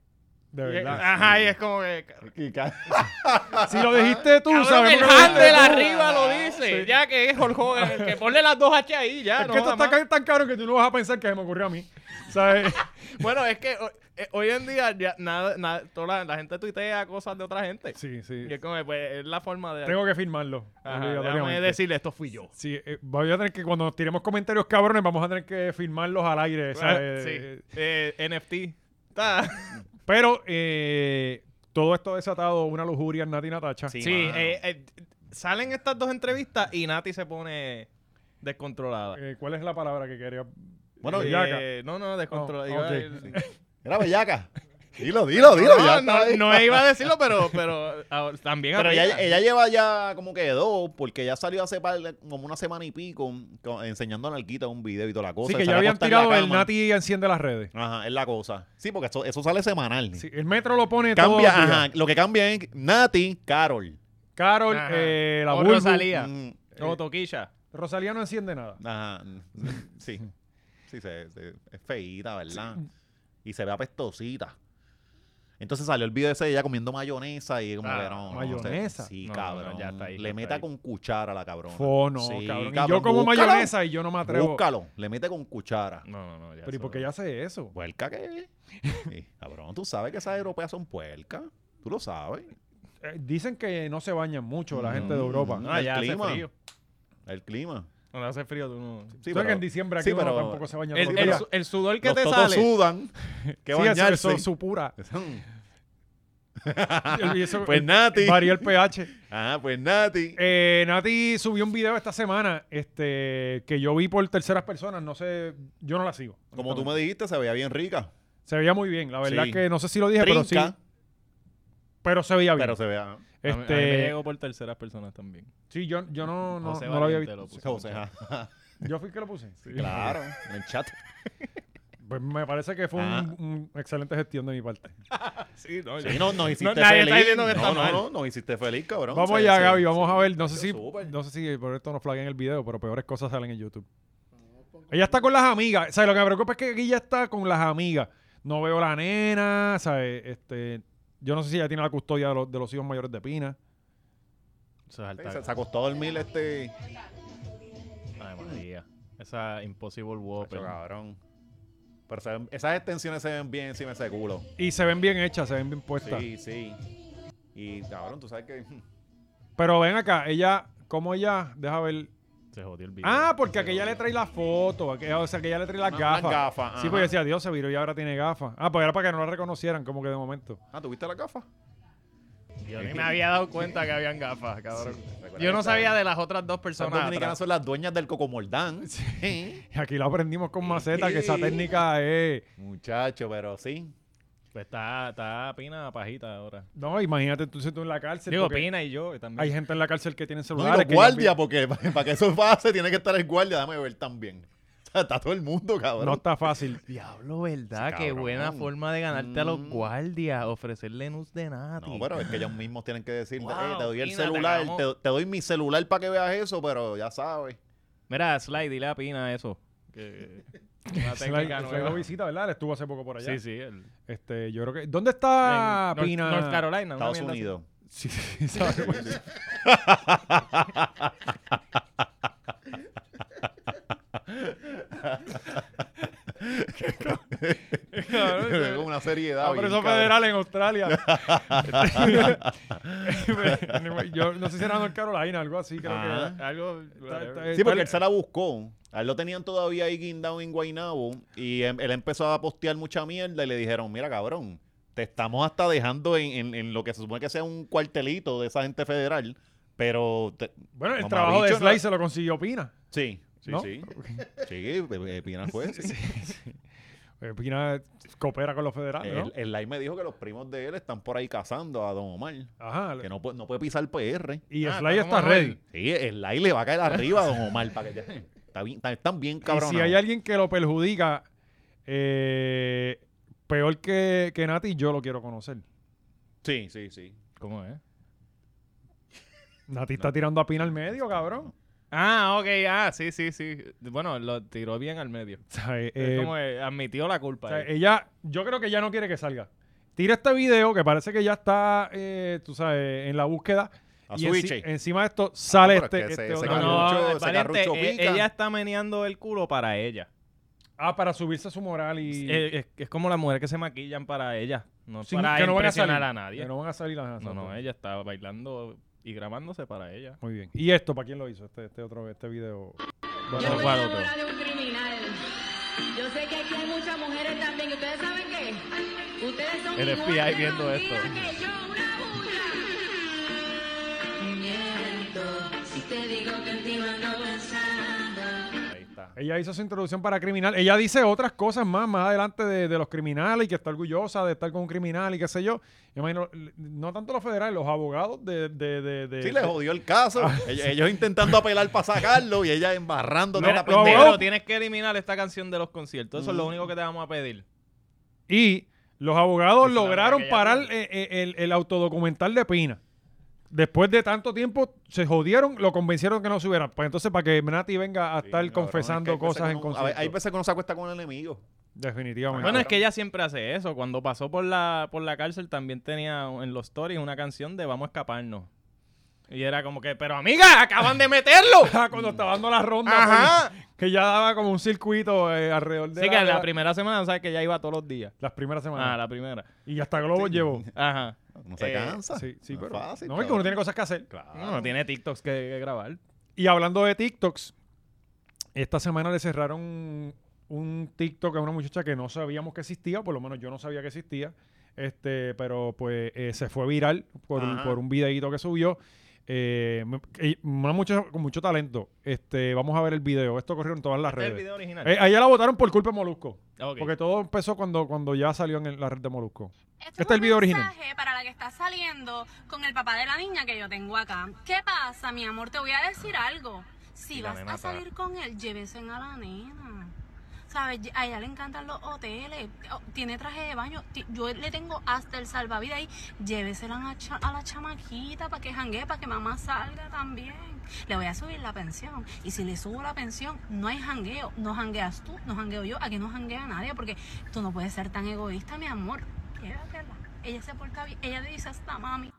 de verdad.
Ajá, y es como que.
eh,
cabrón,
Y ca-
si lo dijiste tú, sabes
eh, el handle arriba lo dice. Ya que es Hulk Hogan el que ponle las dos H ahí, ya.
Es
no
que esto
joda
está
más.
ca- tan caro que tú no vas a pensar que se me ocurrió a mí. ¿Sabes?
Bueno, es que ho- eh, hoy en día ya nada, nada- toda la, la gente tuitea cosas de otra gente.
Sí, sí.
Y es como, que, pues, es la forma de.
Tengo que firmarlo.
Ajá, déjame
obligatoriamente.
decirle, esto fui yo.
Sí, eh, voy a tener que, cuando tiremos comentarios cabrones, vamos a tener que firmarlos al aire, ¿sabes?
Ah, Sí. Eh, NFT. Está.
Pero eh, todo esto ha desatado una lujuria en Nati Natacha.
Sí.
Sí,
mano.
eh, eh, salen estas dos entrevistas y Nati se pone descontrolada.
Eh, ¿Cuál es la palabra que quería?
Bueno,
Eh,
ya-
bellaca.
Eh, no, no, descontrolada.
Oh,
Iba a
ok.
decir-
Era bellaca. Dilo, dilo, dilo.
no,
ya
no,
está ahí.
no iba a decirlo, pero, pero ah, también
Pero
aplica.
ella, ella lleva ya como que dos, porque ya salió hace par- como una semana y pico con- enseñando a Narquita un video y toda la cosa.
sí, que
Sale
ya habían
acostada en la
tirado el
cama.
Nati enciende las redes.
Ajá, es la cosa. Sí, porque eso, eso sale semanal.
Sí, el metro lo pone todo.
Cambia, ajá, lo que cambia es Nati, Carol.
Carol,
Ajá.
eh, la
O
Bulbu.
Rosalía.
Mm,
O Toquilla.
Rosalía no enciende nada.
ajá, sí. Sí, se- se- es feíta, ¿verdad? Y se ve apestosita. Entonces salió el video ese de ella comiendo mayonesa y como
Ah,
que no, no,
mayonesa.
se- sí,
No, no,
cabrón.
no, ya está ahí,
le
está
meta
ahí.
con cuchara a la cabrona.
Fono,
Sí,
Oh, cabrón. Y
cabrón,
yo como
búscalo.
mayonesa y yo no me atrevo.
Búscalo, le mete con cuchara.
No, no, no. Ya
Pero ¿y
eso-
por qué ella hace eso?
¿Puerca qué? Sí, cabrón, tú sabes que esas europeas son puercas. Tú lo sabes.
Eh, dicen que no se bañan mucho la gente de
Mm,
Europa.
no,
O
el
No, Ah, ya hace
clima.
frío.
El clima.
Cuando hace frío, tú no.
Sí,
sea, que en diciembre aquí
sí,
uno
pero-
tampoco se baña.
El,
todo
el
el día.
su- el sudor que
Los
te
totos
sale.
sudan. Que
Sí, eso-
bañarse.
eso es supura. Y eso-
pues Nati.
Varía el pH.
Ah, pues Nati.
Eh, Nati subió un video esta semana este, que yo vi por terceras personas. No sé, yo no la sigo.
Como tú me dijiste, se veía bien rica.
Se veía muy bien. La verdad
Sí.
que no sé si lo dije,
Trinca,
pero sí. Pero se veía bien.
pero se veía.
A mí- a mí me
este,
llegó por terceras personas también.
sí, yo, yo no, no,
José
no lo había
Valiente
visto.
puso.
O sea,
Yo fui que lo puse.
claro, en el chat.
Pues me parece que fue un-
Ah.
un excelente gestión de mi parte.
Sí, no,
Sí, no, nos hiciste
nadie está
feliz.
diciendo que está
no,
mal.
no, no, nos hiciste feliz, cabrón.
Vamos
Se-
allá,
se-
Gaby, vamos
se-
a ver. No sé
se
si,
supo.
no sé si por esto nos flaguen el video, pero peores cosas salen en YouTube. Ella está con las amigas. O sea, lo que me preocupa es que aquí ya está con las amigas. No veo la nena, ¿sabes? Este, yo no sé si ella tiene la custodia de los, de los hijos mayores de Pina.
Eso es alta-
Se, se acostó a dormir este.
Ay, María. Esa Impossible
Pero,
Whopper.
cabrón. Pero se ven- esas extensiones se ven bien encima de ese culo.
Y se ven bien hechas, se ven bien puestas.
Sí, sí. Y cabrón, tú sabes que.
Pero ven acá, ella, como ella, deja ver.
Se jodió el video.
Ah, porque aquella le trae la foto, aquella- o sea, aquella le trae las
Unas- unas
gafas.
gafas,
sí,
ajá.
pues yo decía, Dios, se viró y ahora tiene gafas. Ah, pues era para que no la reconocieran, como que de momento.
Ah, ¿tuviste la gafa?
Yo ni me había dado cuenta que habían gafas, cabrón.
Recuerda
Yo no
que
sabía de las otras dos
Esas
personas.
dominicanas
atrás.
son las dueñas del cocomordán. Sí.
Aquí lo aprendimos con maceta, que esa
Sí.
técnica es...
Muchacho, pero sí.
Pues está, está Pina pajita ahora.
No, imagínate tú si tú en la cárcel.
Digo,
porque
Pina y yo también.
Hay gente en la cárcel que tiene
No, y
celulares.
los
que
guardias, porque para, que eso pase tiene que estar el guardia. Dame ver también. O sea, está todo el mundo,
ya-
cabrón.
No está fácil.
Diablo, ¿verdad?
Sí,
Qué
cabrón.
buena forma de ganarte a los
Mm.
guardias. Ofrecerle nus de nada.
No, pero es que ellos mismos tienen que decir,
Wow,
"Eh, te doy el
Pina, te
celular,
acabamos-
te, te doy mi celular para que veas eso, pero ya sabes.
Mira, Sly, dile a Pina eso. Que, Una
Se la,
técnica
se la
nueva.
visita, ¿verdad? Él estuvo hace poco por allá.
Sí, sí. el-
Este, yo creo que. ¿Dónde está
en North-
Pina?
North Carolina. una
Estados
mierda así.
Unidos.
Sí, sí, sabe, pues.
Es como una
Ah,
seriedad.
Está
bien,
preso
cabrón.
federal en Australia. yo no sé si era North Carolina, algo así, creo
Ajá.
que.
Algo.
Está- está-
Sí, porque él
está-
se la buscó. A él lo tenían todavía ahí guindado en Guaynabo y em- él empezó a postear mucha mierda y le dijeron, mira cabrón, te estamos hasta dejando en, en- en lo que se supone que sea un cuartelito de esa gente federal, pero... te-
Bueno, el
Mamabicho,
trabajo de
no-
Sly se lo consiguió Pina.
Sí, sí,
¿No?
sí. Sí, eh, Pina fue. sí.
Eh, Pina coopera con los federales, ¿no?
El, el like me dijo que los primos de él están por ahí cazando a Don Omar,
Ajá.
que no, puede- no puede pisar PR.
Y
Ah,
Sly
está
está
como
ready.
él.
Sí, el like le va a caer arriba a Don Omar. Para que te- está bien, está- están bien
Y
cabronados.
si hay alguien que lo perjudica, eh, peor que, que Nati, yo lo quiero conocer.
Sí, sí, sí.
¿Cómo es?
Nati está tirando a Pina al medio, cabrón.
Ah, ok, ah, sí, sí, sí. Bueno, lo tiró bien al medio.
O sea, eh,
es como eh, admitió la
o
culpa.
sea,
eh.
ella, yo creo que ya no quiere que salga. Tira este video que parece que ya está, eh, tú sabes, en la búsqueda.
A
y enci-
Suiche.
encima de esto sale
pero es
este,
que ese-
este
ese
otro.
no,
video.
no,
Carrucho-
eh,
ese
valiente,
Carrucho
eh,
pica.
ella está meneando el culo para ella.
Ah, para subirse su moral y...
Eh, es, es como las mujeres que se maquillan para ella, no
sin-
para
que no van a
impresionar
salir.
a, nadie.
Que
No,
no van a salir las
no, ella está bailando y grabándose para ella.
Muy bien. ¿Y esto para quién lo hizo? Este, este otro, este video.
Yo
Bueno,
estoy
¿cuál otro?
enamorada de un criminal. Yo sé que aquí hay muchas mujeres también. ¿Y ustedes saben qué? Ustedes son
El
igual
FBI
de
viendo
bandidas
esto.
que yo, una bulla. Te miento si te digo que en ti no ando pensando.
Ahí está.
Ella hizo su introducción para criminal. Ella dice otras cosas más, más adelante de, de los criminales y que está orgullosa de estar con un criminal y qué sé yo. Yo imagino, l- no tanto los federales, los abogados de... de, de, de-
Sí, le jodió el caso. Ellos, ellos intentando apelar para sacarlo y ella embarrando toda la
Mira,
lo
pendeja.
abogado-
Negro, tienes que eliminar esta canción de los conciertos. Eso es lo único que te vamos a pedir.
Y los abogados
Dice la
lograron
verdad que
parar
ella-
eh, eh, el, el autodocumental de Pina. Después de tanto tiempo se jodieron, lo convencieron que no subieran. Pues entonces para que Nati venga a
Sí,
estar
cabrón,
confesando
es que hay veces
cosas
que
en
uno- a ver, Hay
concierto.
veces que uno se acuesta con el enemigo.
Definitivamente.
Bueno, es que ella siempre hace eso. Cuando pasó por la, por la cárcel también tenía en los stories una canción de Vamos a escaparnos. Y era como que, pero amiga, acaban de meterlo.
Ah, cuando estaba dando la ronda,
Ajá.
pues, que ya daba como un circuito eh, alrededor de
Así que
la-
en la primera semana, ¿sabes? Que ya iba todos los días.
las primeras semanas.
Ah, la primera.
Y hasta Globo llevó.
Ajá.
No se
Eh,
cansa.
Sí, sí,
no
pero.
Es fácil,
no, es que uno
cabrón.
tiene cosas que hacer.
No, no tiene TikToks que, que grabar.
Y hablando de TikToks, esta semana le cerraron un TikTok a una muchacha que no sabíamos que existía, por lo menos yo no sabía que existía. Este, pero pues eh, se fue viral por, un-
Ah.
Ajá.
por un videíto que subió. Eh, me- que- una muchacha con mucho talento. Este, vamos a ver el video. Esto corrió en todas las
Este es el
redes.
video original.
Eh, a ella la votaron por culpa de Molusco.
Ok.
Porque todo empezó cuando, cuando ya salió en el- la red de Molusco.
Este,
Este es el
es un
video original.
mensaje para la que está saliendo con el papá de la niña que yo tengo acá. ¿Qué pasa, mi amor? Te voy a decir algo. Si
Y la
vas
nena
a
está-
salir con él, llévese a la nena. ¿Sabes? A ella le encantan los hoteles. Oh, Tiene traje de baño. Ti- Yo le tengo hasta el salvavidas ahí. Llévesela a la, cha- a la chamaquita para que jangue, para que mamá salga también. Le voy a subir la pensión. Y si le subo la pensión, no hay jangueo. No jangueas tú, no jangueo yo. Aquí no janguea nadie porque tú no puedes ser tan egoísta, mi amor. Llévatela. Ella se porta bien. Ella le dice hasta mami.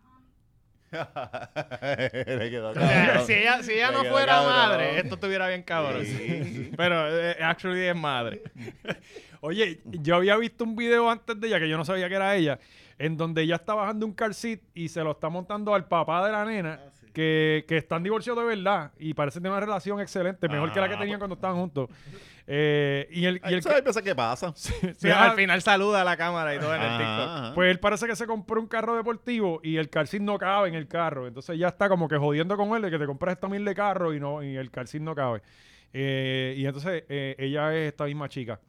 Le quedó
sea,
cabrón.
si ella, si ella
Le
no
quedó
fuera
cabrón.
madre, esto estuviera bien cabrón.
Sí.
Pero eh, actually es madre.
Oye, yo había visto un video antes de ella que yo no sabía que era ella, en donde ella está bajando un car seat y se lo está montando al papá de la nena, que, que están divorciados de verdad y parecen tener una relación excelente, mejor que la que
Ah,
tenían cuando estaban juntos. Eh, y el, y el-
Eso hay veces que pasa.
Sí,
Ah,
al final saluda a la cámara y todo en el TikTok.
Ajá.
pues él parece que se compró un carro deportivo y el car seat no cabe en el carro. Entonces ya está como que jodiendo con él de que te compras esta mil de carro y no y el car seat no cabe. Eh, y entonces eh, ella es esta misma chica.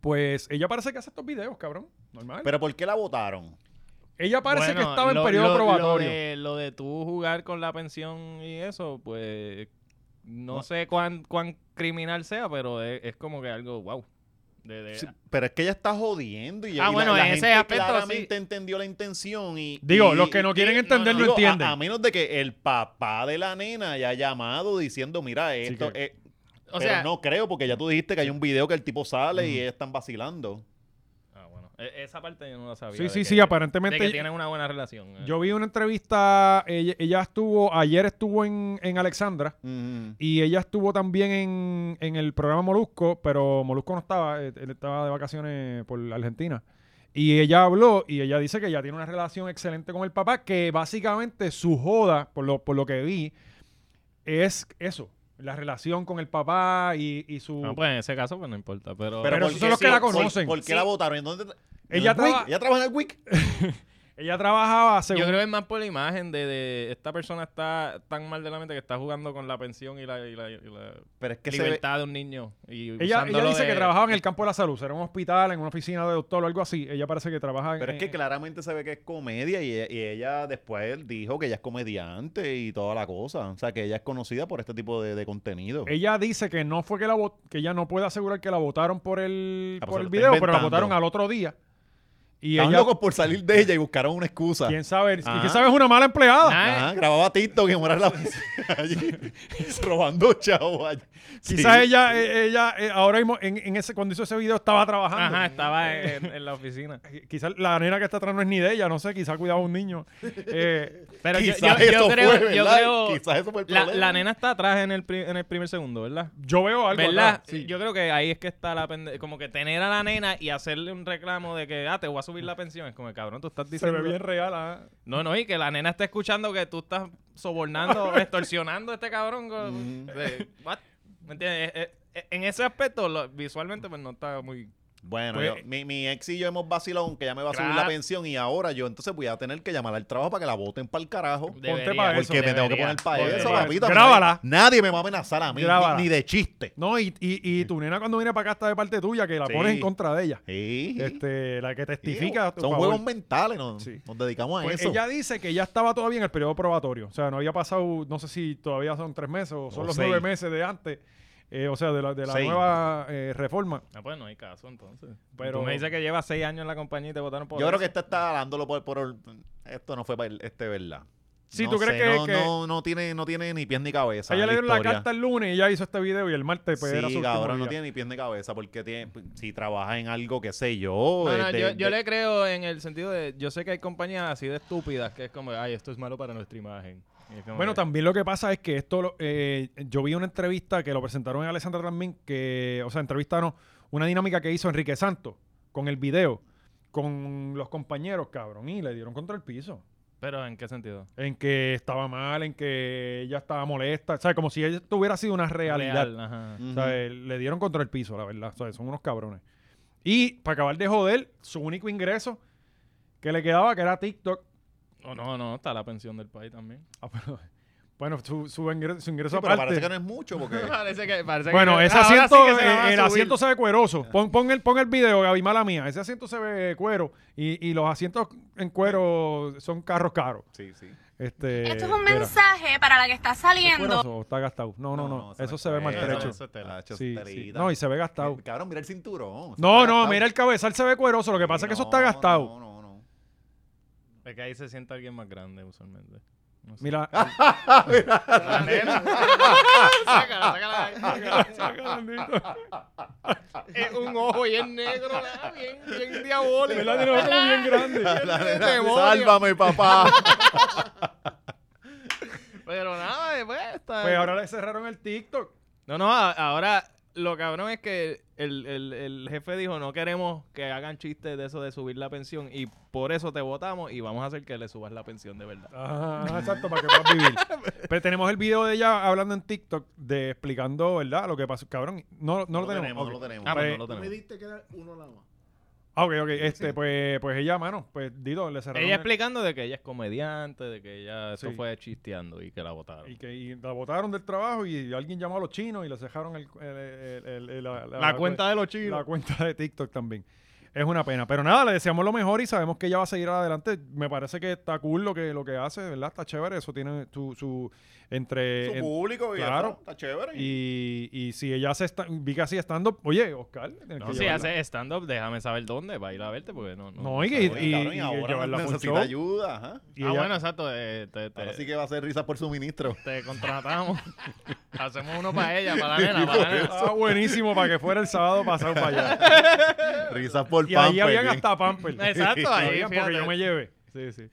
Pues ella parece que hace estos videos, cabrón. Normal.
Pero ¿por qué la votaron?
Ella parece que
Bueno,
estaba en
lo-
periodo
lo-
probatorio.
Lo de, lo de tú jugar con la pensión y eso, pues no sé cuán, cuán criminal sea, pero es, es como que algo wow. De, de-
Sí, Pero es que ella está jodiendo y,
Eh, Ah,
y
bueno,
la, la
en ese
gente
aspecto,
claramente
sí.
entendió la intención y...
Digo,
y-
los que no quieren
no,
entender no,
Digo, a-
entienden.
A, menos de que el papá de la nena haya llamado diciendo, mira, esto...
que-
eh,
O
Pero
sea,
no creo, porque ya tú dijiste que hay un video que el tipo sale y ellos están vacilando.
Ah, bueno. E- Esa parte yo no la sabía.
Sí,
de
sí,
que-
sí, aparentemente-
De que tienen una buena relación. eh.
Yo vi una entrevista, ella, ella estuvo, ayer estuvo en, en Alexandra
Mm.
y ella estuvo también en, en el programa Molusco, pero Molusco no estaba, eh, él estaba de vacaciones por Argentina. Y ella habló y ella dice que ya tiene una relación excelente con el papá, que básicamente su joda, por lo, por lo que vi, es eso, la relación con el papá y, y su...
No, pues en ese caso, pues no importa. Pero,
Pero
¿por
esos
qué
son los que la
¿Por-
conocen.
¿Por, qué
Sí.
la votaron? ¿En dónde? en
Ella
el Wick?
traba-
¿Ella trabaja en el WIC?
Ella trabajaba,
yo
según...
creo que es más por la imagen de, de esta persona está tan mal de la mente que está jugando con la pensión y la, y la- y la
Pero es que se ve-
libertad de un niño. Y
Ella, ella
usándolo
dice que
de-
trabajaba en el campo de la salud, era un hospital, en una oficina de doctor o algo así. Ella parece que trabaja en...
Pero es que
en-
claramente se ve que es comedia y, e- y ella después dijo que ella es comediante y toda la cosa. O sea, que ella es conocida por este tipo de, de contenido.
Ella dice que no fue que la vot- que ella no puede asegurar que la votaron por el,
Ah, pues
por
se
el
lo está
video, pero la
inventando.
votaron al otro día. Y
Estaban
ella,
locos por salir de ella y buscaron una excusa.
quién sabe, y
Ajá.
quién sabe es una mala empleada.
Nah,
Ajá, grababa TikTok y morar la allí, robando chavo allí.
Quizás
Sí.
ella, eh, ella eh, ahora mismo, en, en ese, cuando hizo ese video, estaba trabajando.
Ajá, estaba
Eh,
en, en la oficina.
Quizás la nena que está atrás no es ni de ella, no sé, quizás cuidaba a un niño. Eh,
Pero yo,
Quizás
yo- yo
eso
creo,
fue,
yo
¿verdad?
creo-
Quizás eso fue el
la,
problema.
la nena está atrás en el, pri- en el primer segundo, ¿verdad?
yo veo algo.
¿Verdad?
atrás, sí.
Yo creo que ahí es que está la pende- como que tener a la nena y hacerle un reclamo de que ah, te voy a subir la pensión, es como cabrón, tú estás
Se
diciendo
ve bien real. ah.
No, no, y que la nena está escuchando que tú estás sobornando, extorsionando a este cabrón. con-
Mm.
de- what? ¿Me entiendes? Eh, eh, En ese aspecto, lo- visualmente, pues no está muy.
Bueno,
Pues-
yo- mi, mi ex y yo hemos vacilado, aunque ya me va a subir
Claro.
la pensión y ahora yo entonces voy a tener que llamar al trabajo para que la voten para el carajo.
Debería,
pa'
Porque
eso,
me tengo que
debería,
poner para
debería.
eso, papito.
Grábala.
Nadie me va a amenazar a mí,
Grábala.
ni, ni de chiste.
No, y, y, y tu nena cuando viene para acá está de parte tuya, que la
Sí.
pones en contra de ella.
Sí.
Este, la que
Sí,
testifica. a tu
son
favor.
juegos mentales, ¿no?
Sí.
nos dedicamos a
Pues
eso.
ella dice que ya estaba todavía en el periodo probatorio. O sea, no había pasado, no sé si todavía son tres meses o son
O
los
seis.
nueve meses de antes. eh, o sea, de la, de la
Seis.
nueva eh, reforma.
Ah, pues no hay caso, entonces. Pero
Pero-
tú me dices que lleva seis años en la compañía y te votaron por.
Yo creo que
eso.
esta está dándolo por, por el- esto no fue para el- este verdad.
Sí,
No
¿tú crees
sé,
que-
no,
que-
no, no tiene, no tiene ni pies ni cabeza.
A ella le dieron la
historia.
carta el lunes y ella hizo este video y el martes pues, era su
Sí,
último
cabrón, no
día.
tiene ni pies ni cabeza porque tiene, si trabaja en algo, qué sé yo.
No, no,
de-
yo,
de-
yo le creo en el sentido de. Yo sé que hay compañías así de estúpidas que es como, ay, esto es malo para nuestra imagen. Y es como
Bueno,
que-
también lo que pasa es que esto, lo- eh, yo vi una entrevista que lo presentaron en Alessandra también, que, o sea, entrevistaron una dinámica que hizo Enrique Santos con el video, con los compañeros, cabrón, y le dieron contra el piso.
Pero ¿en qué sentido?
En que estaba mal, en que ella estaba molesta, o sea, como si ella tuviera sido una realidad.
Real, ajá.
Ujú.
O sea, eh, le dieron contra el piso, la verdad. O sea, son unos cabrones. Y para acabar de joder, su único ingreso que le quedaba, que era TikTok.
No, no, no, está la pensión del país también.
Ah, pero- bueno, su, su ingreso, su ingreso
Sí, pero
aparte.
parece que no es mucho porque...
parece que, parece
Bueno,
que-
ese
ahora sí
asiento,
que se la
eh,
van a
el
subir.
asiento se ve cueroso. Pon, pon el, pon el video, Gaby, mala mía. Ese asiento se ve cuero y, y los asientos en cuero son carros caros.
Sí, sí.
Este,
Esto es un
mira.
mensaje para la que está
¿Es
saliendo.
cueroso o está gastado? No, no, no.
se
eso
me
se ve
fue.
mal derecho.
Eso es tela.
Ah, hecho
Sí,
telita.
sí. No, y se ve gastado.
Mi- Cabrón, mira el cinturón.
No, no, mira el cabezal se ve cueroso. Lo que pasa es que eso está gastado.
No, no, no.
Es que ahí se sienta alguien más grande usualmente. No sé.
Mira,
La nena. sácala, sácala, sácala. Es un ojo y es negro, la- bien, bien diabólico.
¿Verdad? Tiene los ojos bien grandes.
La
Qué
nena,
demonio.
Sálvame, papá.
Pero nada, después está.
Pues ahora le cerraron el TikTok.
No, no, a- ahora lo cabrón es que el, el- el jefe dijo, no queremos que hagan chistes de eso de subir la pensión y por eso te votamos y vamos a hacer que le subas la pensión de verdad.
Ajá, Ah, exacto, para que puedas vivir. Pero tenemos el video de ella hablando en TikTok de explicando, ¿verdad? Lo que pasó. Cabrón, no, no lo tenemos.
no
Ok.
lo tenemos.
Ah, pues
Pues-
no lo
Tú me
tenemos.
diste que era uno nada más.
Ah, ok, ok. Este, pues, pues ella, mano, pues Dito, le cerraron.
Ella
el-
explicando de que ella es comediante, de que ella eso
Sí.
fue chisteando y que la votaron.
y que y la botaron del trabajo y alguien llamó a los chinos y le cerraron el, el- el- el- el- la, la-
La cuenta de los chinos.
la cuenta de TikTok también. Es una pena. Pero nada, le deseamos lo mejor y sabemos que ella va a seguir adelante. Me parece que está cool lo que, lo que hace, ¿verdad? Está chévere. Eso tiene su, su entre.
Su
en-
público, y
eh, claro.
eso, Está chévere.
y, y si ella hace esta- vi que así estando. Oye, Oscar, tienes
No,
que
si
llevarla.
hace stand-up, déjame saber dónde, para ir a verte, porque no... No,
No, y que-
sabemos.
Oye, cabrón,
y- y
ahora
llevarla a un
necesita
show.
ayuda. ajá.
Y
ah,
ella-
bueno, exacto, eh, te, te-
Ahora sí que va a hacer risas por suministro.
te contratamos. Hacemos uno para ella, para la nena, para la nena.
Ah, buenísimo para que fuera el sábado pasado para allá.
Risas por
Y ahí
pamper,
habían
bien.
hasta Pamper.
Exacto, ahí,
Habían porque
fíjate. Eh.
yo me llevé. Sí, sí.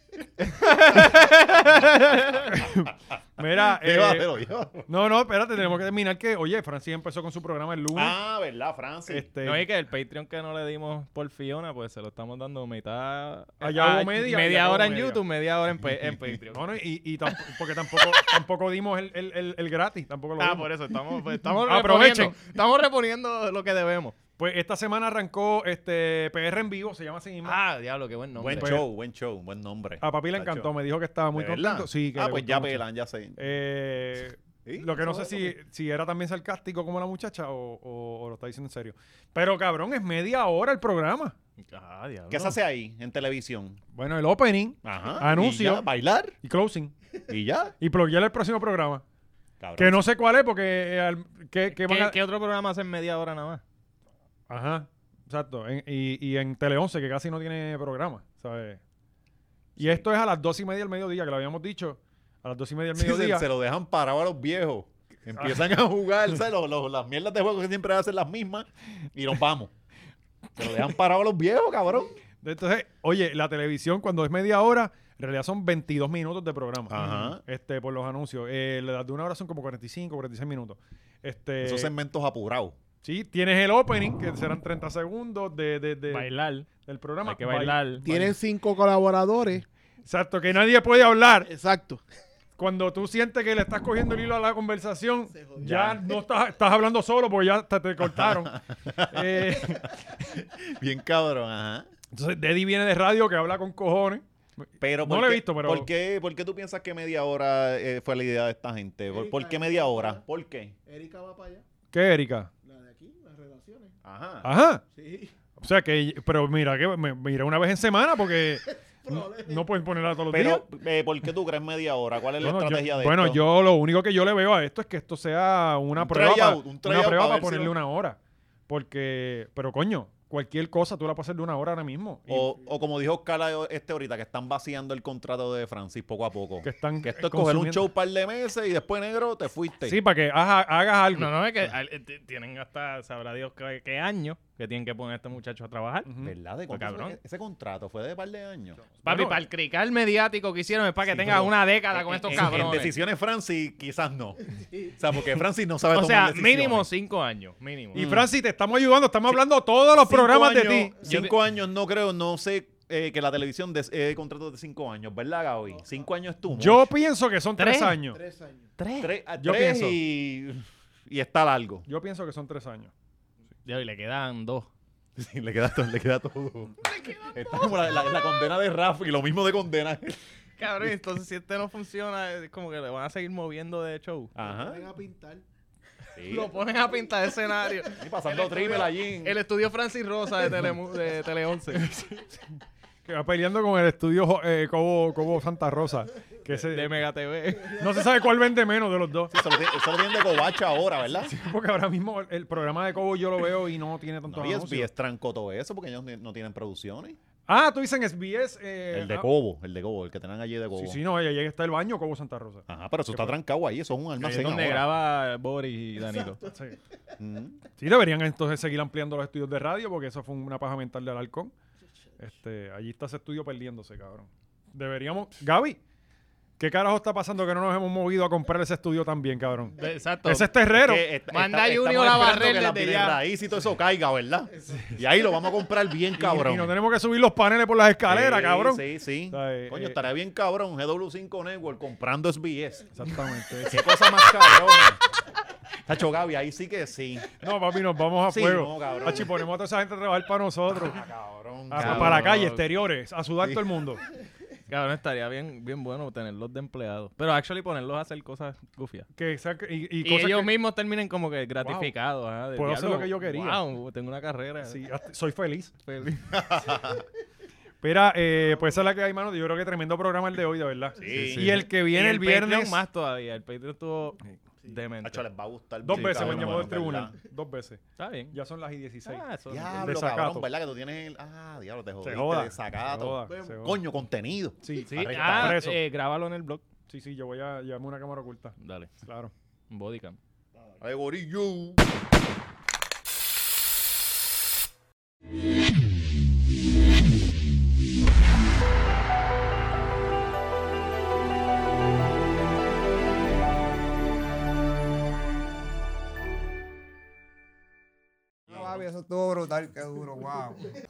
Mira, eh,
Llévatelo, llévatelo.
no, no, espérate, tenemos que terminar que, oye, Francis empezó con su programa el lunes.
Ah, ¿verdad, Francis?
este,
No, y que el Patreon que no le dimos por Fiona, pues se lo estamos dando mitad.
A Yahoo
Ah,
Media,
Media
Yahoo
hora en
Media.
YouTube, media hora en, pa- en Patreon.
no, no, y, y tamp- porque tampoco, tampoco dimos el, el- el- el gratis, tampoco lo
Ah,
dimos.
por eso estamos, pues, estamos
Aprovechen.
reponiendo. Estamos reponiendo lo que debemos.
Pues esta semana arrancó este PR en vivo, se llama así mismo.
Ah, diablo, qué buen nombre.
buen
pues-
show, buen show, buen nombre.
a papi le
Tacho.
encantó, me dijo que estaba muy
¿De verdad?
contento. Sí, que
ah,
le
pues
gustó
ya
mucho.
pelan, ya sé.
Eh,
Sí,
lo que no
eso
sé
es
si, si era también sarcástico como la muchacha o, o- o lo está diciendo en serio. Pero cabrón, es media hora el programa.
Ah, diablo.
¿Qué se hace ahí en televisión?
Bueno, el opening
Ajá. y
Anuncio.
ya, bailar
y closing.
y ya.
Y pluguear el próximo programa.
Cabrón.
Que no sé cuál es porque... eh, al- que, que
¿Qué,
van a-
qué otro programa hacen media hora nada más?
Ajá, exacto. En- y, y en Tele 11 que casi no tiene programa, ¿sabes? Y esto es a las dos y media del mediodía, que lo habíamos dicho. A las dos y media del
Sí, se-
mediodía.
se, lo dejan parado a los viejos. Empiezan
Ah.
a jugar, ¿sabes? Los- los- las mierdas de juego que siempre hacen las mismas y nos vamos. Se lo dejan parado a los viejos, cabrón.
Eh. Entonces, oye, la televisión cuando es media hora, en realidad son 22 minutos de programa.
Ajá.
Este, por los anuncios. Eh, las de una hora son como 45, 46 minutos. Este,
Esos segmentos apurados.
sí, tienes el opening, que serán 30 segundos de, de- de-
Bailar.
del programa.
Hay que
Bail-
bailar.
Tienen cinco colaboradores.
Exacto, que nadie puede hablar.
Exacto.
Cuando tú sientes que le estás cogiendo el hilo a la conversación,
jodió.
ya no estás, estás hablando solo porque ya te, te cortaron. Eh,
Bien cabrón, ajá.
entonces, Deddy viene de radio que habla con cojones.
Pero
No
¿por
lo he
qué-
visto, pero-
¿por qué, por qué tú piensas que media hora eh, fue la idea de esta gente? ¿Por, por qué media hora? ¿Por qué?
Erika va para allá.
¿Qué, Erika?
La de aquí, las relaciones.
Ajá.
Ajá.
Sí.
O sea que, pero mira, que me, mira una vez en semana porque no, no pueden ponerla todos los días.
Pero, eh, ¿por qué tú crees media hora? ¿Cuál es la
Bueno, yo,
estrategia de
bueno,
esto?
yo lo único que yo le veo a esto es que esto sea una
Un
prueba, para-
tryout, un
una
tryout
prueba
para
para
ver si
ponerle
lo-
una hora. Porque, pero coño, cualquier cosa tú la puedes hacer de una hora ahora mismo. Y-
O, o como dijo Carla este ahorita, que están vaciando el contrato de Francis poco a poco.
que están
Que
eh,
esto es coger un
consumiendo-
show un par de meses y después, negro, te fuiste.
Sí, para que haga- hagas algo.
No, no, es que al- eh, t- tienen hasta, sabrá Dios qué, qué año que tienen que poner a este muchacho a trabajar.
Ujú.
¿Verdad? ¿De
Pues,
cuánto fue?
cabrón.
Ese contrato fue de par de años.
Papi,
Bueno,
para el crical mediático que hicieron es para que tengas una década con estos
En- en,
cabrones.
decisiones, Francis, quizás no. O sea, porque Francis no sabe
o
tomar
sea,
decisiones.
mínimo cinco años. Mínimo.
Y Francis, te estamos ayudando, estamos hablando todos los
Mm. Cinco
programas de
años-
ti.
Cinco años no creo, no sé eh, que la televisión des- eh, contratos de cinco años, ¿verdad, Gaby? Cinco años tú.
Yo pienso que son tres,
Tres.
años.
Tres años.
Tres, a-
yo
tres
pienso.
y, y está largo.
Yo pienso que son tres años.
Ya, y le quedan dos.
Sí, le queda todo. Le queda todo. Está como la, la- la condena de Rafa y lo mismo de condena.
Cabrón, entonces si este no funciona, es como que le van a seguir moviendo de show.
Ajá.
Van a pintar.
Sí.
Lo ponen a pintar escenario.
Y pasando triple allí. en-
El estudio Francis Rosa de Tele, de Tele 11.
Que va peleando con el estudio eh, Cobo, Cobo Santa Rosa. Que ese-
De Mega TV.
no se sabe cuál vende menos de los dos.
Eso lo tiene- eso lo tienen de covacha ahora, ¿verdad?
Porque ahora mismo el, el programa de Cobo yo lo veo y no tiene tanto
No, y SBS trancó todo eso porque ellos ni- no tienen producciones.
Ah, tú dices SBS. eh,
el de
ah,
Cobo, el de Cobo, el que tienen allí de Cobo.
Sí, sí, no, ahí ahí está el baño Cobo Santa Rosa.
Ajá, pero eso está trancado ahí, eso es un
Es
almacén.
donde
ahora.
graba Boris y Danilo.
Sí.
Mm.
Sí, deberían entonces seguir ampliando los estudios de radio porque eso fue una paja mental de Alarcón. Este, allí está ese estudio perdiéndose, cabrón. Deberíamos... Gaby, ¿qué carajo está pasando que no nos hemos movido a comprar ese estudio también, cabrón?
Exacto.
Ese es terrero.
Que est-
Manda
está-
a Junior
estamos
a
esperando
barrer
que la
desde
Piedra
ya.
raíz y todo eso caiga, ¿verdad? Y ahí lo vamos a comprar bien, cabrón.
Y, y no tenemos que subir los paneles por las escaleras,
Sí,
cabrón.
Sí, sí.
O sea, eh,
Coño,
eh,
estaría bien, cabrón. GW5 Network comprando SBS.
Exactamente.
Qué cosa más cabrón. Tacho Gaby, ahí sí que sí.
No, papi, nos vamos a
Sí,
fuego.
no, cabrón.
Pachi, ponemos a toda esa gente a trabajar para nosotros.
Ah, cabrón.
Ah,
cabrón.
para la calle, exteriores, a sudar todo el mundo.
Cabrón, estaría bien, bien bueno tenerlos de empleados. Pero actually ponerlos a hacer cosas gufias.
Que saque- y, y
Y,
cosas
ellos
que-
mismos terminen como que gratificados. ajá, de
Puedo hacer
diablo,
lo que yo quería.
Wow, tengo una carrera.
Sí, hasta- soy feliz.
Feliz.
Mira, eh, pues esa es la que hay, mano. Yo creo que tremendo programa el de hoy, de verdad.
Sí.
Y el que viene
Y
el, viernes.
Patreon más todavía. El Patreon estuvo demente.
Tacho, les va a gustar.
Dos
bien,
veces
cabrón,
me llamó del
mano, ¿verdad?
tribunal. Dos veces.
Está bien.
Ya son las y 16.
Ah, eso-
Diablo,
Desacato.
cabrón, ¿verdad? Que tú tienes el... Ah, diablo, te jodiste,
joda,
desacato.
se joda, se joda.
Coño, contenido.
Sí,
Sí,
Arregla.
ah,
preso.
eh, grábalo en el blog.
Sí, sí, yo voy a llevarme una cámara oculta.
Dale,
Claro.
bodycam.
Ay, gorillo.
No, Javi, eso estuvo brutal, qué duro, wow.